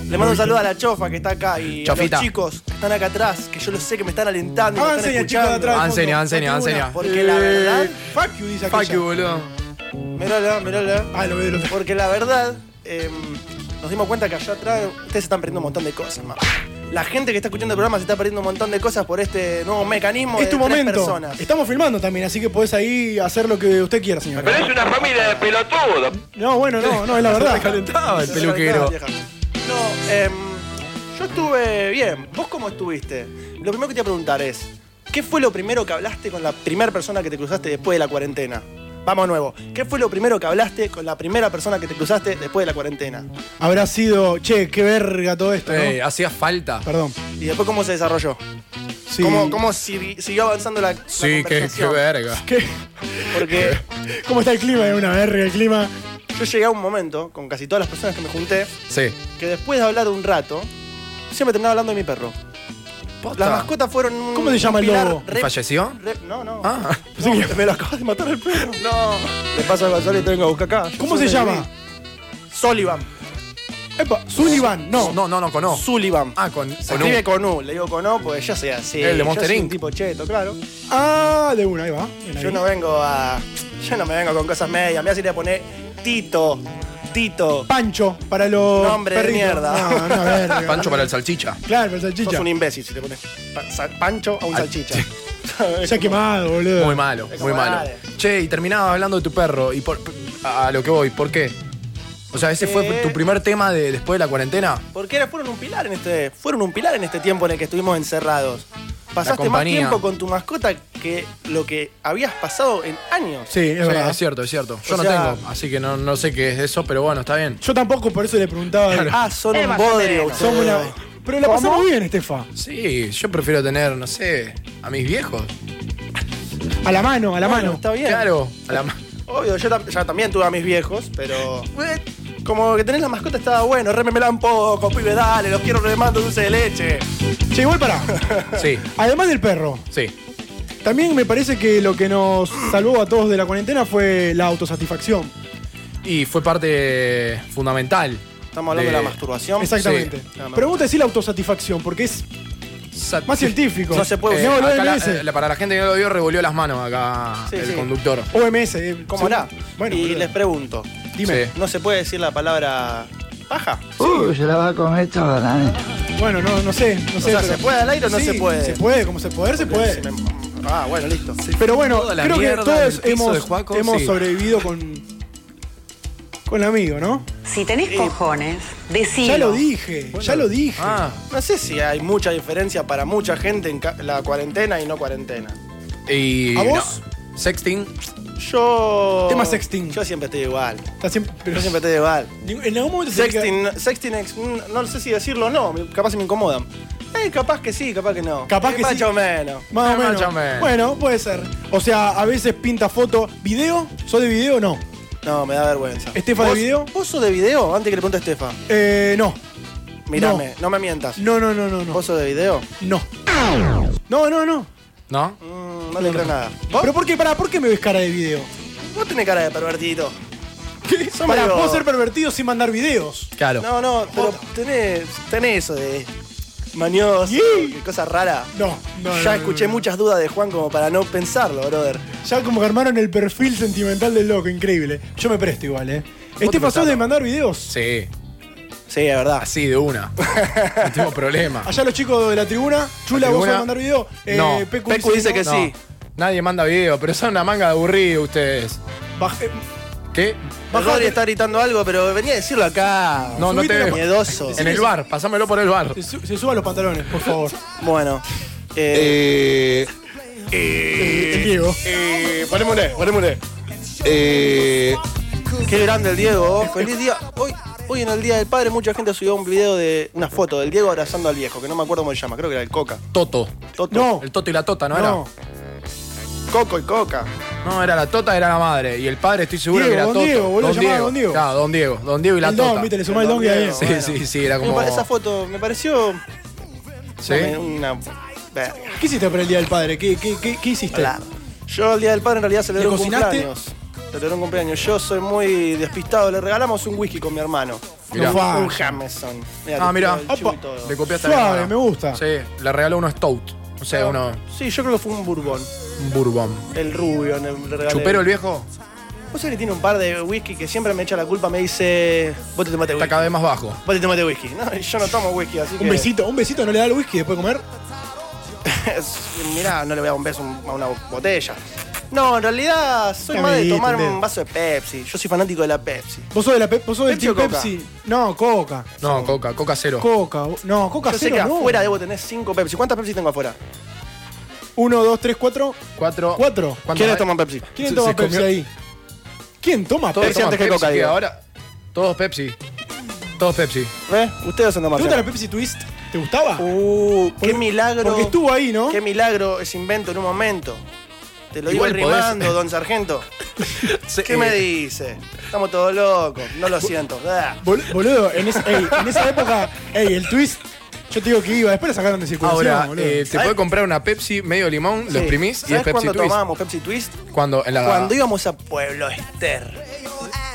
Speaker 13: Le mando un saludo a la chofa que está acá y
Speaker 11: Chofita.
Speaker 13: a los chicos que están acá atrás, que yo los sé que me están alentando. y me
Speaker 5: Avance,
Speaker 13: están
Speaker 5: chicos de
Speaker 13: escuchando.
Speaker 5: atrás.
Speaker 11: Avance, avance, avance.
Speaker 13: Porque la verdad,
Speaker 5: Fuck you, dice
Speaker 11: Eh, Fuck
Speaker 5: aquella.
Speaker 11: you, boludo.
Speaker 13: Mirala, mirala.
Speaker 5: Ah, lo veo del otro.
Speaker 13: Porque la verdad, em, nos dimos cuenta que allá atrás ustedes se están perdiendo un montón de cosas, ma. La gente que está escuchando el programa se está perdiendo un montón de cosas por este nuevo mecanismo
Speaker 5: Es
Speaker 13: de
Speaker 5: tu
Speaker 13: tres
Speaker 5: momento.
Speaker 13: personas.
Speaker 5: Estamos filmando también, así que podés ahí hacer lo que usted quiera, señor.
Speaker 13: es una familia de pelotudos.
Speaker 5: No, bueno, no, no, es la verdad.
Speaker 11: calentaba el peluquero.
Speaker 13: No, em, yo estuve bien. ¿Vos cómo estuviste? Lo primero que te voy a preguntar es, ¿qué fue lo primero que hablaste con la primera persona que te cruzaste después de la cuarentena? Vamos de nuevo. ¿Qué fue lo primero que hablaste con la primera persona que te cruzaste después de la cuarentena?
Speaker 5: Habrá sido, che, qué verga todo esto, ¿no?
Speaker 11: Ey, Eh, hacía falta.
Speaker 5: Perdón.
Speaker 13: ¿Y después cómo se desarrolló?
Speaker 5: Sí.
Speaker 13: ¿Cómo, cómo sigui- siguió avanzando la, la
Speaker 11: Sí, qué, qué
Speaker 13: conversación?
Speaker 11: verga.
Speaker 5: ¿Qué?
Speaker 13: Porque
Speaker 5: ¿Cómo está el clima? Es una verga el clima.
Speaker 13: yo llegué a un momento, con casi todas las personas que me junté,
Speaker 11: Sí.
Speaker 13: que después de hablar un rato, siempre terminaba hablando de mi perro. Las mascotas fueron un
Speaker 5: ¿Cómo se llama
Speaker 13: un
Speaker 5: el Ah,
Speaker 13: pilar
Speaker 5: lobo?
Speaker 13: re-
Speaker 11: ¿Falleció? Ah.
Speaker 13: re- no, no.
Speaker 5: Pensé que-
Speaker 13: Me lo acabas de matar el perro. No. Le paso al Gonzalo y te vengo a buscar acá.
Speaker 5: ¿Cómo se llama?
Speaker 13: Sullivan.
Speaker 5: Epa, Sullivan, no.
Speaker 11: No, no, no, con O.
Speaker 13: Sullivan.
Speaker 11: Ah, con, con
Speaker 13: Se
Speaker 11: U.
Speaker 13: escribe con U, le digo con O porque yo soy así.
Speaker 11: El de Monster
Speaker 13: yo soy un
Speaker 11: Inc.
Speaker 13: tipo cheto, claro.
Speaker 5: Ah, de una, ahí va.
Speaker 13: Yo no vengo a. Yo no me vengo con cosas medias. Me si le poner Tito. Tito.
Speaker 5: Pancho para los.
Speaker 13: Nombre de
Speaker 5: perritos.
Speaker 13: mierda.
Speaker 5: No, no, verga.
Speaker 11: Pancho para el salchicha.
Speaker 5: Claro, pero salchicha.
Speaker 13: Sos un imbécil si le pones pa- sa- Pancho a un salchicha.
Speaker 5: Ya quemado, boludo.
Speaker 11: Muy malo,
Speaker 13: Es
Speaker 11: muy
Speaker 13: como
Speaker 11: malo.
Speaker 13: dale.
Speaker 11: Che, y terminaba hablando de tu perro. Y por, a a lo que voy, ¿por qué? O sea, ese fue
Speaker 13: Eh.
Speaker 11: tu primer tema de, después de la cuarentena.
Speaker 13: Porque era- fueron un pilar en este. Fueron un pilar en este tiempo en el que estuvimos encerrados. Pasaste más
Speaker 11: compañía.
Speaker 13: tiempo con tu mascota que lo que habías pasado en años.
Speaker 11: es cierto, es cierto. Yo
Speaker 13: O
Speaker 11: no
Speaker 13: sea-
Speaker 11: tengo, así que no, no sé qué es eso, pero bueno, está bien.
Speaker 5: Yo tampoco, por eso le preguntaba.
Speaker 11: Claro.
Speaker 13: Ah, son
Speaker 5: Eh,
Speaker 13: un
Speaker 5: más o
Speaker 13: bodrio.
Speaker 5: menos. Son una- Pero la pasamos bien, Estefa.
Speaker 11: Sí, yo prefiero tener, no sé, a mis viejos.
Speaker 5: A la mano, a la
Speaker 13: Bueno,
Speaker 5: mano.
Speaker 13: Está bien.
Speaker 11: Claro, a la ma-
Speaker 13: Obvio, yo, tam- ya también tuve a mis viejos, pero. eh, Como que tenés la mascota estaba bueno, rememelá un poco, pibe, dale, los quiero remando dulce de leche.
Speaker 5: Che, igual para.
Speaker 11: Sí,
Speaker 5: Además del perro,
Speaker 11: sí.
Speaker 5: también me parece que lo que nos salvó a todos de la cuarentena fue la autosatisfacción.
Speaker 11: Y fue parte fundamental.
Speaker 13: Estamos hablando de, la masturbación.
Speaker 5: Exactamente.
Speaker 11: Sí.
Speaker 5: Pero vos decís la autosatisfacción, porque es más científico. Eh,
Speaker 13: No se puede eh,
Speaker 5: No,
Speaker 11: usar.
Speaker 5: lo OMS.
Speaker 11: para la gente que no lo vio, revolvió las manos acá
Speaker 13: Sí,
Speaker 11: el
Speaker 13: sí.
Speaker 11: conductor.
Speaker 5: OMS. eh,
Speaker 13: ¿Cómo
Speaker 5: sí.
Speaker 13: hará?
Speaker 5: Bueno,
Speaker 13: y
Speaker 5: boludo.
Speaker 13: les pregunto,
Speaker 11: Dime.
Speaker 13: ¿no se puede decir la palabra paja?
Speaker 15: Uy, se la va a comer toda la neta.
Speaker 5: Bueno, no, no sé. No
Speaker 13: O
Speaker 5: sé
Speaker 13: sea,
Speaker 5: pero-
Speaker 13: ¿se puede al aire o no
Speaker 5: Sí,
Speaker 13: se puede?
Speaker 5: Se puede, como se puede, se puede.
Speaker 13: Ah, bueno, listo.
Speaker 5: Pero bueno,
Speaker 13: Toda la
Speaker 5: creo que
Speaker 13: mierda
Speaker 5: todos
Speaker 13: del piso de
Speaker 5: hemos,
Speaker 13: Juaco,
Speaker 5: hemos
Speaker 13: sí.
Speaker 5: sobrevivido con. con el amigo, ¿no?
Speaker 10: Si tenés cojones, decilo.
Speaker 5: Ya lo dije, ya lo dije.
Speaker 13: Ah, no sé si hay mucha diferencia para mucha gente en ca- la cuarentena y no cuarentena.
Speaker 11: Y
Speaker 13: ¿A vos?
Speaker 11: no, Sexting.
Speaker 13: Yo.
Speaker 5: Tema sexting.
Speaker 13: Yo siempre estoy igual.
Speaker 5: Está siempre, pero
Speaker 13: Yo siempre estoy igual.
Speaker 5: en algún momento se
Speaker 13: Sexting, sexting ex- mm, no sé si decirlo o no, me- capaz se me incomodan. Eh, capaz que sí, capaz que no.
Speaker 5: Capaz
Speaker 13: Eh,
Speaker 5: que
Speaker 13: más
Speaker 5: sí.
Speaker 13: o menos.
Speaker 5: Más o
Speaker 11: Más
Speaker 5: menos.
Speaker 11: o menos.
Speaker 5: Bueno, puede ser. O sea, a veces pinta foto. ¿Video? ¿Sos de video o no?
Speaker 13: No, me da vergüenza.
Speaker 5: ¿Estefa de
Speaker 13: ¿Vos-
Speaker 5: video?
Speaker 13: ¿Vos sos de video? Antes que le pregunte a Estefa.
Speaker 5: Eh, no.
Speaker 13: Mírame, no, me mientas.
Speaker 5: No, no, no, no, no.
Speaker 13: ¿Vos sos de video?
Speaker 5: No. No, no, no.
Speaker 11: ¿No?
Speaker 13: Mm, no le creo nada.
Speaker 5: ¿Pero por qué? Pará, ¿por qué me ves cara de video?
Speaker 13: Vos tenés cara de pervertido.
Speaker 5: ¿Qué?
Speaker 13: Son
Speaker 5: Pará,
Speaker 13: medio-
Speaker 5: puedo ser pervertido sin mandar videos.
Speaker 11: Claro.
Speaker 13: No, no, pero tenés, tenés eso de mañoso, de cosa rara.
Speaker 5: No, no,
Speaker 13: Ya
Speaker 5: no,
Speaker 13: escuché muchas dudas de Juan como para no pensarlo, brother.
Speaker 5: Ya como que armaron el perfil sentimental del loco, increíble. Yo me presto igual, ¿eh? Estefa, ¿sos de mandar videos?
Speaker 11: Sí.
Speaker 13: Sí, es verdad.
Speaker 11: Así, de una. no tengo problema.
Speaker 5: Allá los chicos de la tribuna, chula,
Speaker 11: La
Speaker 5: ¿vos sos de
Speaker 11: tribuna-
Speaker 5: mandar videos? Eh,
Speaker 11: no.
Speaker 5: Pecu no.
Speaker 11: No. Nadie manda video, pero son una manga de aburrido ustedes.
Speaker 5: Baj- eh,
Speaker 11: ¿Qué?
Speaker 13: El Rodri está gritando algo, pero venía a decirlo acá.
Speaker 11: No, no te
Speaker 13: Subite
Speaker 11: veo.
Speaker 13: Miedoso.
Speaker 11: En el bar, pasámelo por el bar.
Speaker 5: se, su- se suba los pantalones, por favor.
Speaker 13: Bueno. Eh,
Speaker 5: El Diego.
Speaker 13: ponémosle, ponémosle. Qué grande el Diego. Feliz día. Hoy, hoy en el Día del Padre mucha gente subió un video de una foto del Diego abrazando al viejo, que no me acuerdo cómo se llama, creo que era el Coca.
Speaker 11: Toto.
Speaker 13: Toto.
Speaker 5: No,
Speaker 11: El Toto y la Tota, ¿no,
Speaker 5: no.
Speaker 13: Coco y Coca.
Speaker 11: era? No, era la Tota, era la madre. Y el padre, estoy seguro
Speaker 5: Diego,
Speaker 11: que era
Speaker 5: don
Speaker 11: Toto.
Speaker 5: Diego, boludo, llamaba don Diego.
Speaker 11: Claro, Don Diego. Don Diego y la
Speaker 5: El
Speaker 11: Tota.
Speaker 5: don, viste, le sumás el don y ahí.
Speaker 11: Sí,
Speaker 13: Bueno.
Speaker 11: sí, sí, era
Speaker 13: Me
Speaker 11: como.
Speaker 13: pare- Eh, Esa foto me pareció
Speaker 11: ¿Sí?
Speaker 13: una, una verga.
Speaker 5: ¿Qué hiciste para el Día del Padre? ¿Qué, qué, qué, qué hiciste?
Speaker 13: Hola. Yo el día del padre en realidad celebré
Speaker 5: ¿Le
Speaker 13: un
Speaker 5: cocinaste?
Speaker 13: cumpleaños. Celebré un cumpleaños. Yo soy muy despistado. Le regalamos un whisky con mi hermano.
Speaker 11: Mirá.
Speaker 13: Un, un Jameson.
Speaker 11: Ah,
Speaker 13: te-
Speaker 11: mirá.
Speaker 13: el chivo y
Speaker 11: Opa.
Speaker 13: todo.
Speaker 11: Le copiaste a mi
Speaker 5: Suave,
Speaker 11: hermana.
Speaker 5: me gusta.
Speaker 11: Sí, le regaló uno Stout. O sea, uno.
Speaker 13: Sí, yo creo que fue un bourbon.
Speaker 11: Un bourbon.
Speaker 13: El rubio. en el- Le regalé.
Speaker 11: ¿Chupero el viejo?
Speaker 13: Vos sabés que tiene un par de whisky que siempre me echa la culpa. Me dice, vos te tomaste
Speaker 11: Está
Speaker 13: whisky.
Speaker 11: cada vez más bajo.
Speaker 13: Vos te tomaste whisky. No, yo no tomo whisky, así que...
Speaker 5: Un besito, un besito no le da el whisky después de comer.
Speaker 13: Mirá, no le voy a dar un beso a una botella. No, en realidad soy más de
Speaker 5: Amiguito,
Speaker 13: tomar un
Speaker 5: entiendo.
Speaker 13: vaso de Pepsi. Yo soy fanático de la Pepsi.
Speaker 5: ¿Vos sos, de la pe- vos sos del
Speaker 13: ¿Pepsi o
Speaker 5: Team
Speaker 13: Coca?
Speaker 5: Pepsi? No, Coca.
Speaker 11: No, Coca, Coca cero.
Speaker 5: Coca. vos- No, Coca
Speaker 13: Yo sé
Speaker 5: cero,
Speaker 13: que
Speaker 5: no.
Speaker 13: afuera debo tener 5 Pepsi. ¿Cuántas Pepsi tengo afuera?
Speaker 5: Uno, dos, tres, cuatro.
Speaker 11: Cuatro.
Speaker 5: Cuatro.
Speaker 11: ¿Cuánto
Speaker 13: ¿Quiénes
Speaker 11: hay?
Speaker 13: toman Pepsi?
Speaker 5: ¿Quién
Speaker 11: Se-
Speaker 5: toma
Speaker 11: se
Speaker 5: Pepsi
Speaker 11: comió-
Speaker 5: ahí? ¿Quién toma
Speaker 11: Todos
Speaker 5: Pepsi?
Speaker 13: Pepsi
Speaker 11: toman
Speaker 13: antes que
Speaker 11: Pepsi,
Speaker 13: Coca, digo.
Speaker 11: ahora. Todos Pepsi. Todos Pepsi.
Speaker 13: ¿Ves? ¿Eh? Ustedes son
Speaker 5: ¿Te
Speaker 13: nomás.
Speaker 5: gusta la Pepsi Twist? ¿Te gustaba?
Speaker 13: Uh, qué
Speaker 5: Porque-
Speaker 13: milagro.
Speaker 5: Porque estuvo ahí, ¿no?
Speaker 13: Qué milagro ese invento en un momento. Te lo
Speaker 11: Igual
Speaker 13: iba
Speaker 11: podés-
Speaker 13: rimando, don Sargento. ¿Qué me dice? Estamos todos locos. No lo siento. Ah.
Speaker 5: Bol- Boludo, en, es- ey, en esa época, ey, el twist, yo te digo que iba, después la sacaron de circulación,
Speaker 11: Ahora,
Speaker 5: boludo.
Speaker 11: eh, te
Speaker 13: ¿Sabes?
Speaker 11: podés comprar una Pepsi, medio limón,
Speaker 13: Sí.
Speaker 11: lo exprimís y
Speaker 13: ¿Sabes
Speaker 11: es Pepsi
Speaker 13: cuándo
Speaker 11: Twist.
Speaker 13: tomábamos Pepsi Twist? Ah.
Speaker 11: Cuando en la
Speaker 13: Cuando íbamos a Pueblo Ester.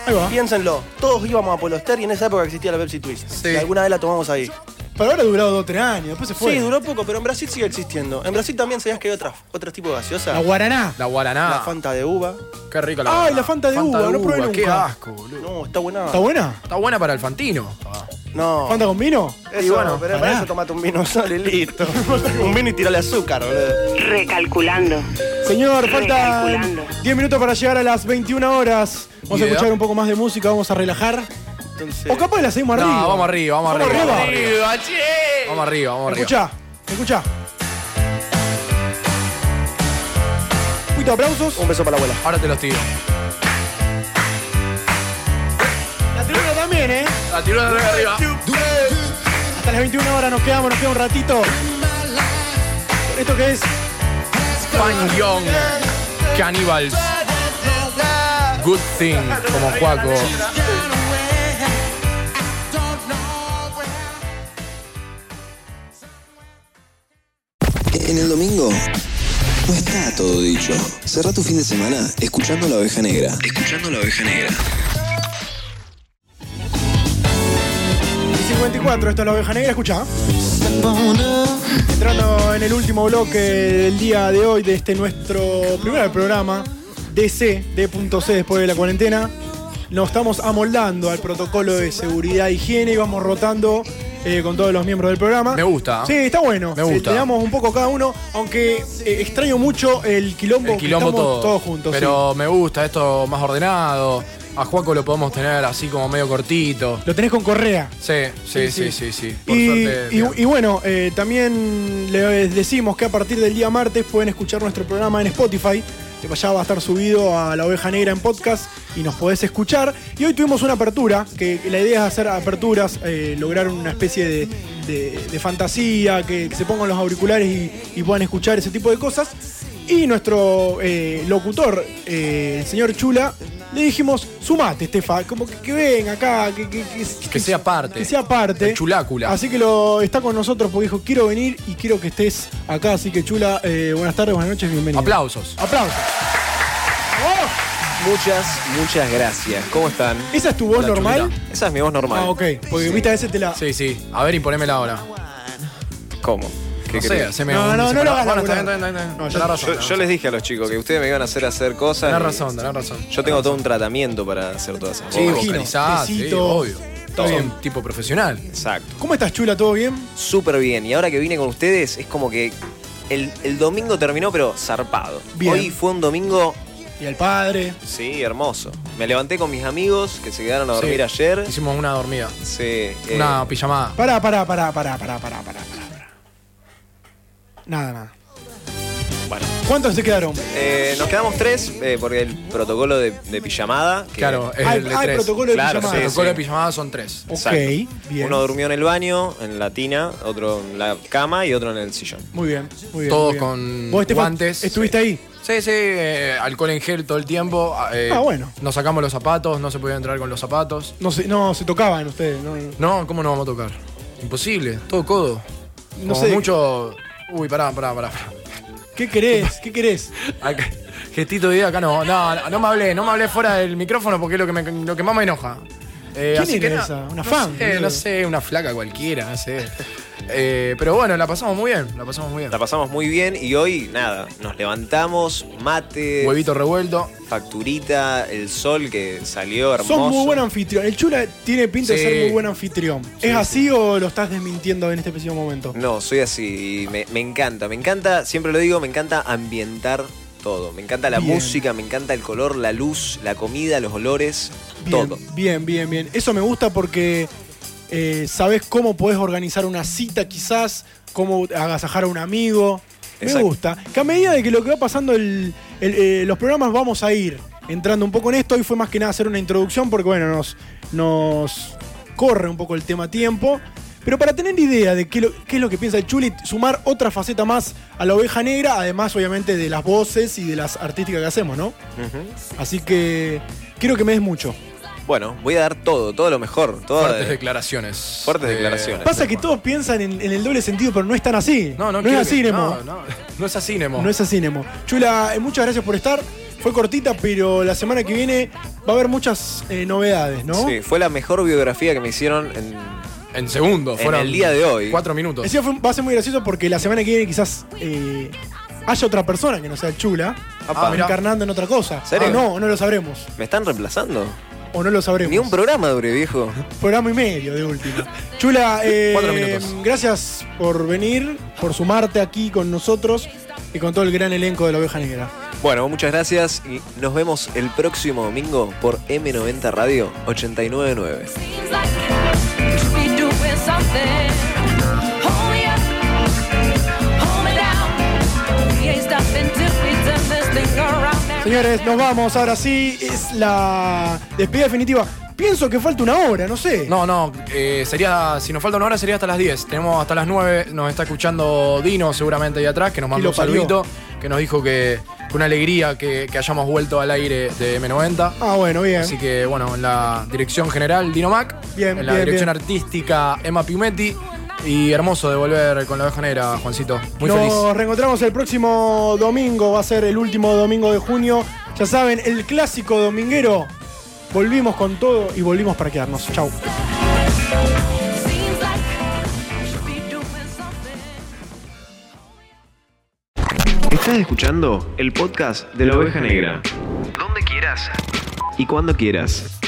Speaker 5: Ahí va.
Speaker 13: Piénsenlo, todos íbamos a Pueblo Ester y en esa época existía la Pepsi Twist.
Speaker 11: Sí.
Speaker 13: Y alguna vez la tomamos ahí.
Speaker 5: Pero ahora ha durado dos, tres años, después se fue.
Speaker 13: Sí, duró poco, pero en Brasil sigue existiendo. En Brasil también sabías que hay otras, otros tipos de gaseosa.
Speaker 5: La Guaraná.
Speaker 11: la Guaraná.
Speaker 13: La Fanta de uva.
Speaker 11: Qué rica la
Speaker 5: Ay,
Speaker 11: Guaraná.
Speaker 5: la Fanta de uva, no probé
Speaker 11: Qué
Speaker 5: nunca.
Speaker 11: asco, boludo.
Speaker 13: No, está buena.
Speaker 5: ¿Está buena?
Speaker 11: Está buena para el fantino.
Speaker 13: No.
Speaker 5: ¿Fanta con vino?
Speaker 13: Eso,
Speaker 11: bueno,
Speaker 13: pero
Speaker 5: pará.
Speaker 13: para eso tomate un vino solo y listo. un vino y tirale azúcar, boludo.
Speaker 21: Recalculando.
Speaker 5: Señor, faltan
Speaker 21: Recalculando.
Speaker 5: 10 minutos para llegar a las 21 horas. Vamos a
Speaker 11: Idea.
Speaker 5: escuchar un poco más de música, vamos a relajar.
Speaker 18: Entonces.
Speaker 5: O capaz que la seguimos
Speaker 11: No,
Speaker 5: arriba.
Speaker 11: vamos arriba, vamos arriba. Vamos arriba,
Speaker 18: che.
Speaker 11: Vamos arriba, vamos arriba.
Speaker 5: Escuchá, escuchá. Puito, aplausos.
Speaker 18: Un beso para la abuela.
Speaker 11: Ahora te los tiro.
Speaker 5: La tribuna también, ¿eh?
Speaker 11: La tiró de arriba.
Speaker 5: Hasta las 21 horas nos quedamos, nos queda un ratito. ¿Esto qué es?
Speaker 11: Fan Young, Cannibals, Good Thing, como Juaco.
Speaker 1: En el domingo no está todo dicho. Cerra tu fin de semana escuchando La Oveja Negra. Escuchando La Oveja Negra.
Speaker 5: El 54, esto es la oveja negra, escucha. Entrando en el último bloque del día de hoy de este nuestro primer programa, DC, D.C después de la cuarentena. Nos estamos amoldando al protocolo de seguridad e higiene y vamos rotando eh, con todos los miembros del programa.
Speaker 11: Me gusta.
Speaker 5: Sí, está bueno.
Speaker 11: Me
Speaker 5: Sí,
Speaker 11: gusta.
Speaker 5: Le damos un poco cada uno, aunque eh, extraño mucho el quilombo,
Speaker 11: El quilombo
Speaker 5: que estamos
Speaker 11: todo.
Speaker 5: todos juntos. sí.
Speaker 11: Pero me gusta esto más ordenado. A Juaco lo podemos tener así como medio cortito.
Speaker 5: Lo tenés con correa.
Speaker 11: Sí,
Speaker 5: Sí, sí.
Speaker 11: sí, sí, sí, sí. Por
Speaker 5: Y,
Speaker 11: suerte.
Speaker 5: y- y bueno, eh, también les decimos que a partir del día martes pueden escuchar nuestro programa en Spotify. que allá va a estar subido a La Oveja Negra en podcast y nos podés escuchar. Y hoy tuvimos una apertura, que la idea es hacer aperturas, eh, lograr una especie de, de- de fantasía, que, que se pongan los auriculares y, y puedan escuchar ese tipo de cosas. Y nuestro eh, locutor, eh, el señor Chula, le dijimos, sumate, Estefa, como que, que ven acá, que, que- que-
Speaker 11: Que sea parte.
Speaker 5: que sea parte.
Speaker 11: El Este, chulácula.
Speaker 5: Así que lo está con nosotros porque dijo, quiero venir y quiero que estés acá. Así que chula, eh, buenas tardes, buenas noches, bienvenido.
Speaker 11: Aplausos.
Speaker 5: Aplausos.
Speaker 1: Muchas, muchas gracias. ¿Cómo están?
Speaker 5: ¿Esa es tu voz
Speaker 1: La
Speaker 5: normal?
Speaker 1: chulita. Esa es mi voz normal.
Speaker 5: Ah, ok. Porque viste a veces te la.
Speaker 11: Sí, sí. A ver, imponémela ahora.
Speaker 1: ¿Cómo? ¿Qué
Speaker 11: No sé,
Speaker 1: querés?
Speaker 11: haceme
Speaker 5: No, no,
Speaker 11: un
Speaker 5: no lo
Speaker 11: separado.
Speaker 5: hagas
Speaker 11: Bueno, está
Speaker 5: laburar.
Speaker 11: bien, está bien, está bien.
Speaker 5: No,
Speaker 11: Tenés
Speaker 5: yo-
Speaker 11: razos,
Speaker 1: Yo,
Speaker 11: tenés
Speaker 1: yo les dije a los chicos que ustedes me iban a hacer hacer cosas.
Speaker 11: razón.
Speaker 1: y-
Speaker 11: Tenés razón, tenés razón.
Speaker 1: Yo tengo todo un tratamiento para hacer todas esas
Speaker 11: Sí,
Speaker 1: cosas.
Speaker 11: organizá, sí,
Speaker 5: tecitos.
Speaker 11: obvio.
Speaker 5: Está
Speaker 11: Todo
Speaker 5: bien.
Speaker 11: un tipo profesional.
Speaker 1: Exacto.
Speaker 5: ¿Cómo estás, chula? ¿Todo bien?
Speaker 1: Súper bien. Y ahora que vine con ustedes, es como que el, el domingo terminó, pero zarpado.
Speaker 5: Bien.
Speaker 1: Hoy fue un domingo,
Speaker 5: Y el padre.
Speaker 1: sí, hermoso. Me levanté con mis amigos que se quedaron a dormir
Speaker 11: Sí.
Speaker 1: ayer.
Speaker 11: Hicimos una dormida.
Speaker 1: Sí. eh,
Speaker 11: Una pijamada.
Speaker 5: Pará, pará, pará, pará, pará, pará, pará, pará. Nada, nada.
Speaker 1: Bueno.
Speaker 5: ¿Cuántos se quedaron?
Speaker 1: Eh, nos quedamos tres, eh, porque el protocolo de, de pijamada. que-
Speaker 11: Claro, es
Speaker 5: Hay-
Speaker 11: el de
Speaker 5: hay
Speaker 11: tres.
Speaker 5: protocolo de
Speaker 11: Claro,
Speaker 5: pijamada.
Speaker 11: El
Speaker 1: Sí, sí.
Speaker 11: protocolo de pijamada son tres.
Speaker 5: Ok,
Speaker 1: Exacto.
Speaker 5: bien.
Speaker 1: Uno durmió en el baño, en la tina, otro en la cama y otro en el sillón.
Speaker 5: Muy bien, muy bien.
Speaker 11: Todos
Speaker 5: muy bien.
Speaker 11: con
Speaker 5: ¿Vos, Estefan,
Speaker 11: guantes.
Speaker 5: estuviste ahí?
Speaker 11: Sí, sí, eh, alcohol en gel todo el tiempo. eh,
Speaker 5: Ah, bueno.
Speaker 11: Nos sacamos los zapatos, no se podía entrar con los zapatos.
Speaker 5: No se, no, se tocaban ustedes. No, no.
Speaker 11: No, ¿cómo no vamos a tocar? Imposible, todo codo.
Speaker 5: No
Speaker 11: No
Speaker 5: sé.
Speaker 11: mucho. Uy, pará, pará, pará.
Speaker 5: ¿Qué querés? ¿Qué querés?
Speaker 11: Acá- Gestito de idea acá no. No, no, no me hablé, no me hablé fuera del micrófono porque es lo que, me- lo que más me enoja. Eh,
Speaker 5: ¿Quién
Speaker 11: así que
Speaker 5: era
Speaker 11: na-
Speaker 5: esa? ¿Una
Speaker 11: no
Speaker 5: fan?
Speaker 11: Sé, no sé, una flaca cualquiera, no sé. Eh, pero bueno, la pasamos muy bien, la pasamos muy bien.
Speaker 1: La pasamos muy bien y hoy, nada, nos levantamos, mate,
Speaker 11: Huevito revuelto.
Speaker 1: facturita, el sol que salió hermoso.
Speaker 5: Sos muy buen anfitrión. El Chula tiene pinta de
Speaker 11: Sí.
Speaker 5: ser muy buen anfitrión. ¿Es así o lo estás desmintiendo en este preciso momento?
Speaker 1: No, soy así. y Me, me encanta, me encanta, siempre lo digo, me encanta ambientar todo. Me encanta la
Speaker 5: Bien.
Speaker 1: música, me encanta el color, la luz, la comida, los olores,
Speaker 5: Bien,
Speaker 1: todo.
Speaker 5: bien, bien, bien. Eso me gusta porque eh, sabes cómo podés organizar una cita quizás, cómo agasajar a un amigo. Me
Speaker 1: Exacto.
Speaker 5: gusta. Que a medida de que lo que va pasando el- el, eh, los programas vamos a ir entrando un poco en esto. Hoy fue más que nada hacer una introducción porque, bueno, nos, nos corre un poco el tema a tiempo. Pero para tener idea de qué, lo- qué es lo que piensa el Chuli, sumar otra faceta más a la oveja negra, además obviamente de las voces y de las artísticas que hacemos, ¿no?
Speaker 1: Ujú.
Speaker 5: Así que quiero que me des mucho.
Speaker 1: Bueno, voy a dar todo, todo lo mejor. Todo
Speaker 11: Fuertes
Speaker 1: de-
Speaker 11: declaraciones.
Speaker 1: fuertes
Speaker 11: Eh,
Speaker 1: declaraciones.
Speaker 5: Pasa que todos piensan en, en el doble sentido, pero no es tan así.
Speaker 11: No, no,
Speaker 5: es
Speaker 11: quiero que-
Speaker 5: así, Nemo.
Speaker 11: No, no, no es así, Nemo.
Speaker 5: No es así, Nemo. Chula, eh, muchas gracias por estar. Fue cortita, pero la semana que viene va a haber muchas eh, novedades, ¿no?
Speaker 1: Sí, fue la mejor biografía que me hicieron en,
Speaker 11: En segundo,
Speaker 1: en
Speaker 11: fueron
Speaker 1: el día de hoy.
Speaker 11: Cuatro minutos.
Speaker 5: Encima fue- va a ser muy gracioso porque la semana que viene quizás eh, haya otra persona que no sea el Chula,
Speaker 1: Apa.
Speaker 5: ah, encarnando en otra cosa.
Speaker 1: ¿Serio?
Speaker 5: O no, o no lo sabremos.
Speaker 1: ¿Me están reemplazando?
Speaker 5: O no lo sabremos.
Speaker 1: Ni un programa dure, viejo.
Speaker 5: Programa y medio de última. Chula, eh,
Speaker 11: Cuatro minutos.
Speaker 5: gracias por venir, por sumarte aquí con nosotros y con todo el gran elenco de la Oveja Negra.
Speaker 1: Bueno, muchas gracias y nos vemos el próximo domingo por M90 Radio 899.
Speaker 5: Señores, nos vamos. Ahora sí es la despedida definitiva. Pienso que falta una hora, no sé.
Speaker 11: No, no, eh, sería, si nos falta una hora sería hasta las 10. Tenemos hasta las 9, nos está escuchando Dino seguramente ahí atrás, que nos
Speaker 5: Y lo
Speaker 11: mandó un
Speaker 5: parió.
Speaker 11: saludito, que nos dijo que que una alegría que, que hayamos vuelto al aire de M90.
Speaker 5: Ah, bueno, bien.
Speaker 11: Así que, bueno, en la dirección general, Dino Mac.
Speaker 5: Bien,
Speaker 11: En la
Speaker 5: bien,
Speaker 11: dirección
Speaker 5: bien.
Speaker 11: artística, Emma Piumetti. Y hermoso de volver con la oveja negra, Juancito. Muy
Speaker 5: Nos
Speaker 11: feliz.
Speaker 5: reencontramos el próximo domingo, va a ser el último domingo de junio. Ya saben, el clásico dominguero. Volvimos con todo y volvimos para quedarnos. Chau.
Speaker 1: Estás escuchando el podcast de la oveja negra. Donde quieras y cuando quieras.